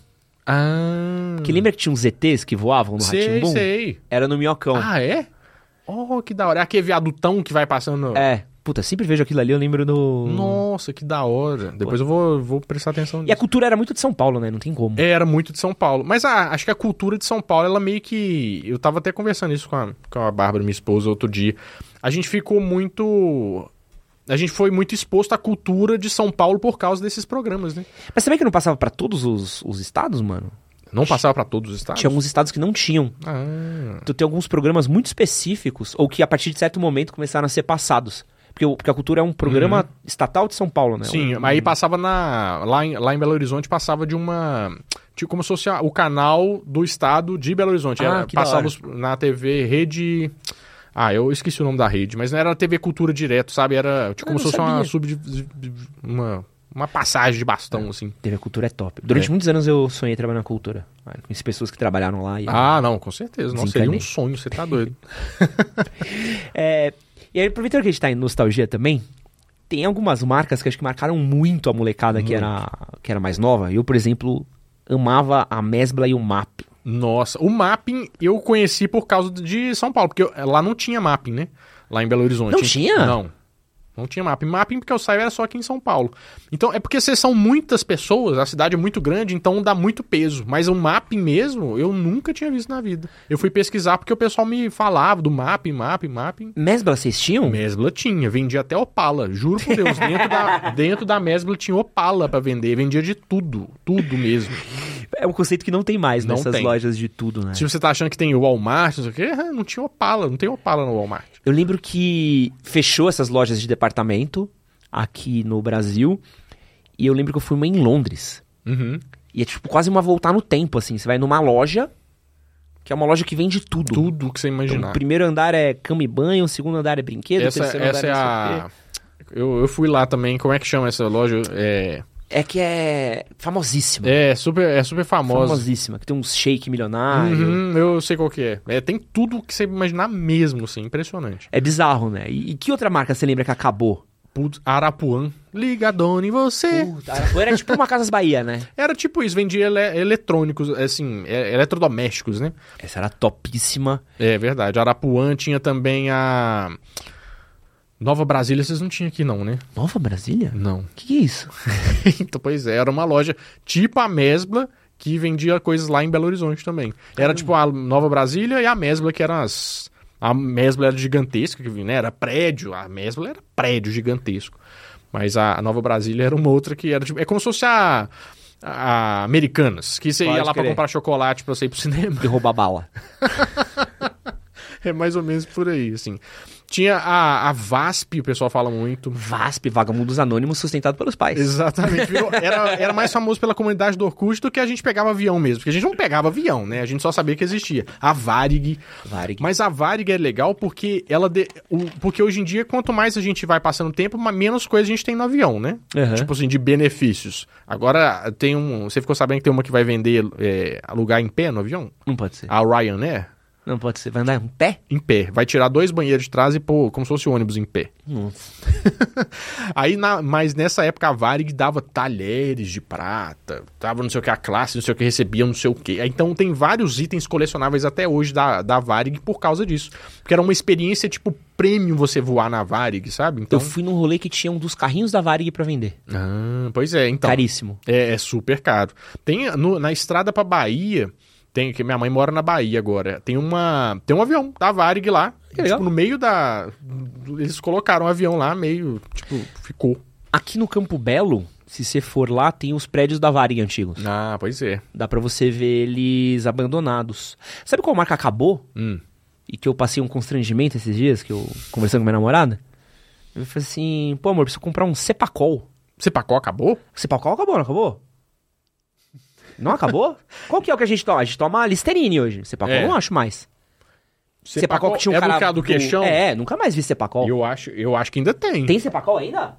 ah,
Que lembra que tinha uns ETs que voavam no
sei,
Ratimbum?
sei.
Era no Minhocão.
Ah, é? Oh, que da hora. É aquele viadutão que vai passando.
É. Puta, sempre vejo aquilo ali, eu lembro do.
Nossa, que da hora. Depois eu vou, vou prestar atenção nisso.
E a cultura era muito de São Paulo, né? Não tem como.
É, Era muito de São Paulo. Mas a- acho que a cultura de São Paulo, ela meio que. Eu tava até conversando isso com a, com a Bárbara, minha esposa, outro dia. A gente ficou muito. A gente foi muito exposto à cultura de São Paulo por causa desses programas, né?
Mas sabia que não passava pra todos os, os estados, mano?
Não passava pra todos os estados.
Tinha um alguns estados que não tinham.
Ah,
Tu tem alguns programas muito específicos, ou que a partir de certo momento começaram a ser passados. Porque, o- porque a cultura é um programa estatal de São Paulo, né?
Uhum. sim, mas aí passava na. Lá em, lá em Belo Horizonte passava de uma. Tipo, como se fosse a- o canal do estado de Belo Horizonte.
Ah,
Era-
que da
passava
hora.
os- na TV Rede. Ah, eu esqueci o nome da rede, mas não era TV Cultura direto, sabe? Era tipo
Ah,
como se
não
fosse uma,
sabia.
subdiv- uma, uma passagem de bastão, assim.
TV Cultura é top. Durante muitos anos eu sonhei trabalhar na cultura. Ah, Conheci pessoas que trabalharam lá. E,
Ah, não, com certeza. Nossa, seria um
Desencanei.
sonho, você tá doido.
É, e aí, aproveitando que a gente tá em nostalgia também, tem algumas marcas que acho que marcaram muito a molecada que era, que era mais nova. Eu, por exemplo, amava a Mesbla e o MAP.
Nossa, o mapping eu conheci por causa de São Paulo, porque eu- é, lá não tinha mapping, né? Lá em Belo Horizonte.
Não tinha?
Não. Não tinha mapping. Mapping, porque eu saio, era só aqui em São Paulo. Então, é porque vocês são muitas pessoas, a cidade é muito grande, então dá muito peso. Mas o mapping mesmo, eu nunca tinha visto na vida. Eu fui pesquisar porque o pessoal me falava do mapping, mapping, mapping.
Mesbla, vocês tinham?
Mesbla tinha, vendia até Opala, juro por Deus. Dentro da, dentro da Mesbla tinha Opala pra vender, vendia de tudo, tudo mesmo.
É um conceito que não tem mais
Não
nessas
tem.
lojas de tudo, né?
Se você tá achando que tem Walmart, não sei o quê, ah, não tinha Opala, não tem Opala no Walmart.
Eu lembro que fechou essas lojas de departamento aqui no Brasil. E eu lembro que eu fui uma em Londres.
Uhum.
E é tipo quase uma voltar no tempo, assim. Você vai numa loja, que é uma loja que vende tudo.
Tudo que você
Então,
imaginar.
o primeiro andar é cama e banho, o segundo andar é brinquedo, o
essa
terceiro
essa é
andar é não sei o
a. Eu, eu fui lá também, como é que chama essa loja? É,
quê. É que é famosíssima.
é super, é super famosa.
Famosíssima. Que tem uns shake milionário.
Uhum, eu sei qual que é. É, Tem tudo que você imaginar mesmo, assim, impressionante.
É bizarro, né? E, e que outra marca você lembra que acabou?
Arapu... Arapuã. Liga, dona, em você.
Puta, Arapuã era tipo uma Casas Bahia, né?
Era tipo isso, vendia ele- eletrônicos, assim, é- eletrodomésticos, né?
Essa era topíssima.
É verdade. Arapuã tinha também a. Nova Brasília, vocês não tinham aqui, não, né?
Nova Brasília?
Não.
O que, que é isso?
então, pois é, era uma loja tipo a Mesbla que vendia coisas lá em Belo Horizonte também. Era tipo a Nova Brasília e a Mesbla, que eram as. A Mesbla era gigantesca, que né? era prédio. A Mesbla era prédio gigantesco. Mas a a Nova Brasília era uma outra que era tipo. É como se fosse a. a Americanas, que você
Pode
ia lá pra
crer.
comprar chocolate pra você ir pro cinema.
De roubar bala.
É mais ou menos por aí, assim. Tinha a, a VASP, o pessoal fala muito.
VASP, Vagabundos Anônimos, sustentado pelos pais.
Exatamente. virou- era, era mais famoso pela comunidade do Orkut do que a gente pegava avião mesmo. Porque a gente não pegava avião, né? A gente só sabia que existia. A Varig.
Varig.
Mas a Varig é legal porque ela... de- o- porque hoje em dia, quanto mais a gente vai passando tempo, ma- menos coisa a gente tem no avião, né?
Aham.
Tipo assim, de benefícios. Agora, tem um... Você ficou sabendo que tem uma que vai vender é, alugar em pé no avião?
Não pode ser.
A Ryanair?
Não pode ser. Vai andar em pé?
Em pé. Vai tirar dois banheiros de trás e pôr como se fosse um ônibus em pé.
Nossa.
Aí, na- mas nessa época a Varig dava talheres de prata, tava não sei o que, a classe, não sei o que, recebia não sei o que. Então tem vários itens colecionáveis até hoje da, da Varig por causa disso. Porque era uma experiência tipo prêmio você voar na Varig, sabe? Então.
Eu fui num rolê que tinha um dos carrinhos da Varig pra vender.
Ah, pois é, então.
Caríssimo.
É, é super caro. Tem no- na estrada pra Bahia, tem que minha mãe mora na Bahia agora. Tem uma, tem um avião da Varig lá.
Que legal.
Tipo, no meio da eles colocaram um avião lá, meio, tipo, ficou.
Aqui no Campo Belo, se você for lá, tem os prédios da Varig antigos.
Ah, pois é.
Dá pra você ver eles abandonados. Sabe qual marca acabou?
Hum.
E que eu passei um constrangimento esses dias, que eu conversando com minha namorada? Eu falei assim, pô amor, preciso comprar um Cepacol.
Cepacó acabou?
Cepacol acabou, não acabou? Não acabou? Qual que é o que a gente toma? A gente toma Listerine hoje. Cepacol
É.
eu não acho mais. Cepacol que tinha um
é
cara...
do, cara do queixão?
É, nunca mais vi Cepacol.
Eu acho, eu acho que ainda tem.
Tem Cepacol ainda?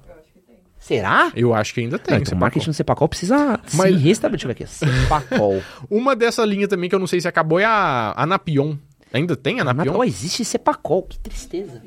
Será?
Eu acho que ainda tem.
Não, então, o
Cepacó.
marketing do Cepacol precisa se
Mas-
restabelecer. Deixa eu ver aqui. Cepacol.
Uma dessa linha também que eu não sei se acabou é a Anapion. Ainda tem Anapion?
Anapion existe Cepacol. Que tristeza.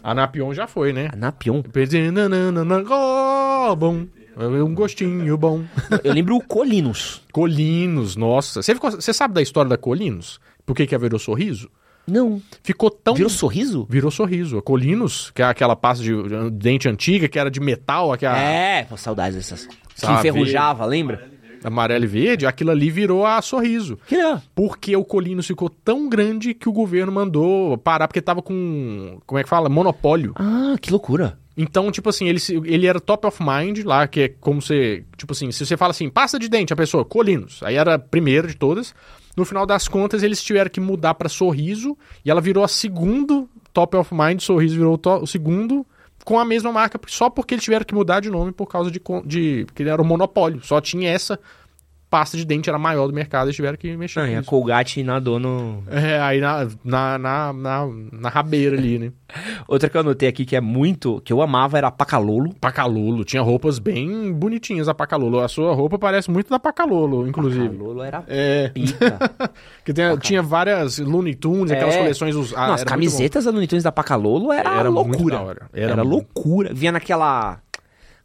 Anapion já foi, né?
Anapion.
Perdendo nananana, ó, bom. Um gostinho bom.
Eu lembro o Colinos.
Colinos, nossa. Você, ficou- você sabe da história da Colinos? Por que que a virou sorriso?
Não.
Ficou tão...
Virou sorriso?
Virou sorriso. A Colinos, que é aquela pasta de de dente antiga, que era de metal, aquela...
É, pô, saudades dessas. Que
Ah. Sabe.
enferrujava, lembra?
amarela e verde, aquilo ali virou a sorriso.
Que legal.
Porque o colino ficou tão grande que o governo mandou parar, porque tava com. Como é que fala? Monopólio.
Ah, que loucura.
Então, tipo assim, ele, se- ele era top of mind lá, que é como você. Tipo assim, se você fala assim, pasta de dente, a pessoa, colinos. Aí era a primeira de todas. No final das contas, eles tiveram que mudar pra sorriso. E ela virou a segundo top of mind, sorriso virou o, to- o segundo. Com a mesma marca, só porque eles tiveram que mudar de nome por causa de. con- de porque ele era um monopólio. Só tinha essa pasta de dente, era a maior do mercado, eles tiveram que mexer.
Não, Ah, e a
nisso.
Colgate nadou no...
É, aí na, na, na, na, na rabeira ali, né?
Outra que eu anotei aqui que é muito... Que eu amava era a Pacalolo.
Pacalolo, tinha roupas bem bonitinhas a Pacalolo. A sua roupa parece muito da Pacalolo, inclusive.
Pacalolo era
É,
pica.
que tem- tinha várias Looney Tunes, aquelas
É.
coleções... Os, ah,
Não, as
era muito bom.
camisetas da Looney Tunes da Pacalolo era,
Era muito
loucura.
da hora.
Era,
Era muito.
loucura. Vinha naquela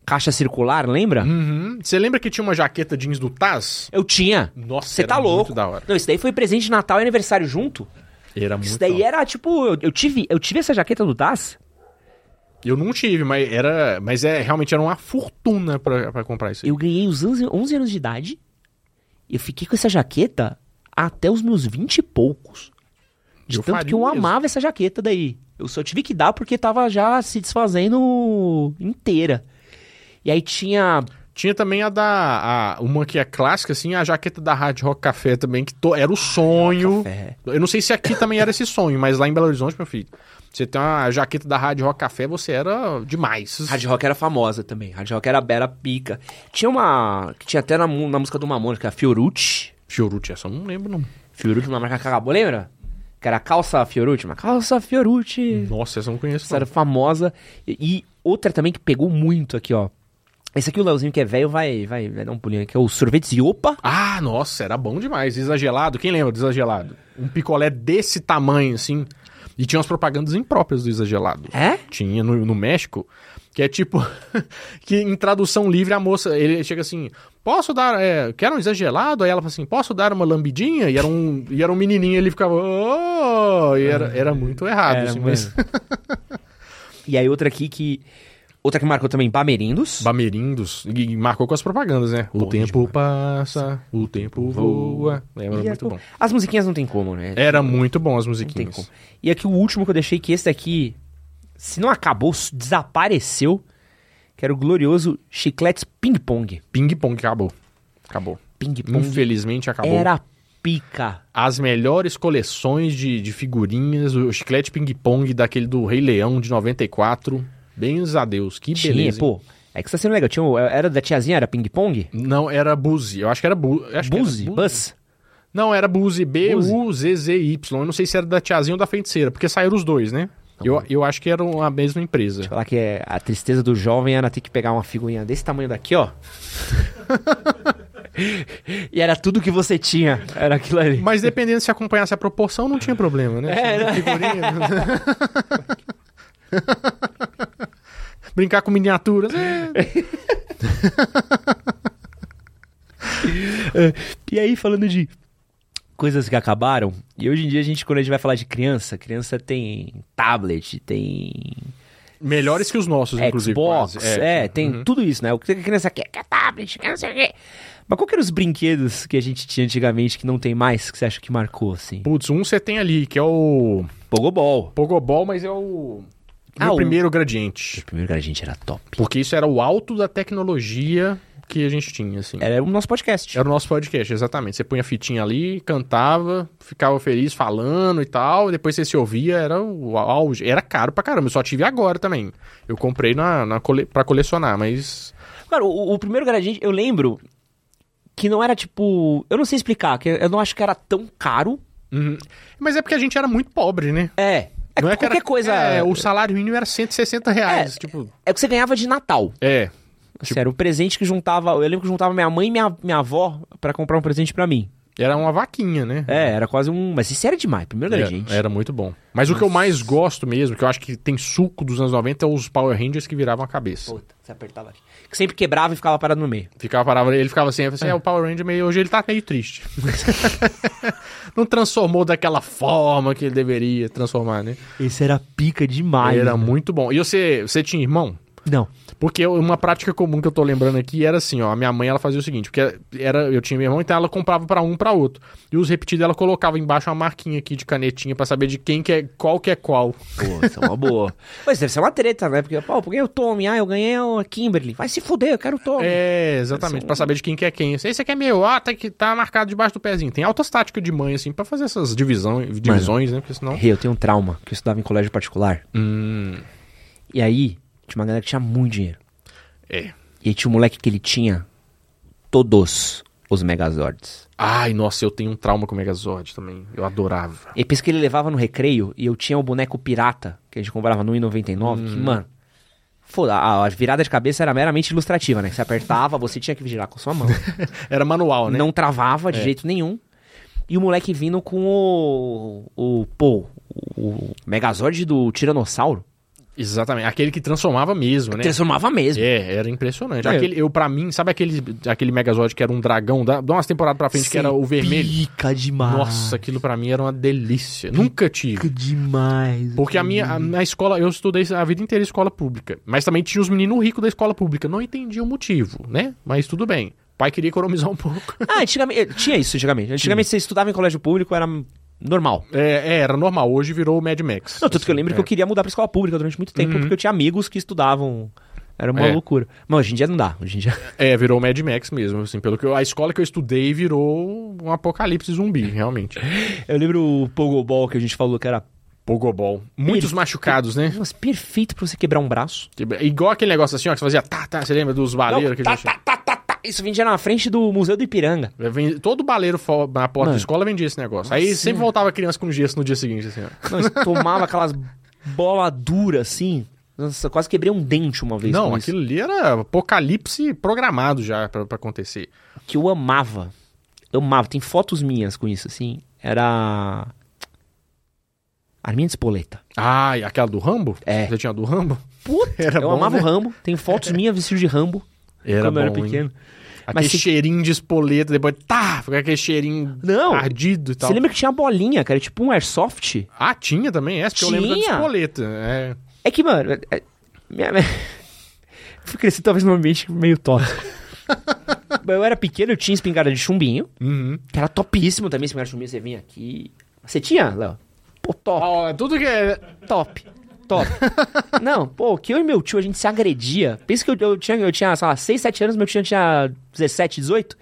caixa circular, lembra?
Uhum. Você lembra que tinha uma jaqueta jeans do Taz?
Eu tinha.
Nossa,
Você
era
tá
muito
louco.
da hora.
Não, isso daí foi presente de Natal e aniversário junto.
Era muito
Isso daí
da hora.
era tipo, eu, eu tive, eu tive essa jaqueta do Taz.
Eu não tive, mas era... Mas é, realmente era uma fortuna pra, pra comprar isso aí.
Eu ganhei os 11, 11 anos de idade. Eu fiquei com essa jaqueta até os meus 20 e poucos. De
Eu
tanto
faria
que eu
o mesmo.
amava essa jaqueta daí. Eu só tive que dar porque tava já se desfazendo inteira. E aí tinha
Tinha também a da... a- uma que é clássica, assim, a jaqueta da Hard Rock Café também, que to-
Ah,
era o sonho...
é,
Eu não sei se aqui também era esse sonho, mas lá em Belo Horizonte, meu filho, você tem uma jaqueta da Rádio Rock Café, você era demais.
Hard Rock era famosa também. Hard Rock era, era pica. Tinha uma. que tinha até na, mu- na música do Mamonas, que era Fiorucci.
Choruti, essa eu não lembro, não.
Fiorucci, uma marca que acabou, lembra? Que era calça Fiorucci, uma calça Fiorucci.
Nossa, essa eu não conheço.
Essa era famosa. E, e outra também que pegou muito aqui, ó. Esse aqui, o Leozinho que é velho, vai, vai, vai dar um pulinho aqui. É o sorvete de opa.
não. Ah, nossa, era bom demais. Exagerado, quem lembra do exagerado? Um picolé desse tamanho, assim. E tinha umas propagandas impróprias do exagerado.
É?
Tinha no, no México, que é tipo. que em tradução livre a moça. Ele chega assim: posso dar. É, quero um exagerado? Aí ela fala assim: posso dar uma lambidinha? E era um, e era um menininho, ele ficava. Oh! E era, era muito errado.
Era,
assim, mas...
E aí outra aqui que. Outra que marcou também, Bamerindos.
Bamerindos. E marcou com as propagandas, né? o
Bom
tempo
demais.
passa, o tempo voa. É, Era
E
muito
a-
bom.
As musiquinhas não tem como, né?
Era muito bom as
Não tem como.
musiquinhas.
E aqui o último que eu deixei, que esse daqui, se não acabou, s- desapareceu, que era o glorioso Chicletes Ping Pong.
Ping Pong acabou. Acabou.
Ping Pong
Infelizmente acabou.
era pica.
As melhores coleções de, de figurinhas, o chiclete ping-pong daquele do Rei Leão de 94. Bens a Deus, que
Tinha,
beleza. hein?
pô. É que isso tá sendo legal. Tinha, o- era da tiazinha, era Ping Pong?
Não, era Buzi. Eu acho que era Buzi.
Buzi? Buzz?
Não, era Buzi.
Buzi.
B-U-Z-Z-Y. Eu não sei se era da tiazinha ou da feiticeira, porque saíram os dois, né?
Tá
Eu, eu acho que eram a mesma empresa.
Falar que é a tristeza do jovem era ter que pegar uma figurinha desse tamanho daqui, ó. e era tudo que você tinha. Era aquilo ali.
Mas dependendo se acompanhasse a proporção, não tinha problema, né?
É, né?
Figurinha. Brincar com miniaturas. é.
E aí, falando de coisas que acabaram, e hoje em dia a gente, quando a gente vai falar de criança, criança tem tablet, tem
Melhores que os nossos, inclusive.
Xbox,
quase.
é, tem tudo isso, né? O que a criança quer, quer tablet, quer não sei o quê. Mas qual que eram os brinquedos que a gente tinha antigamente que não tem mais, que você acha que marcou, assim?
Putz, um você tem ali, que é o
Pogobol.
Pogobol, mas é o
Ah,
meu
o-
primeiro gradiente.
O primeiro que a gente era top.
Porque isso era o alto da tecnologia que a gente tinha, assim.
Era o nosso podcast.
Era o nosso podcast, exatamente. Você punha a fitinha ali, cantava, ficava feliz falando e tal. e Depois você se ouvia, era o auge. Era caro pra caramba. Eu só tive agora também. Eu comprei na, na cole... pra colecionar, mas.
Cara, o, o primeiro gradiente, eu lembro que não era tipo. Eu não sei explicar, que eu não acho que era tão caro.
Uhum. Mas é porque a gente era muito pobre, né?
É. É
Não é que
qualquer
era-
coisa.
É, o salário mínimo era 160 reais.
É.
Tipo,
é o que você ganhava de Natal.
é.
Assim, era o presente que juntava. Eu lembro que juntava minha mãe e minha, minha avó pra comprar um presente pra mim.
Era uma vaquinha, né?
É, era quase um. Mas isso era demais, primeiro
Era,
gradiente.
era muito bom. Mas o que eu mais gosto mesmo, que eu acho que tem suco dos anos 90, é os Power Rangers que viravam a cabeça.
Puta, você apertava aqui. Que sempre quebrava e ficava parado no meio.
Ficava parava, ele ficava assim, eu falei assim, é. o Power Ranger meio, hoje ele tá meio triste. Não transformou daquela forma que ele deveria transformar, né?
Esse era pica demais. né?
era muito bom. E você, você tinha irmão?
Não.
Porque eu- uma prática comum que eu tô lembrando aqui era assim, ó, a minha mãe ela fazia o seguinte, porque era, eu tinha meu irmão, então ela comprava pra um pra outro. E os repetidos ela colocava embaixo uma marquinha aqui de canetinha pra saber de quem que é, qual que é qual.
Pô, isso é uma boa. Mas deve ser uma treta, né? Porque, pô, eu ganhei o Tommy, ah, eu ganhei a Kimberly. Vai se fuder, eu quero o Tommy.
É, exatamente, pra saber de quem que é quem. Esse aqui é meu, ah, tá, aqui, tá marcado debaixo do pezinho. Tem altas táticas de mãe, assim, pra fazer essas divisões, divisões né? Porque senão.
Rê, Eu tenho um trauma, que eu estudava em colégio particular.
Hum,
E aí, tinha uma galera que tinha muito dinheiro.
é.
E aí tinha um moleque que ele tinha todos os Megazords.
Ai, nossa, eu tenho um trauma com o Megazord também. Eu adorava.
E pensa que ele levava no recreio e eu tinha o boneco pirata, que a gente comprava no 1,99, que,
Hum.
mano... Foda, a a virada de cabeça era meramente ilustrativa, né? Você apertava, você tinha que vigiar com sua mão.
Era manual, né?
Não travava de jeito nenhum. E o moleque vindo com o. O. Pô, o Megazord do Tiranossauro.
Exatamente. Aquele que transformava mesmo, né?
Transformava mesmo.
É, era impressionante.
É.
Aquele, eu, pra mim, sabe aquele, aquele Megazord que era um dragão? Dá, dá umas temporadas pra frente que era o vermelho.
Pica demais.
Nossa, aquilo pra mim era uma delícia. Nunca tive.
demais.
Porque a minha, a,
Uhum.
na escola, eu estudei a vida inteira em escola pública. Mas também tinha os meninos ricos da escola pública. Não entendi o motivo, né? Mas tudo bem. O pai queria economizar um pouco.
Ah, antigamente. Tinha isso antigamente. Antigamente você estudava em colégio público, era normal.
É, é, era normal. Hoje virou o Mad Max.
Não, tanto que eu lembro
É.
que eu queria mudar pra escola pública durante muito tempo, porque eu tinha amigos que estudavam. Era uma
É.
loucura. Mas hoje em dia não dá. Hoje em dia.
É, virou Mad Max mesmo, assim, pelo que eu, a escola que eu estudei virou um apocalipse zumbi, realmente.
Eu lembro o Pogobol que a gente falou que era
Pogobol. Muitos
Ele-
machucados, né?
nossa, perfeito pra você quebrar um braço.
Igual aquele negócio assim, ó, que você fazia tá, tá, você lembra dos baleiros que a
tá,
gente...
tá, tá, tá, tá. Isso vendia na frente do Museu do Ipiranga.
Vem- Todo baleiro fo- na porta
Mano.
da escola vendia esse negócio.
Ah,
Aí sempre voltava criança com gesso no dia seguinte, assim, ó.
Não, isso tomava aquelas bola dura assim. Nossa, eu quase quebrei um dente uma vez.
Não,
com isso,
aquilo ali era apocalipse programado já pra, pra acontecer.
Que eu amava. Eu amava. Tem fotos minhas com isso, assim. Era. A Arminha de Espoleta.
Ah, e aquela do Rambo?
É.
Você tinha a do Rambo?
Puta,
Era
eu
bom,
amava
né?
o Rambo. Tem fotos minhas vestido de Rambo
Era
quando eu era
bom, hein?
pequeno.
Aquele
se-
cheirinho de espoleta, depois tá, fica aquele cheirinho
Não.
ardido e tal.
Você lembra que tinha a bolinha, cara? Tipo um airsoft?
Ah, tinha também essa, que eu lembro da de
Tinha.
espoleta. É.
É que, mano. é- é- minha- minha- Fui crescer talvez num ambiente meio tóxico. Mas eu era pequeno, eu tinha espingarda de chumbinho,
Uhum.
que era topíssimo também, espingarda de chumbinho, você vinha aqui. Você tinha, Léo? Pô, top,
Ó, tudo que é...
top, top. Não, pô, que eu e meu tio, a gente se agredia. Pensa que eu, eu tinha, eu tinha, sei lá, 6, 7 anos, meu tio tinha 17, 18.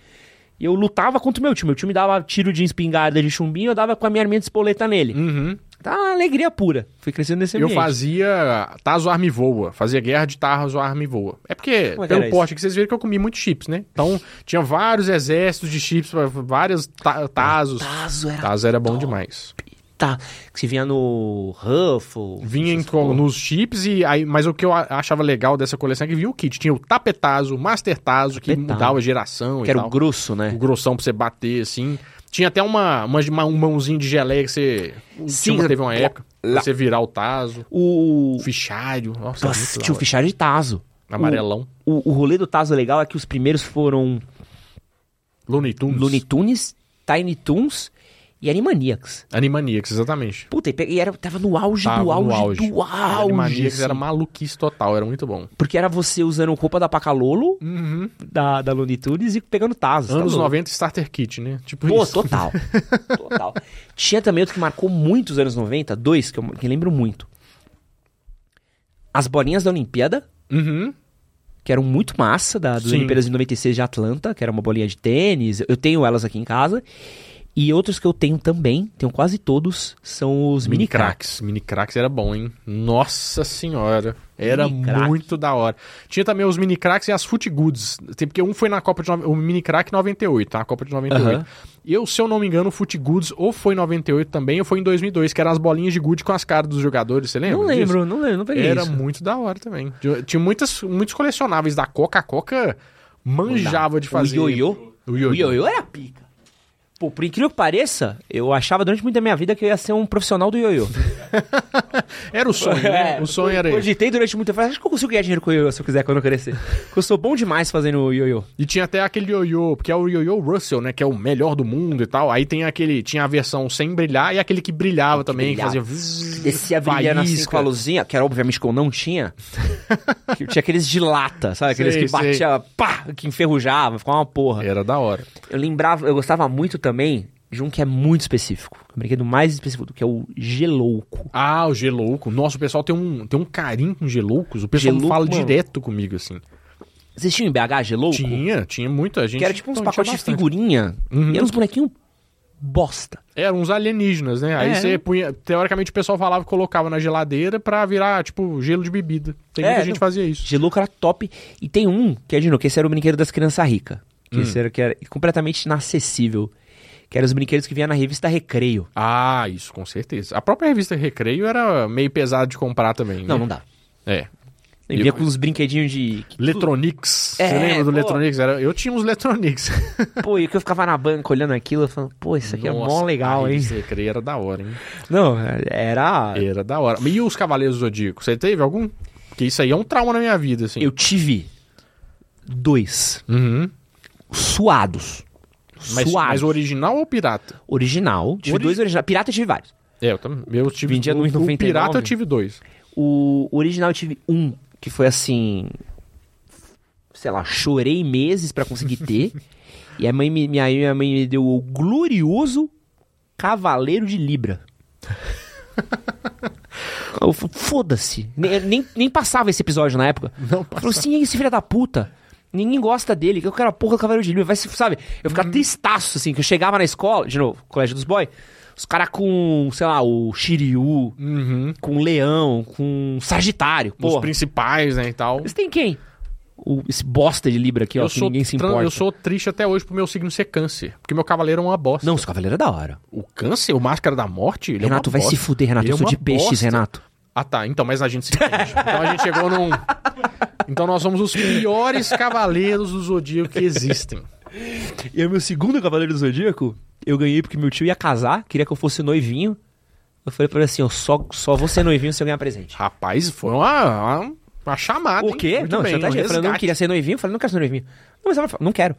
E eu lutava contra o meu tio. Meu tio me dava tiro de espingarda de chumbinho, eu dava com a minha arminha de espoleta nele.
Uhum.
Tá uma alegria pura. Fui crescendo nesse
Eu
ambiente.
fazia Tazo Arme Voa. Fazia guerra de Tazo Arme Voa. É porque,
Como é que
pelo
era
porte que vocês viram, que eu comi muitos chips, né? Então, tinha vários exércitos de chips, vários ta Tazos.
Tazo era
Tazo era bom demais.
Tá. Que se vinha no Ruffle.
Vinha em- com- nos chips, e aí, mas o que eu a- achava legal dessa coleção é que vinha o kit. Tinha o Tapetazo, o Master Tazo, que
Tapetazo.
mudava a geração
Que
e
era
tal.
o grosso,
o
né?
grossão pra você bater, assim. Tinha até uma, uma, uma- um mãozinho de geleia que você...
Sim.
tinha uma- teve uma época, pra
Lá.
você virar o Tazo.
O.
O fichário, nossa, muito
Nossa,
da
tinha o
hora.
fichário de Tazo.
Amarelão.
O, o rolê do Tazo legal é que os primeiros foram
Looney Tunes.
Looney Tunes, Tiny Toons e Animaniacs.
Animaniacs, exatamente.
Puta, e pe- e era, tava no auge
Tava
do
no
auge,
auge.
do auge.
Animaniacs
assim.
era maluquice total, era muito bom.
Porque era você usando roupa da Pacalolo,
Uhum.
da, da Looney Tunes, e pegando Tazo.
Anos
tá louco.
90 Starter Kit, né? Tipo
Pô,
isso.
total. total. Tinha também outro que marcou muito os anos 90, dois que eu que eu lembro muito. As bolinhas da Olimpíada,
Uhum.
que eram muito massa, da, das
Sim.
Olimpíadas de 96 de Atlanta, que era uma bolinha de tênis. Eu tenho elas aqui em casa. E outros que eu tenho também, tenho quase todos, são os mini, crack.
cracks. Mini cracks era bom, hein? Nossa senhora. Era
Mini crack.
muito da hora. Tinha também os mini cracks e as foot goods. Tem- Porque um foi na Copa de... nove- O mini crack 98, tá? A Copa de 98.
Aham.
Eu, se eu não me engano, o foot goods ou foi em 98 também ou foi em 2002, que eram as bolinhas de good com as caras dos jogadores. Você lembra
Não
disso?
lembro, não lembro, não peguei
Era
isso.
muito da hora também. Tinha- Tinha muitas, muitos colecionáveis da Coca. A Coca manjava de fazer.
O ioiô?
O ioiô.
O ioiô era pica. Pô, por incrível que pareça, eu achava durante muito da minha vida que eu ia ser um profissional do ioiô.
Era o sonho, né?
É,
O sonho era esse.
Cogitei durante muito tempo. Acho que eu consigo ganhar dinheiro com o ioiô se eu quiser quando eu crescer. Porque eu sou bom demais fazendo ioiô.
E tinha até aquele ioiô, porque é o ioiô Russell, né? Que é o melhor do mundo e tal. Aí tem aquele, tinha a versão sem brilhar e aquele que brilhava também,
brilhava.
que fazia... vzz,
Descia brilhando assim
faísca.
com a luzinha, que era obviamente que eu não tinha. que tinha aqueles de lata, sabe? Aqueles
Sei, É.
que batia, pá, que enferrujava, ficava uma porra.
Era da hora.
Eu lembrava, eu gostava muito também de um que é muito específico. Um brinquedo mais específico do que é o gelouco.
Ah, o Gelouco. Nossa, o pessoal tem um, tem um carinho com Geloucos. O pessoal
Gelouco,
fala
mano.
direto comigo, assim.
Vocês tinham em BH gelouco?
Tinha, tinha muita gente.
Que era tipo uns
Então,
pacotes
tinha
de
bastante. Uhum.
figurinha. E eram uns bonequinhos bosta.
Eram uns alienígenas, né? Aí
É.
você punha. Teoricamente o pessoal falava que colocava na geladeira pra virar, tipo, gelo de bebida. Tem
É,
muita
não.
gente que fazia isso.
Gelouco era top. E tem um, que é de novo, que esse era o brinquedo das crianças ricas. Que esse
Hum.
era, que era completamente inacessível. Que eram os brinquedos que vinha na revista Recreio.
Ah, isso, com certeza. A própria revista Recreio era meio pesado de comprar também.
Não,
né?
não dá.
É.
Ele vinha com uns brinquedinhos de.
Letronix.
É,
você lembra do
pô.
Letronix? Era... Eu tinha uns Letronix.
Pô, e que eu ficava na banca olhando aquilo, eu falando, pô, isso aqui é mó
Nossa,
legal,
a
hein?
revista Recreio era da hora, hein?
Não, era.
Era da hora. E os Cavaleiros do Zodíaco? Você teve algum? Porque isso aí é um trauma na minha vida, assim.
Eu tive dois
Uhum.
suados.
Mas,
suados.
mas original ou pirata?
Original. Tive
Ori-
dois originais. Pirata eu tive vários.
É, eu também. Eu tive.
Vendia no
o- o
99.
pirata eu tive dois.
O original eu tive um, que foi assim. Sei lá, chorei meses pra conseguir ter. e a mãe me, minha, minha mãe me deu o glorioso Cavaleiro de Libra. Eu fa- Foda-se. Nem, nem, nem passava esse episódio na época.
Não,
Falou assim, esse filho da puta. Ninguém gosta dele. que Eu quero a porra do Cavaleiro de Libra. Vai se, sabe? Eu
Uhum.
ficava tristaço, assim, que eu chegava na escola, de novo, colégio dos boy. Os caras com, sei lá, o Shiryu,
Uhum.
com leão, com sagitário,
Os
pô.
principais, né, e tal.
Você tem quem? O- esse bosta de Libra aqui, ó, que ninguém se
tran-
importa.
eu sou triste até hoje pro meu signo ser câncer. Porque meu cavaleiro é uma bosta.
Não, esse cavaleiro é da hora.
O câncer, o máscara da morte, ele
Renato,
é uma
vai
bosta.
se fuder, Renato.
Ele
eu
é
sou
uma
de peixes,
bosta.
Renato.
Ah tá, então, mas a gente se entende. então a gente chegou num... Então nós somos os piores cavaleiros do Zodíaco que existem.
E o meu segundo cavaleiro do Zodíaco, eu ganhei porque meu tio ia casar, queria que eu fosse noivinho. Eu falei pra ele assim, eu só, só vou ser noivinho se eu ganhar presente.
Rapaz, foi uma, uma, uma chamada.
O
hein?
quê?
Muito
não,
bem,
chantagem.
um
Ele falou, não
resgate.
queria ser noivinho. Eu falei, não quero ser noivinho. Não, mas ela falou, não quero.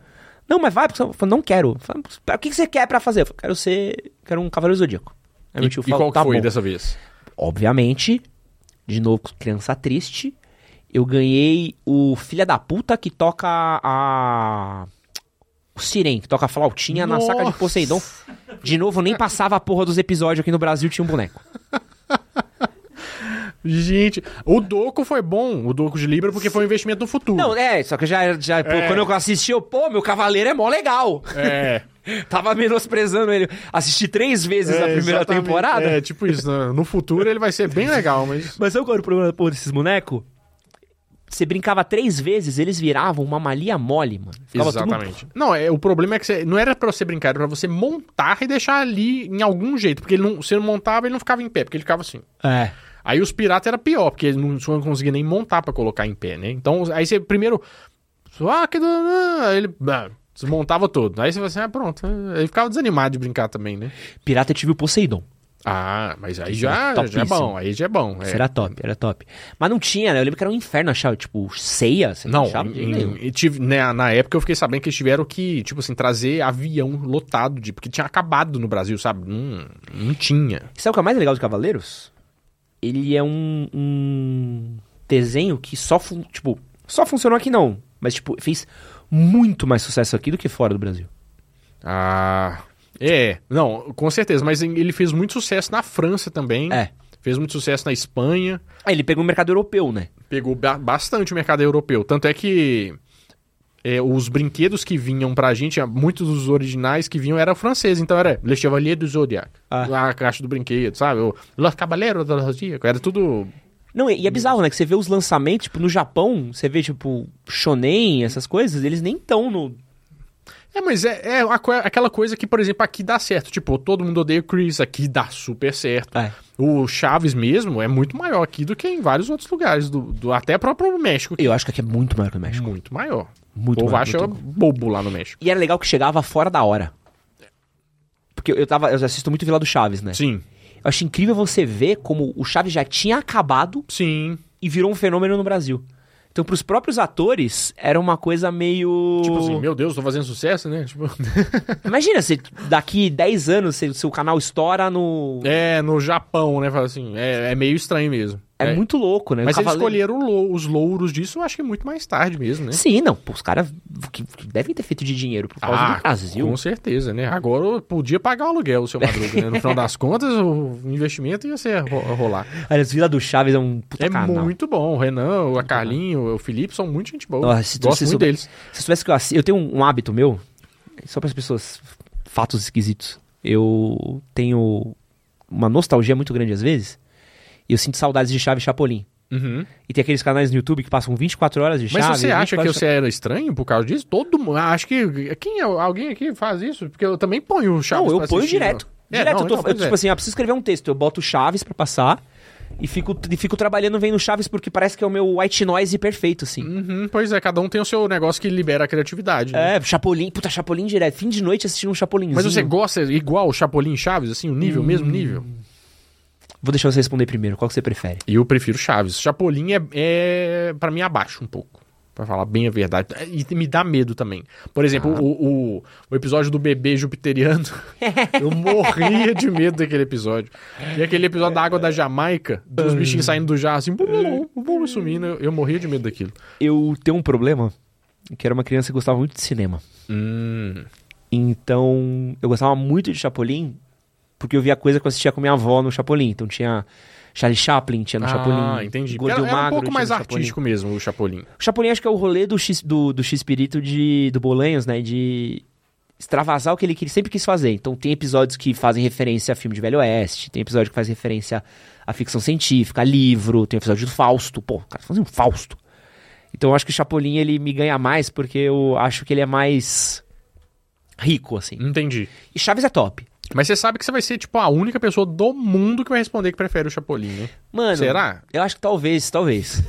Não, mas vai, porque eu falei, não quero. Eu falei, o que que você quer pra fazer? Eu falei, quero ser. Quero um cavaleiro zodíaco. Aí meu
E,
tio
e
falou,
qual que
tá
foi
bom.
dessa vez?
Obviamente, de novo, criança triste. Eu ganhei o Filha da Puta que toca a. O Siren, que toca a flautinha na saca de
Nossa.
Poseidon. De novo, nem passava a porra dos episódios aqui no Brasil, tinha um boneco.
Gente, o Doco foi bom, o Doco de Libra, porque foi um investimento no futuro.
Não, é, só que já, já pô,
É.
quando eu assisti, eu, pô, meu cavaleiro é mó legal.
É.
Tava menosprezando ele. Assisti três vezes
é,
a primeira
exatamente.
temporada.
É, tipo isso. né? No futuro ele vai ser bem legal, mas.
Mas sabe qual era o problema pô, desses bonecos? Você brincava três vezes, eles viravam uma malia mole, mano. Ficava tudo-
Exatamente. Não, é, o problema é que você, não era pra você brincar, era pra você montar e deixar ali em algum jeito. Porque ele não, se não montava, ele não ficava em pé, porque ele ficava assim.
É.
Aí os piratas era pior, porque eles não, não conseguiam nem montar pra colocar em pé, né? Então, aí você primeiro. Ah, que. do- ah", Ele. ah, Desmontava todo. Aí você fala assim, ah, pronto. Ele ficava desanimado de brincar também, né?
Pirata eu tive o Poseidon.
Ah, mas aí
Isso
já,
é
já é
topíssimo.
bom, aí já é bom. é.
Isso era top, era top. Mas não tinha, né? Eu lembro que era um inferno achar, tipo, ceia. Você
Não,
achava de jeito
em-
nenhum.
e tive, né, na época eu fiquei sabendo que eles tiveram que, tipo assim, trazer avião lotado de. Porque tinha acabado no Brasil, sabe? Não, não tinha.
Sabe o que é mais legal de Cavaleiros? Ele é um, um desenho que só, fun- tipo, só funcionou aqui não. Mas, tipo, fez muito mais sucesso aqui do que fora do Brasil.
Ah. É, não, com certeza, mas em- ele fez muito sucesso na França também.
É.
Fez muito sucesso na Espanha.
Ah, ele pegou o mercado europeu, né?
Pegou ba- bastante o mercado europeu. Tanto é que é, os brinquedos que vinham pra gente, muitos dos originais que vinham eram franceses. Então era Le Chevalier du Zodiac.
Ah.
A caixa do brinquedo, sabe? O Los Caballeros do Zodíaco. Era tudo
Não, e, e é bizarro, né? Que você vê os lançamentos, tipo, no Japão, você vê, tipo, shonen, essas coisas, eles nem estão no...
É, mas é, é uma co- aquela coisa que, por exemplo, aqui dá certo. Tipo, todo mundo odeia o Chris, aqui dá super certo.
É.
Ah. O Chaves mesmo é muito maior aqui do que em vários outros lugares, do, do- até próprio México, que
Eu acho que aqui é muito maior que o
é
México.
muito maior.
Muito
o povo
maior,
acha
muito
bobo lá no México.
E era legal que chegava fora da hora. Porque eu tava... Eu assisto muito Vila do Chaves, né?
Sim,
Eu acho incrível você ver como o Chaves já tinha acabado
sim.
e virou um fenômeno no Brasil. Então, pros próprios atores, era uma coisa meio.
Tipo assim, meu Deus, tô fazendo sucesso, né? Tipo...
Imagina, se daqui 10 anos se- seu canal estoura no.
é, no Japão, né? Fala assim, é, é meio estranho mesmo.
É, muito louco, né? O
Mas eles
Cavaleiro-
escolheram o lou- os louros disso, eu acho que muito mais tarde mesmo, né?
Sim, não. Pô, os caras que que devem ter feito de dinheiro por causa do Brasil.
Ah, Com certeza, né? Agora eu podia pagar o aluguel, seu Madruga, né? No final das contas, o investimento ia ser ro- rolar.
Aliás, Vila do Chaves é um puta
É
canal.
muito bom. O Renan, a Carlinho, o Felipe são muito gente boa.
Tá Nossa, se tu-
Gosto
se
muito
sou-
deles.
Se eu soubesse que eu assi- Eu tenho um, um hábito meu, só para as pessoas, fatos esquisitos. Eu tenho uma nostalgia muito grande às vezes, e eu sinto saudades de Chaves e Chapolin.
Uhum.
E tem aqueles canais no YouTube que passam 24 horas de
Mas
Chaves.
você acha que
24
você era estranho por causa disso? Todo mundo. ah, Acho que. Quem é? Alguém aqui faz isso? Porque eu também ponho o Chaves.
Não, eu
pra
ponho
assistir,
direto.
né? É,
direto,
não,
eu tô,
então,
eu,
pois
tipo
é.
assim, ah, preciso escrever um texto. Eu boto Chaves pra passar e fico, e fico trabalhando vendo Chaves porque parece que é o meu white noise perfeito, assim.
Uhum, pois é, cada um tem o seu negócio que libera a criatividade. né?
É, Chapolin, puta, Chapolin direto. Fim de noite assistindo um Chapolinzinho.
Mas você gosta igual o Chapolin e Chaves, assim, o nível, mesmo
Hum.
nível?
Vou deixar você responder primeiro. Qual que você prefere?
E eu prefiro Chaves. Chapolin é, é para mim, abaixo um pouco. Pra falar bem a verdade. E me dá medo também. Por exemplo,
Ah.
o, o, o episódio do bebê jupiteriano. eu morria de medo daquele episódio. E aquele episódio da água da Jamaica, dos bichinhos saindo do jarro assim, bum, bum, bum, bum, sumindo. Eu, eu morria de medo daquilo.
Eu tenho um problema, que era uma criança que gostava muito de cinema.
Hum.
Então, eu gostava muito de Chapolin, porque eu via coisa que eu assistia com minha avó no Chapolin. Então tinha Charlie Chaplin, tinha no
Ah,
Chapolin.
entendi. Era,
Gordinho
era um
Magro,
pouco
tinha
mais
no Chapolin.
artístico mesmo, o Chapolin.
O Chapolin acho que é o rolê do X, do, do X-Pirito de, do Bolanhos, né? De extravasar o que ele, que ele sempre quis fazer. Então tem episódios que fazem referência a filme de Velho Oeste, tem episódio que faz referência a ficção científica, a livro, tem episódio do Fausto. Pô, o cara fazia um Fausto. Então eu acho que o Chapolin ele me ganha mais porque eu acho que ele é mais rico, assim.
Entendi.
E Chaves é top.
Mas você sabe que você vai ser, tipo, a única pessoa do mundo que vai responder que prefere o Chapolin, né?
Mano,
Será?
eu acho que talvez, talvez.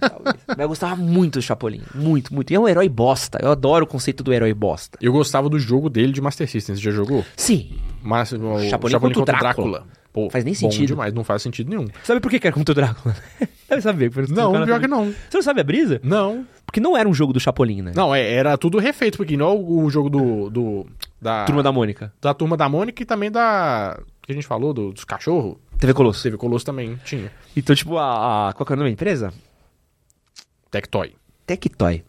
talvez. Mas eu gostava muito do Chapolin. Muito, muito. E é um herói bosta. Eu adoro o conceito do herói bosta.
Eu gostava do jogo dele de Master System. Você já jogou?
Sim,
Mas, o
Chapolin contra o Drácula.
Pô,
Faz nem
bom
sentido.
demais, não faz sentido nenhum.
Sabe por que que era contra o Drácula? Deve saber. por isso
Não,
o cara
pior é que
sabe.
não.
Você não sabe a brisa?
Não.
Porque não era um jogo do Chapolin, né?
Não, é- era tudo refeito, porque não é o o jogo do. do da,
Turma da Mônica.
da Turma da Mônica e também da. que a gente falou, do- dos cachorros.
TV Colosso.
Teve Colosso também, tinha.
Então, tipo, a, a- Qual que é o nome da empresa?
Tectoy.
Tectoy. Eles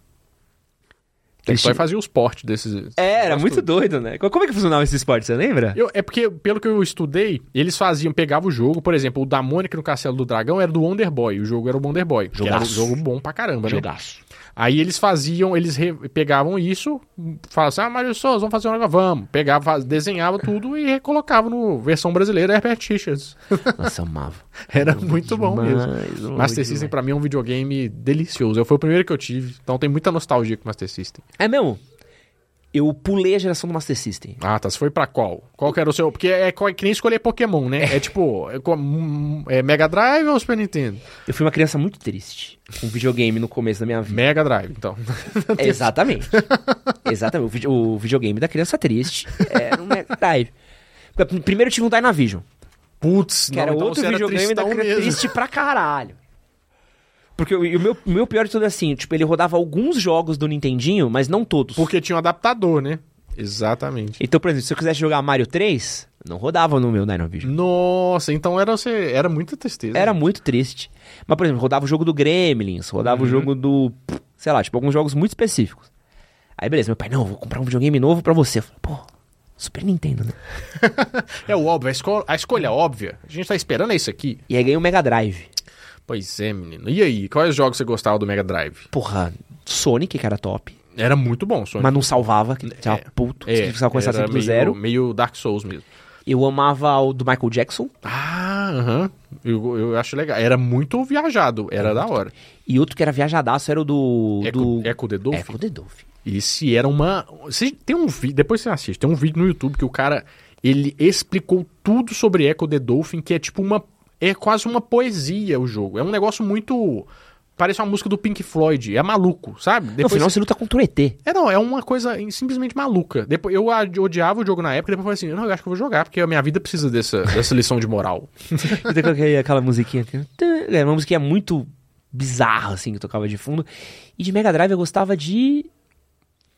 Tectoy
tinham-
fazia os portes desses.
É, era
desses
muito
tudo.
doido, né? Co- Como é que funcionava esse esporte, você lembra?
Eu- é porque, pelo que eu estudei, eles faziam, pegavam o jogo, por exemplo, o da Mônica no Castelo do Dragão era do Wonder Boy, o jogo era o Wonder Boy. que Era um
Jogaço.
jogo bom pra caramba, né?
Jogaço.
Aí eles faziam, eles re- pegavam isso, falavam assim, ah, Mário Souza, vamos fazer um negócio, vamos. Pegava, faz- desenhava tudo e recolocavam no versão brasileira Herbert Richards.
Nossa, eu amava.
Era muito bom mesmo.
mesmo.
Master System pra mim é um videogame delicioso. Eu- Foi o primeiro que eu tive, então tem muita nostalgia com Master System.
É mesmo? Eu pulei a geração do Master System.
Ah, tá, você foi pra qual? Qual que era o seu? Porque é, co- é que nem escolher Pokémon, né? É tipo, é, co- hum, é Mega Drive ou Super Nintendo?
Eu fui uma criança muito triste com um videogame no começo da minha vida.
Mega Drive, então.
Exatamente. Exatamente. O, vide- o videogame da criança triste era um Mega Drive. Porque Primeiro eu tive um Dynavision,
Putz,
que
não,
era
então
outro
você era
videogame da
tristão
criança
mesmo.
triste pra caralho. Porque o, e o meu, o meu pior de tudo é assim, tipo, ele rodava alguns jogos do Nintendinho, mas não todos.
Porque tinha um adaptador, né? Exatamente.
Então, por exemplo, se eu quisesse jogar Mario 3, não rodava no meu Dynavision.
Nossa, então era você. Era muita tristeza.
Era muito triste. Mas, por exemplo, rodava o jogo do Gremlins, rodava
Uhum.
o jogo do. Sei lá, tipo, alguns jogos muito específicos. Aí, beleza, meu pai, não, vou comprar um videogame novo pra você. Eu falei, pô, Super Nintendo, né?
É o óbvio, a, esco- a escolha óbvia. A gente tá esperando é isso aqui.
E aí ganhei o Mega Drive.
Pois é, menino. E aí, quais jogos você gostava do Mega Drive?
Porra, Sonic, que era top,
Era muito bom, Sonic.
mas não salvava, que tava
É,
puto,
É,
que precisava começar
era
sempre do
meio,
zero.
Meio Dark Souls mesmo.
Eu amava o do Michael Jackson.
Ah, aham. Eu, eu acho legal. Era muito viajado. Era da hora. É
E outro que era viajadaço era o do.
Eco,
do... É,
Eco the Dolphin?
Echo the Dolphin.
Esse era uma. Você- tem um vídeo. Depois você assiste. Tem um vídeo no YouTube que o cara. Ele explicou tudo sobre Echo the Dolphin, que é tipo uma. É quase uma poesia o jogo. É um negócio muito. Parece uma música do Pink Floyd. É maluco, sabe?
No
Depois
final você luta contra o ET.
É, não, é uma coisa em- simplesmente maluca. Depois, eu a- odiava o jogo na época, depois eu falei assim, não, eu acho que eu vou jogar, porque a minha vida precisa dessa, dessa lição de moral.
Eu até coloquei aquela musiquinha. que- É uma musiquinha muito bizarra, assim, que tocava de fundo. E de Mega Drive eu gostava de.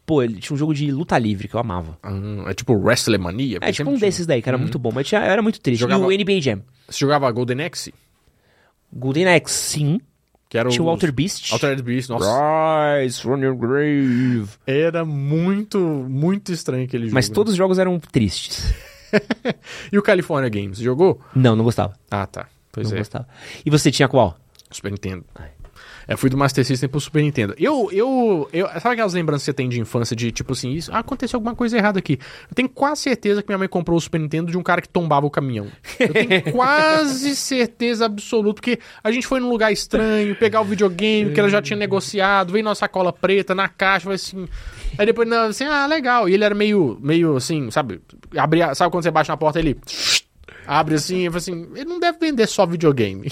Pô, ele tinha um jogo de luta livre que eu amava.
Hum, é tipo Wrestlemania.
É
porque
tipo
sempre
um
tinha-
desses daí, que era muito bom, mas tinha, era muito triste. E
Jogava-
o NBA Jam.
Você jogava Golden Axe?
Golden Axe, sim.
Que era
Tinha o
os-
Walter Beast.
Altered Beast, nossa.
Rise from your grave.
Era muito, muito estranho aquele jogo.
Mas
né?
todos os jogos eram tristes.
E o California Games, jogou?
Não, não gostava.
Ah, tá. Pois
não
é,
gostava. E você tinha qual?
Super Nintendo. Eu fui do Master System pro Super Nintendo. Eu, eu, eu. Sabe aquelas lembranças que você tem de infância de tipo assim, isso, ah, aconteceu alguma coisa errada aqui. Eu tenho quase certeza que minha mãe comprou o Super Nintendo de um cara que tombava o caminhão. Eu tenho quase certeza absoluta, porque a gente foi num lugar estranho, pegar o videogame que ela já tinha negociado, veio nossa sacola preta na caixa, foi assim. Aí depois, não, assim, ah, legal. E ele era meio, meio assim, sabe? Abria, sabe quando você bate na porta ele. Abre assim e fala assim: ele não deve vender só videogame.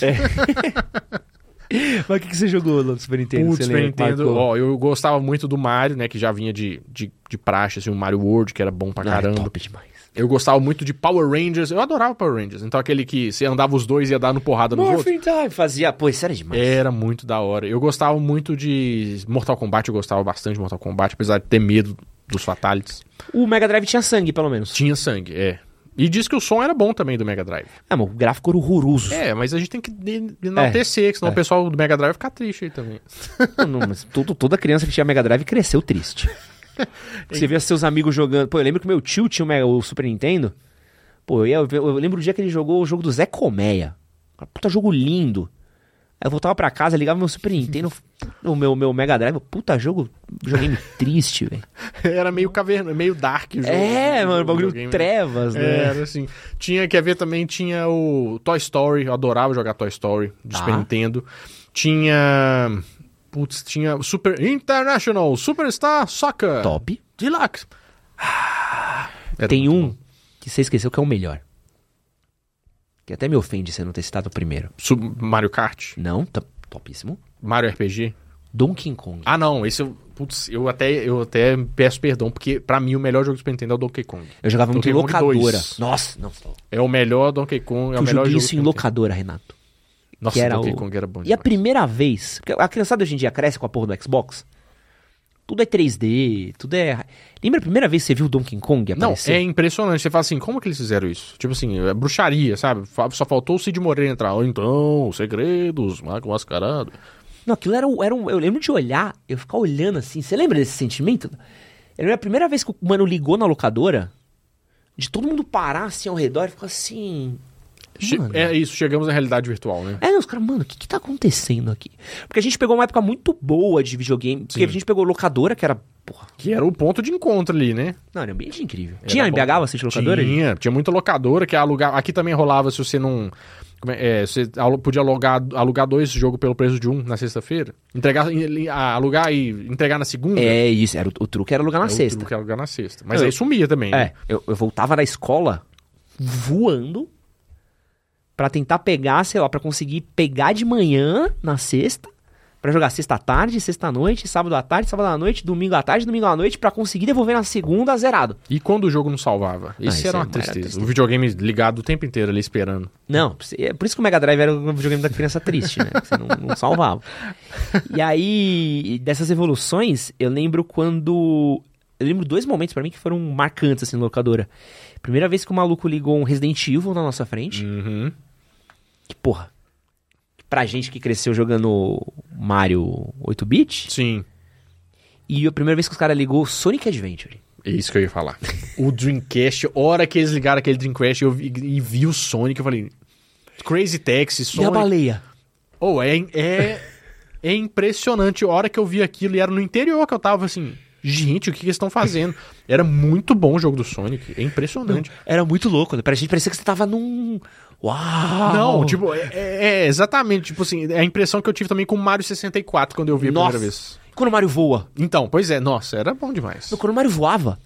Mas o que, você jogou no Super Nintendo?
Putz, Super Nintendo. Ó, eu gostava muito do Mario, né? Que já vinha de, de, de praxe, assim, o Mario World, que era bom pra
Caramba.
caramba.
Ah, top demais.
Eu gostava muito de Power Rangers. Eu adorava Power Rangers. Então aquele que você andava os dois e ia dar no porrada no outro.
Time fazia... Pô, isso era demais.
Era muito da hora. Eu gostava muito de Mortal Kombat, eu gostava bastante de Mortal Kombat, apesar de ter medo dos fatalities.
O Mega Drive tinha sangue, pelo menos.
Tinha sangue, é. E diz que o som era bom também do Mega Drive.
Ah, mas o gráfico era horroroso.
É, mas a gente tem que en- enaltecer, que senão o pessoal do Mega Drive vai ficar triste aí também.
Não, mas todo- toda criança que tinha Mega Drive cresceu triste. Você via seus amigos jogando... Pô, eu lembro que meu tio tinha o, Mega- o Super Nintendo. Pô, eu, ia, eu lembro o dia que ele jogou o jogo do Zé Colmeia. Cara, Puta jogo lindo. Aí eu voltava pra casa, ligava meu Super Nintendo, o meu, meu Mega Drive. Puta jogo, videogame triste, velho.
era meio caverna, meio dark o jogo.
É,
o
mano, bagulho
videogame, né?
trevas,
É,
né?
era assim. Tinha, quer ver também, tinha o Toy Story. Eu adorava jogar Toy Story de Super
Tá.
Nintendo. Tinha. Putz, tinha o Super International, Superstar Soccer.
Top.
Deluxe. Ah, Era
Tem
muito
um
bom.
que você esqueceu que é o melhor. Que até me ofende você não ter citado o primeiro.
Sub- Mario Kart,
Não, tá topíssimo.
Mario RPG.
Donkey Kong.
Ah, não, esse eu. Putz, eu até, eu até peço perdão, porque pra mim o melhor jogo do Super Nintendo é o Donkey Kong.
Eu jogava muito em
Donkey Kong
locadora.
2.
Nossa, não. Eu
um É o melhor Donkey Kong, é o melhor
joguei
jogo.
isso
que
em
tem.
locadora, Renato.
Nossa,
que era
Donkey
o-
Kong era
E
bom
a
demais.
primeira vez, porque a criançada hoje em dia cresce com a porra do Xbox, tudo é 3D, tudo é... Lembra a primeira vez que você viu o Donkey Kong
Não,
aparecer?
é impressionante. Você fala assim, como que eles fizeram isso? Tipo assim, é bruxaria, sabe? Fa- Só faltou o Cid Moreira entrar. Ou então, segredos, mago mascarado.
Não, aquilo era, um- era um. Eu lembro de olhar, eu ficar olhando assim. Você lembra desse sentimento? Eu lembro a primeira vez que o mano ligou na locadora, de todo mundo parar assim ao redor e ficar assim.
Che-
Mano.
É isso, chegamos à realidade virtual, né?
É, os caras, mano, o que que tá acontecendo aqui? Porque a gente pegou uma época muito boa de videogame. Porque a gente pegou locadora, que era. Porra.
Que era o ponto de encontro ali, né?
Não, era um ambiente incrível. Tinha em
bom.
BH bastante locadora? gente?
Tinha, tinha muita locadora que alugava. Aqui também rolava se você não. como é- é, você alu- podia alugar, alugar dois jogos pelo preço de um na sexta-feira. Entregar, em- em- ah, alugar e entregar na segunda.
É isso, era o, o truque era alugar na
É o
sexta.
truque, alugar na sexta. Mas
Eu-
aí sumia também. né?
É, eu, eu voltava da escola voando pra tentar pegar, sei lá, pra conseguir pegar de manhã na sexta, pra jogar sexta à tarde, sexta à noite, sábado à tarde, sábado à noite, domingo à tarde, domingo à noite, pra conseguir devolver na segunda zerado.
E quando o jogo não salvava? Ah, Isso
isso
era
é
uma
uma
tristeza.
tristeza.
O videogame ligado o tempo inteiro ali esperando.
Não, é por isso que o Mega Drive era um videogame da criança triste, né? Você não, não salvava. E aí, dessas evoluções, eu lembro quando. Eu lembro dois momentos pra mim que foram marcantes, assim, na locadora. Primeira vez que o maluco ligou um Resident Evil na nossa frente.
Uhum.
Que porra. Pra gente que cresceu jogando Mario 8-bit.
Sim,
E a primeira vez que os caras ligou Sonic Adventure.
é isso que eu ia falar. o Dreamcast, hora que eles ligaram aquele Dreamcast eu vi- e vi o Sonic, eu falei. Crazy Taxi,
E a
Sonic.
baleia?
Ou é, é, é impressionante. A hora que eu vi aquilo e era no interior que eu tava assim. Gente, o que que eles estão fazendo? Era muito bom o jogo do Sonic. É impressionante.
Era muito louco. né? Pra gente parecia que você tava num... Uau!
Não, tipo, é, é- é exatamente. Tipo assim, é a impressão que eu tive também com o Mario 64 quando eu vi a
Nossa.
primeira vez.
Quando o Mario voa.
Então, pois é, nossa, era bom demais.
Quando o Mario voava,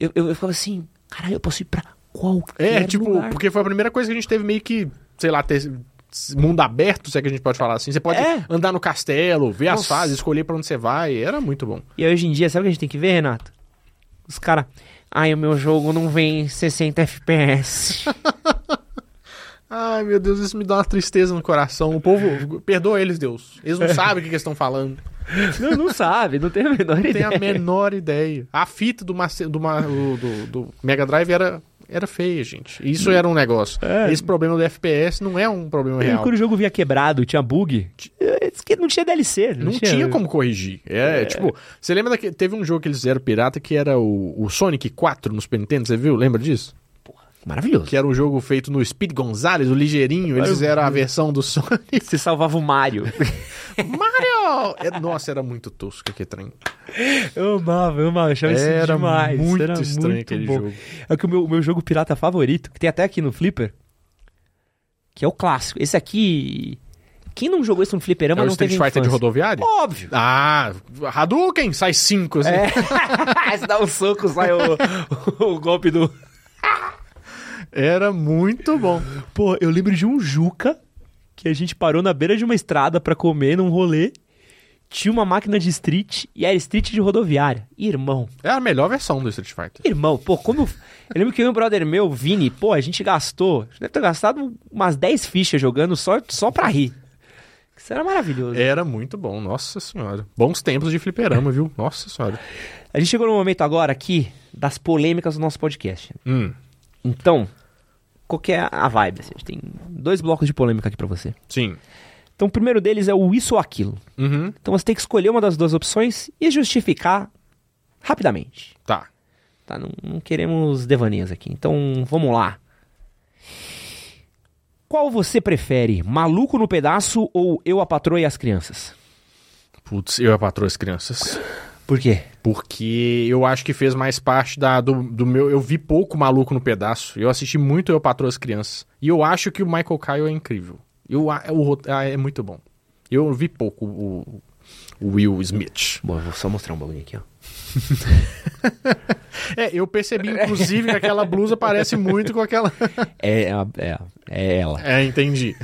eu, eu, eu ficava assim... Caralho, eu posso ir pra qualquer
É, tipo,
lugar.
porque foi a primeira coisa que a gente teve meio que, sei lá, ter s- mundo aberto, se é que a gente pode falar assim. Você pode
É.
andar no castelo, ver as
Nossa.
fases, escolher pra onde você vai. Era muito bom.
E hoje em dia, sabe o que a gente tem que ver, Renato? Os caras... Ai, o meu jogo não vem em 60 FPS.
Ai, meu Deus, isso me dá uma tristeza no coração. O povo, perdoa eles, Deus. Eles
É.
não sabem o que que eles estão falando.
não, não sabe, não tem a menor
Não tem
ideia.
a menor ideia. A fita do, Mace- do, Ma- o- do- do Mega Drive era, era feia, gente.
Hum.
Isso era um negócio.
É.
Esse problema do FPS não é um problema
E
real.
quando o jogo vinha quebrado, tinha bug, eh, diz que não tinha DLC.
Não tinha como corrigir. É, tipo, você lembra que teve um jogo que eles fizeram pirata que era o, o Sonic 4 no Super Nintendo, você viu? Lembra disso?
Maravilhoso.
Que era um jogo feito no Speed Gonzalez, o ligeirinho, eles fizeram a versão do Sonic.
Você salvava o Mario.
Mario! É, nossa, era muito tosco aquele trem.
eu amava, eu amava. Eu achava
Era
isso demais.
muito
era
estranho
muito
aquele
bom.
jogo.
É que o meu, o meu jogo pirata favorito, que tem até aqui no Flipper, que é o clássico. Esse aqui... Quem não jogou isso no Fliperama
é o
não
Street
teve
Fighter de
infância.
rodoviária?
Óbvio.
Ah, Hadouken, sai cinco, assim.
Você É. dá um soco, sai o, o golpe do...
Era muito bom.
Pô, eu lembro de um Juca que a gente parou na beira de uma estrada pra comer num rolê. Tinha uma máquina de street e era street de rodoviária. Irmão,
Era É a melhor versão do Street Fighter.
irmão, pô, como. Eu eu lembro que eu e um brother meu, o Vini, pô, a gente gastou. A gente deve ter gastado umas 10 fichas jogando só, só pra rir. Isso era maravilhoso.
Era muito bom, nossa senhora. Bons tempos de fliperama, viu? Nossa senhora.
A gente chegou no momento agora aqui das polêmicas do nosso podcast.
Hum,
Então, qual que é a vibe? assim? A gente tem dois blocos de polêmica aqui pra você.
sim.
Então, o primeiro deles é o isso ou aquilo.
Uhum,
Então você tem que escolher uma das duas opções e justificar rapidamente.
tá.
Tá? Não, não queremos devaneios aqui. Então vamos lá. Qual você prefere? Maluco no pedaço ou eu a patroa e as crianças?
Putz, eu patroa as crianças.
Por quê?
Porque eu acho que fez mais parte da, do, do meu. Eu vi pouco maluco no pedaço. Eu assisti muito Eu Patroa as Crianças. E eu acho que o Michael Kyle é incrível. Eu, a- o, rot- ah, é muito bom. Eu vi pouco o, o Will Smith.
Bom, eu vou só mostrar um bagulho aqui, ó.
É, eu percebi, inclusive, que aquela blusa parece muito com aquela.
É, é, a- é, a- é ela.
É, entendi.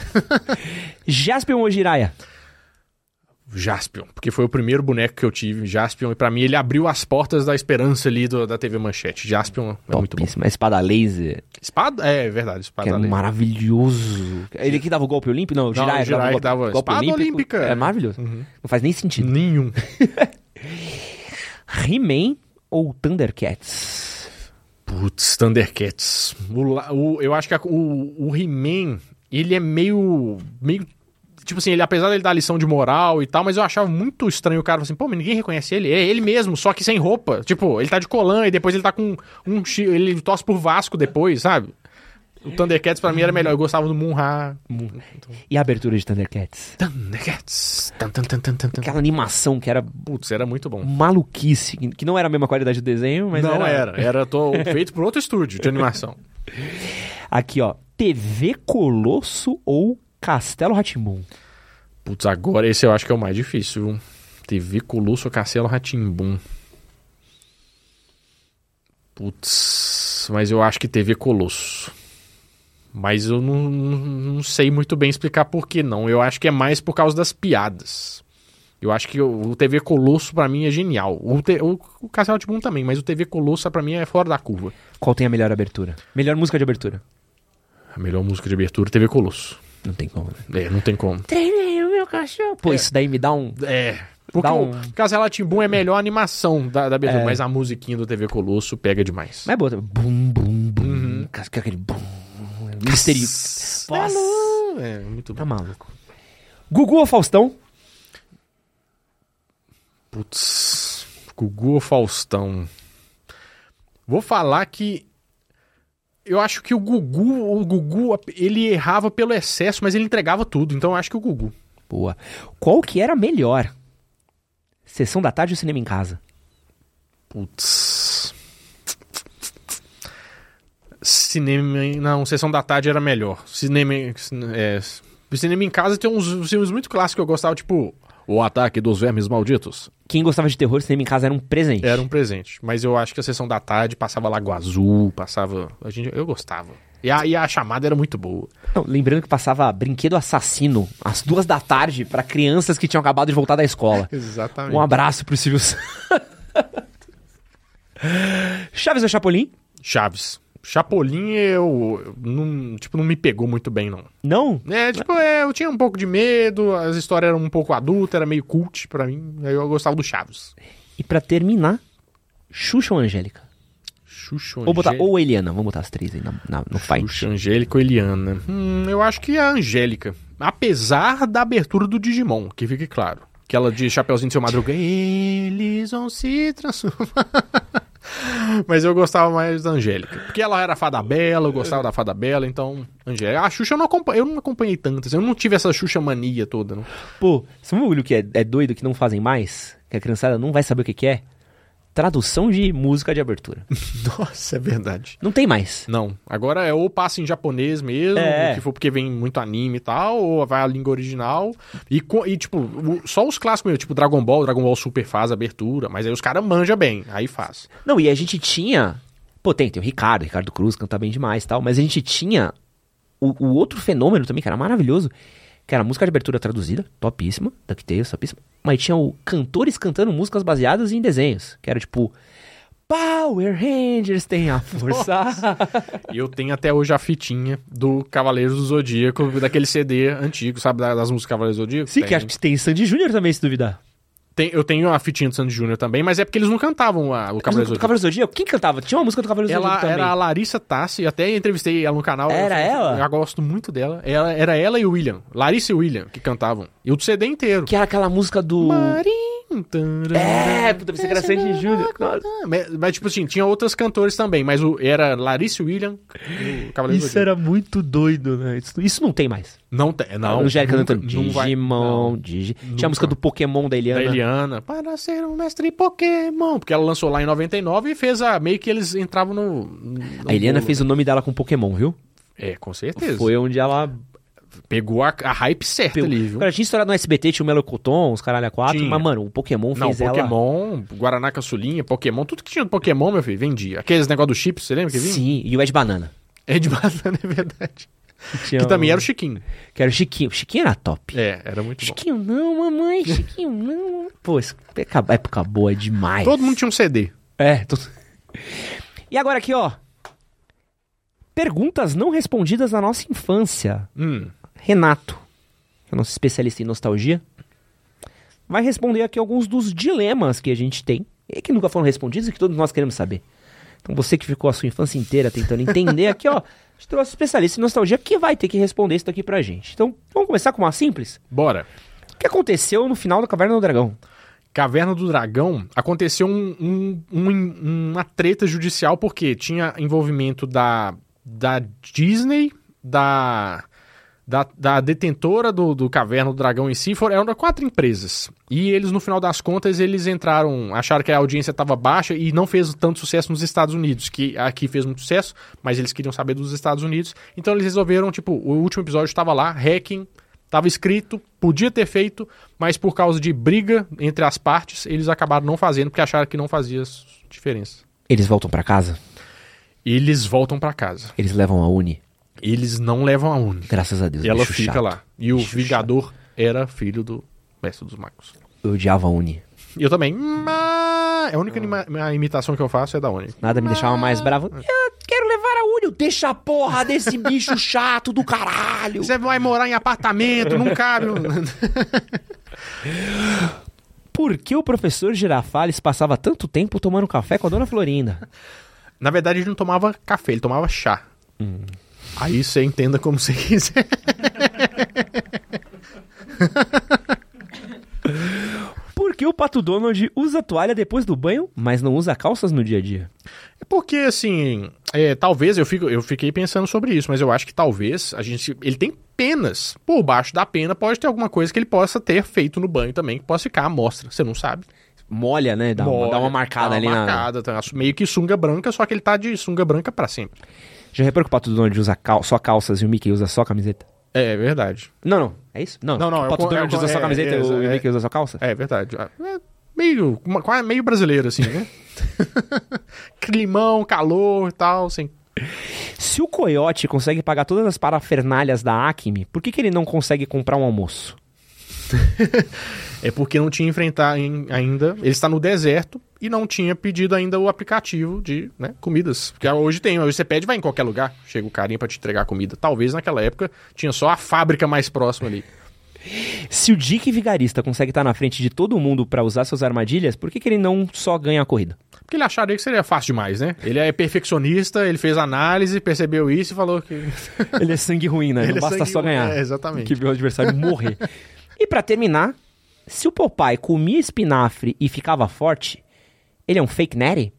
Jasper ou Jiraya?
Jaspion, porque foi o primeiro boneco que eu tive, Jaspion, e pra mim ele abriu as portas da esperança ali do- da TV Manchete. Jaspion é muito bom.
Topíssima. A espada laser,
Espada? É, é verdade,
que
espada
é
ali.
maravilhoso. Ele que dava o golpe olímpico? Não, o
Não,
Jiraiya,
o
que dava o
Jiraiya
golpe,
que dava
golpe
espada
olímpico.
olímpica. Uhum.
É maravilhoso. Não faz nem sentido.
Nenhum.
He-Man ou Thundercats?
Putz, Thundercats. O, la- o- eu acho que a- o, o He-Man, ele é meio. meio. Tipo assim, ele, apesar dele dar lição de moral e tal, mas eu achava muito estranho o cara assim, pô, mas ninguém reconhece ele. É ele mesmo, só que sem roupa. Tipo, ele tá de colã e depois ele tá com um. chi- Ele tosse por Vasco depois, sabe? O Thundercats pra mim era melhor. Eu gostava do Munra. então.
E a abertura de Thundercats?
Thundercats. Tan, tan, tan, tan, tan, tan.
Aquela animação que era
Putz, era muito bom.
maluquice, que- que não era a mesma qualidade do desenho, mas
Não
era...
era. Era, to- feito por outro estúdio de animação.
Aqui, ó. TV Colosso ou Castelo Ratimbum?
Putz, agora esse eu acho que é o mais difícil. viu? TV Colosso Castelo Ratimbum. Putz, mas eu acho que TV Colosso. Mas eu não, não- não sei muito bem explicar por que não. Eu acho que é mais por causa das piadas. Eu acho que o o TV Colosso pra mim é genial. O, te, o, o Castelo Ratimbum também, mas o TV Colosso pra mim é fora da curva.
Qual tem a melhor abertura? Melhor música de abertura?
A melhor música de abertura, é TV Colosso.
Não tem como, né?
É, não tem como.
Treinei o meu cachorro. Pô, isso daí me dá um.
É. Porque
Dá
o
um-
Casela Timbum é a melhor animação da, da abertura,
É.
mas a musiquinha do TV Colosso pega demais.
Mas é boa. também. Bum, bum, bum. Cas- que é Aquele bum. é um Misterio. Nossa.
É, muito
Tá
bom.
maluco. Gugu ou Faustão?
Putz. Gugu ou Faustão? Vou falar que. Eu acho que o Gugu, o Gugu, ele errava pelo excesso, mas ele entregava tudo. Então eu acho que o Gugu.
Boa. Qual que era melhor? Sessão da tarde ou cinema em casa?
Putz. Cinema. em- Não, sessão da tarde era melhor. Cinema. em- cine- É, cinema em casa tem uns filmes muito clássicos que eu gostava, tipo. O Ataque dos Vermes Malditos.
Quem gostava de terror, cinema em casa era um presente.
Era um presente. Mas eu acho que a sessão da tarde passava Lago Azul, passava. A gente, eu gostava. E a, e a chamada era muito boa.
Não, lembrando que passava brinquedo assassino às duas da tarde pra crianças que tinham acabado de voltar da escola.
Exatamente.
Um abraço pro Silvio Santos. Chaves ou Chapolin?
Chaves. Chapolin, eu. eu não- tipo, não me pegou muito bem, não.
Não?
É, tipo, é, eu tinha um pouco de medo, as histórias eram um pouco adultas, era meio cult pra mim, aí eu gostava do Chaves.
E pra terminar, Xuxa ou Angélica?
Xuxa
Ou, botar,
Angélica-
ou Eliana, vamos botar as três aí na, na- no
Xuxa,
fight.
Angélica ou Eliana? Hum, eu acho que é a Angélica. Apesar da abertura do Digimon, que fique claro. Que ela de Chapeuzinho de Seu Madruga, eles vão se transformar. Mas eu gostava mais da Angélica. Porque ela era fada bela, eu gostava da fada bela, então... Angélica. A Xuxa eu não, acompa- eu não acompanhei tantas, eu não tive essa Xuxa mania toda, não.
Pô, sabe um bagulho que é, é doido que não fazem mais? Que a criançada não vai saber o que, que é? Tradução de música de abertura.
Nossa, é verdade.
Não tem mais.
Não. Agora é ou passa em japonês mesmo,
É.
que for porque vem muito anime e tal, ou vai a língua original. E, co- e, tipo, o- só os clássicos mesmo, tipo Dragon Ball, Dragon Ball Super faz a abertura, mas aí os caras manjam bem, aí faz.
Não, e a gente tinha. Pô, tem, tem o Ricardo, Ricardo Cruz canta bem demais e tal, mas a gente tinha o, o outro fenômeno também, que era maravilhoso, que era a música de abertura traduzida, topíssima, DuckTales, topíssima, mas tinha o cantores cantando músicas baseadas em desenhos, que era tipo. Power Rangers tem a força.
E eu tenho até hoje a fitinha do Cavaleiros do Zodíaco, daquele CD antigo, sabe, da- das músicas Cavaleiros do Zodíaco?
Sim,
Tem.
que acho que tem Sandy Júnior também, se duvidar.
Tem- eu tenho a fitinha do Sandy Júnior também, mas é porque eles não cantavam a- o Cavaleiros do
Do
Zodíaco.
Cavaleiro do Zodíaco? Quem cantava? Tinha uma música do Cavaleiro do
Ela
Zodíaco também.
era a Larissa Tassi, até entrevistei ela no canal.
Era
eu,
ela?
Eu gosto muito dela. Ela, era ela e o William. Larissa e o William que cantavam. E o CD inteiro.
Que era aquela música do.
Marim, tarará.
É, puta, pensei que era Sandy Júnior. Nossa.
Ah, Mas, mas, tipo assim, tinha outras cantores também, mas o, era Larissa e William, o Cavaleiro do
Isso
Zodíaco.
era muito doido, né? Isso, isso não tem mais.
Não tem, não.
Angélica
nunca-
cantando
não vai-
Digimon,
não.
Digi... Tinha
Nunca.
a música do Pokémon da Eliana.
Da Eliana, para ser um mestre Pokémon. Porque ela lançou lá em 99 e fez a. Meio que eles entravam no. no-
A Eliana
no-
fez o nome dela com Pokémon, viu?
É, com certeza.
Foi onde ela...
Pegou a, a hype certa
pegou.
ali, viu?
Cara, tinha estourado no SBT, tinha o Melocoton, os caralho a quatro,
Tinha.
mas, mano, o Pokémon
Não,
fez ela...
Pokémon, Guaraná Caçulinha, Pokémon, tudo que tinha do Pokémon, meu filho, vendia. Aqueles negócio do chip, você lembra que vinha?
Sim, e o Ed Banana.
É de banana, é verdade.
Tinha
que também
um-
era o Chiquinho.
que era o Chiquinho. Chiquinho era top.
É, era muito bom.
Chiquinho não, mamãe, Chiquinho não. Pô, essa época- época boa é demais.
Todo mundo tinha um CD.
É. tô- E agora aqui, ó. Perguntas não respondidas na nossa infância.
Hum,
Renato, que é nosso especialista em nostalgia, vai responder aqui alguns dos dilemas que a gente tem e que nunca foram respondidos e que todos nós queremos saber. Então você que ficou a sua infância inteira tentando entender aqui, ó, a gente trouxe um especialista em nostalgia que vai ter que responder isso daqui pra gente. Então, vamos começar com uma simples.
bora.
O que aconteceu no final da Caverna do Dragão?
Caverna do Dragão aconteceu um- um- um- uma treta judicial porque tinha envolvimento da, da Disney, da, da, da detentora do, do Caverna do Dragão em si, foram, eram quatro empresas. E eles, no final das contas, eles entraram, acharam que a audiência estava baixa e não fez tanto sucesso nos Estados Unidos, que aqui fez muito sucesso, mas eles queriam saber dos Estados Unidos. Então eles resolveram, tipo, o último episódio estava lá, hacking, Tava escrito, podia ter feito, mas por causa de briga entre as partes, eles acabaram não fazendo porque acharam que não fazia s- diferença.
Eles voltam pra casa?
Eles voltam pra casa.
Eles levam a Uni.
Eles não levam a Uni.
Graças a Deus.
Ela
bicho
fica
chato.
lá. E o
Bicho
Vingador era filho do Mestre dos Magos.
Eu odiava a Uni.
Eu também. Mas É a única anima- a imitação que eu faço é da Uni.
Nada me deixava mais bravo. Eu quero levar a Uni. Deixa a porra desse bicho chato do caralho.
Você vai morar em apartamento, não cabe. um-
Por que o professor Girafales passava tanto tempo tomando café com a dona Florinda?
Na verdade, ele não tomava café, ele tomava chá. Hum. Aí você entenda como você quiser.
Por que o Pato Donald usa toalha depois do banho, mas não usa calças no dia a dia?
É porque, assim, é, talvez, eu, fico, eu fiquei pensando sobre isso, mas eu acho que talvez a gente. Ele tem penas. Por baixo da pena pode ter alguma coisa que ele possa ter feito no banho também, que possa ficar à mostra. Você não sabe.
Molha, né? Dá, uma-
Molha,
dá uma marcada
dá
ali
uma
na.
marcada, tá? Meio que sunga branca, só que ele tá de sunga branca pra sempre.
Já reparou que o Pato Donald usa cal- só calças e o Mickey usa só camiseta?
É verdade.
Não, não. É isso? Não,
Não, não,
O
é o
Pato
con- é o
Donald
con-
usa só
é,
camiseta
é,
e o
é.
Mickey usa só calça?
É verdade. É meio, uma- quase meio brasileiro, assim, né? Climão, calor e tal, assim.
Se o Coyote consegue pagar todas as parafernálias da Acme, por que, que ele não consegue comprar um almoço?
É porque não tinha enfrentar em- ainda. Ele está no deserto e não tinha pedido ainda o aplicativo de né, comidas. Porque hoje tem, hoje você pede, vai em qualquer lugar, chega o carinha para te entregar a comida. Talvez naquela época tinha só a fábrica mais próxima ali.
Se o Dick Vigarista consegue estar na frente de todo mundo pra usar suas armadilhas, por que, que ele não só ganha a corrida?
Porque ele acharia que seria fácil demais, né? Ele é perfeccionista, ele fez análise, percebeu isso e falou que.
Ele é sangue ruim, né?
Ele é
não basta
sangue-
só ganhar.
É, exatamente.
Que vê o adversário morrer. e pra terminar, se o Popeye comia espinafre e ficava forte, ele é um fake Natty?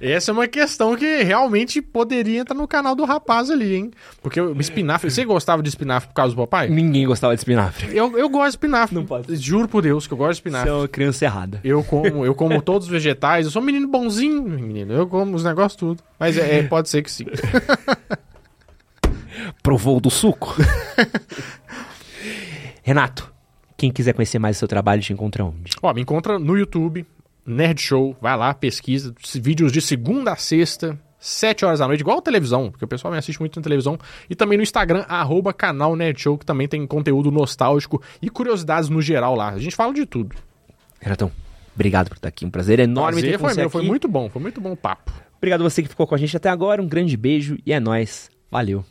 Essa é uma questão que realmente poderia entrar no canal do rapaz ali, hein? Porque o espinafre. Você gostava de espinafre por causa do papai?
Ninguém gostava de espinafre.
Eu, eu gosto de espinafre.
Não pode.
Juro por Deus que eu gosto de espinafre.
Você é uma criança errada.
Eu como, eu como todos os vegetais, eu sou um menino bonzinho, menino. Eu como os negócios tudo. Mas é, é, pode ser que sim.
Provou do suco? Renato, quem quiser conhecer mais o seu trabalho, te encontra onde?
Ó, me encontra no YouTube, Nerd Show, vai lá, pesquisa, s- vídeos de segunda a sexta, sete horas da noite, igual a televisão, porque o pessoal me assiste muito na televisão, e também no Instagram, arroba canal Nerd Show, que também tem conteúdo nostálgico e curiosidades no geral lá. A gente fala de tudo.
Renatão, obrigado por estar aqui. Um prazer enorme
Prazer
ter
foi
você
meu,
aqui.
foi muito bom, foi muito bom o papo.
Obrigado a você que ficou com a gente até agora. Um grande beijo e é nóis. Valeu.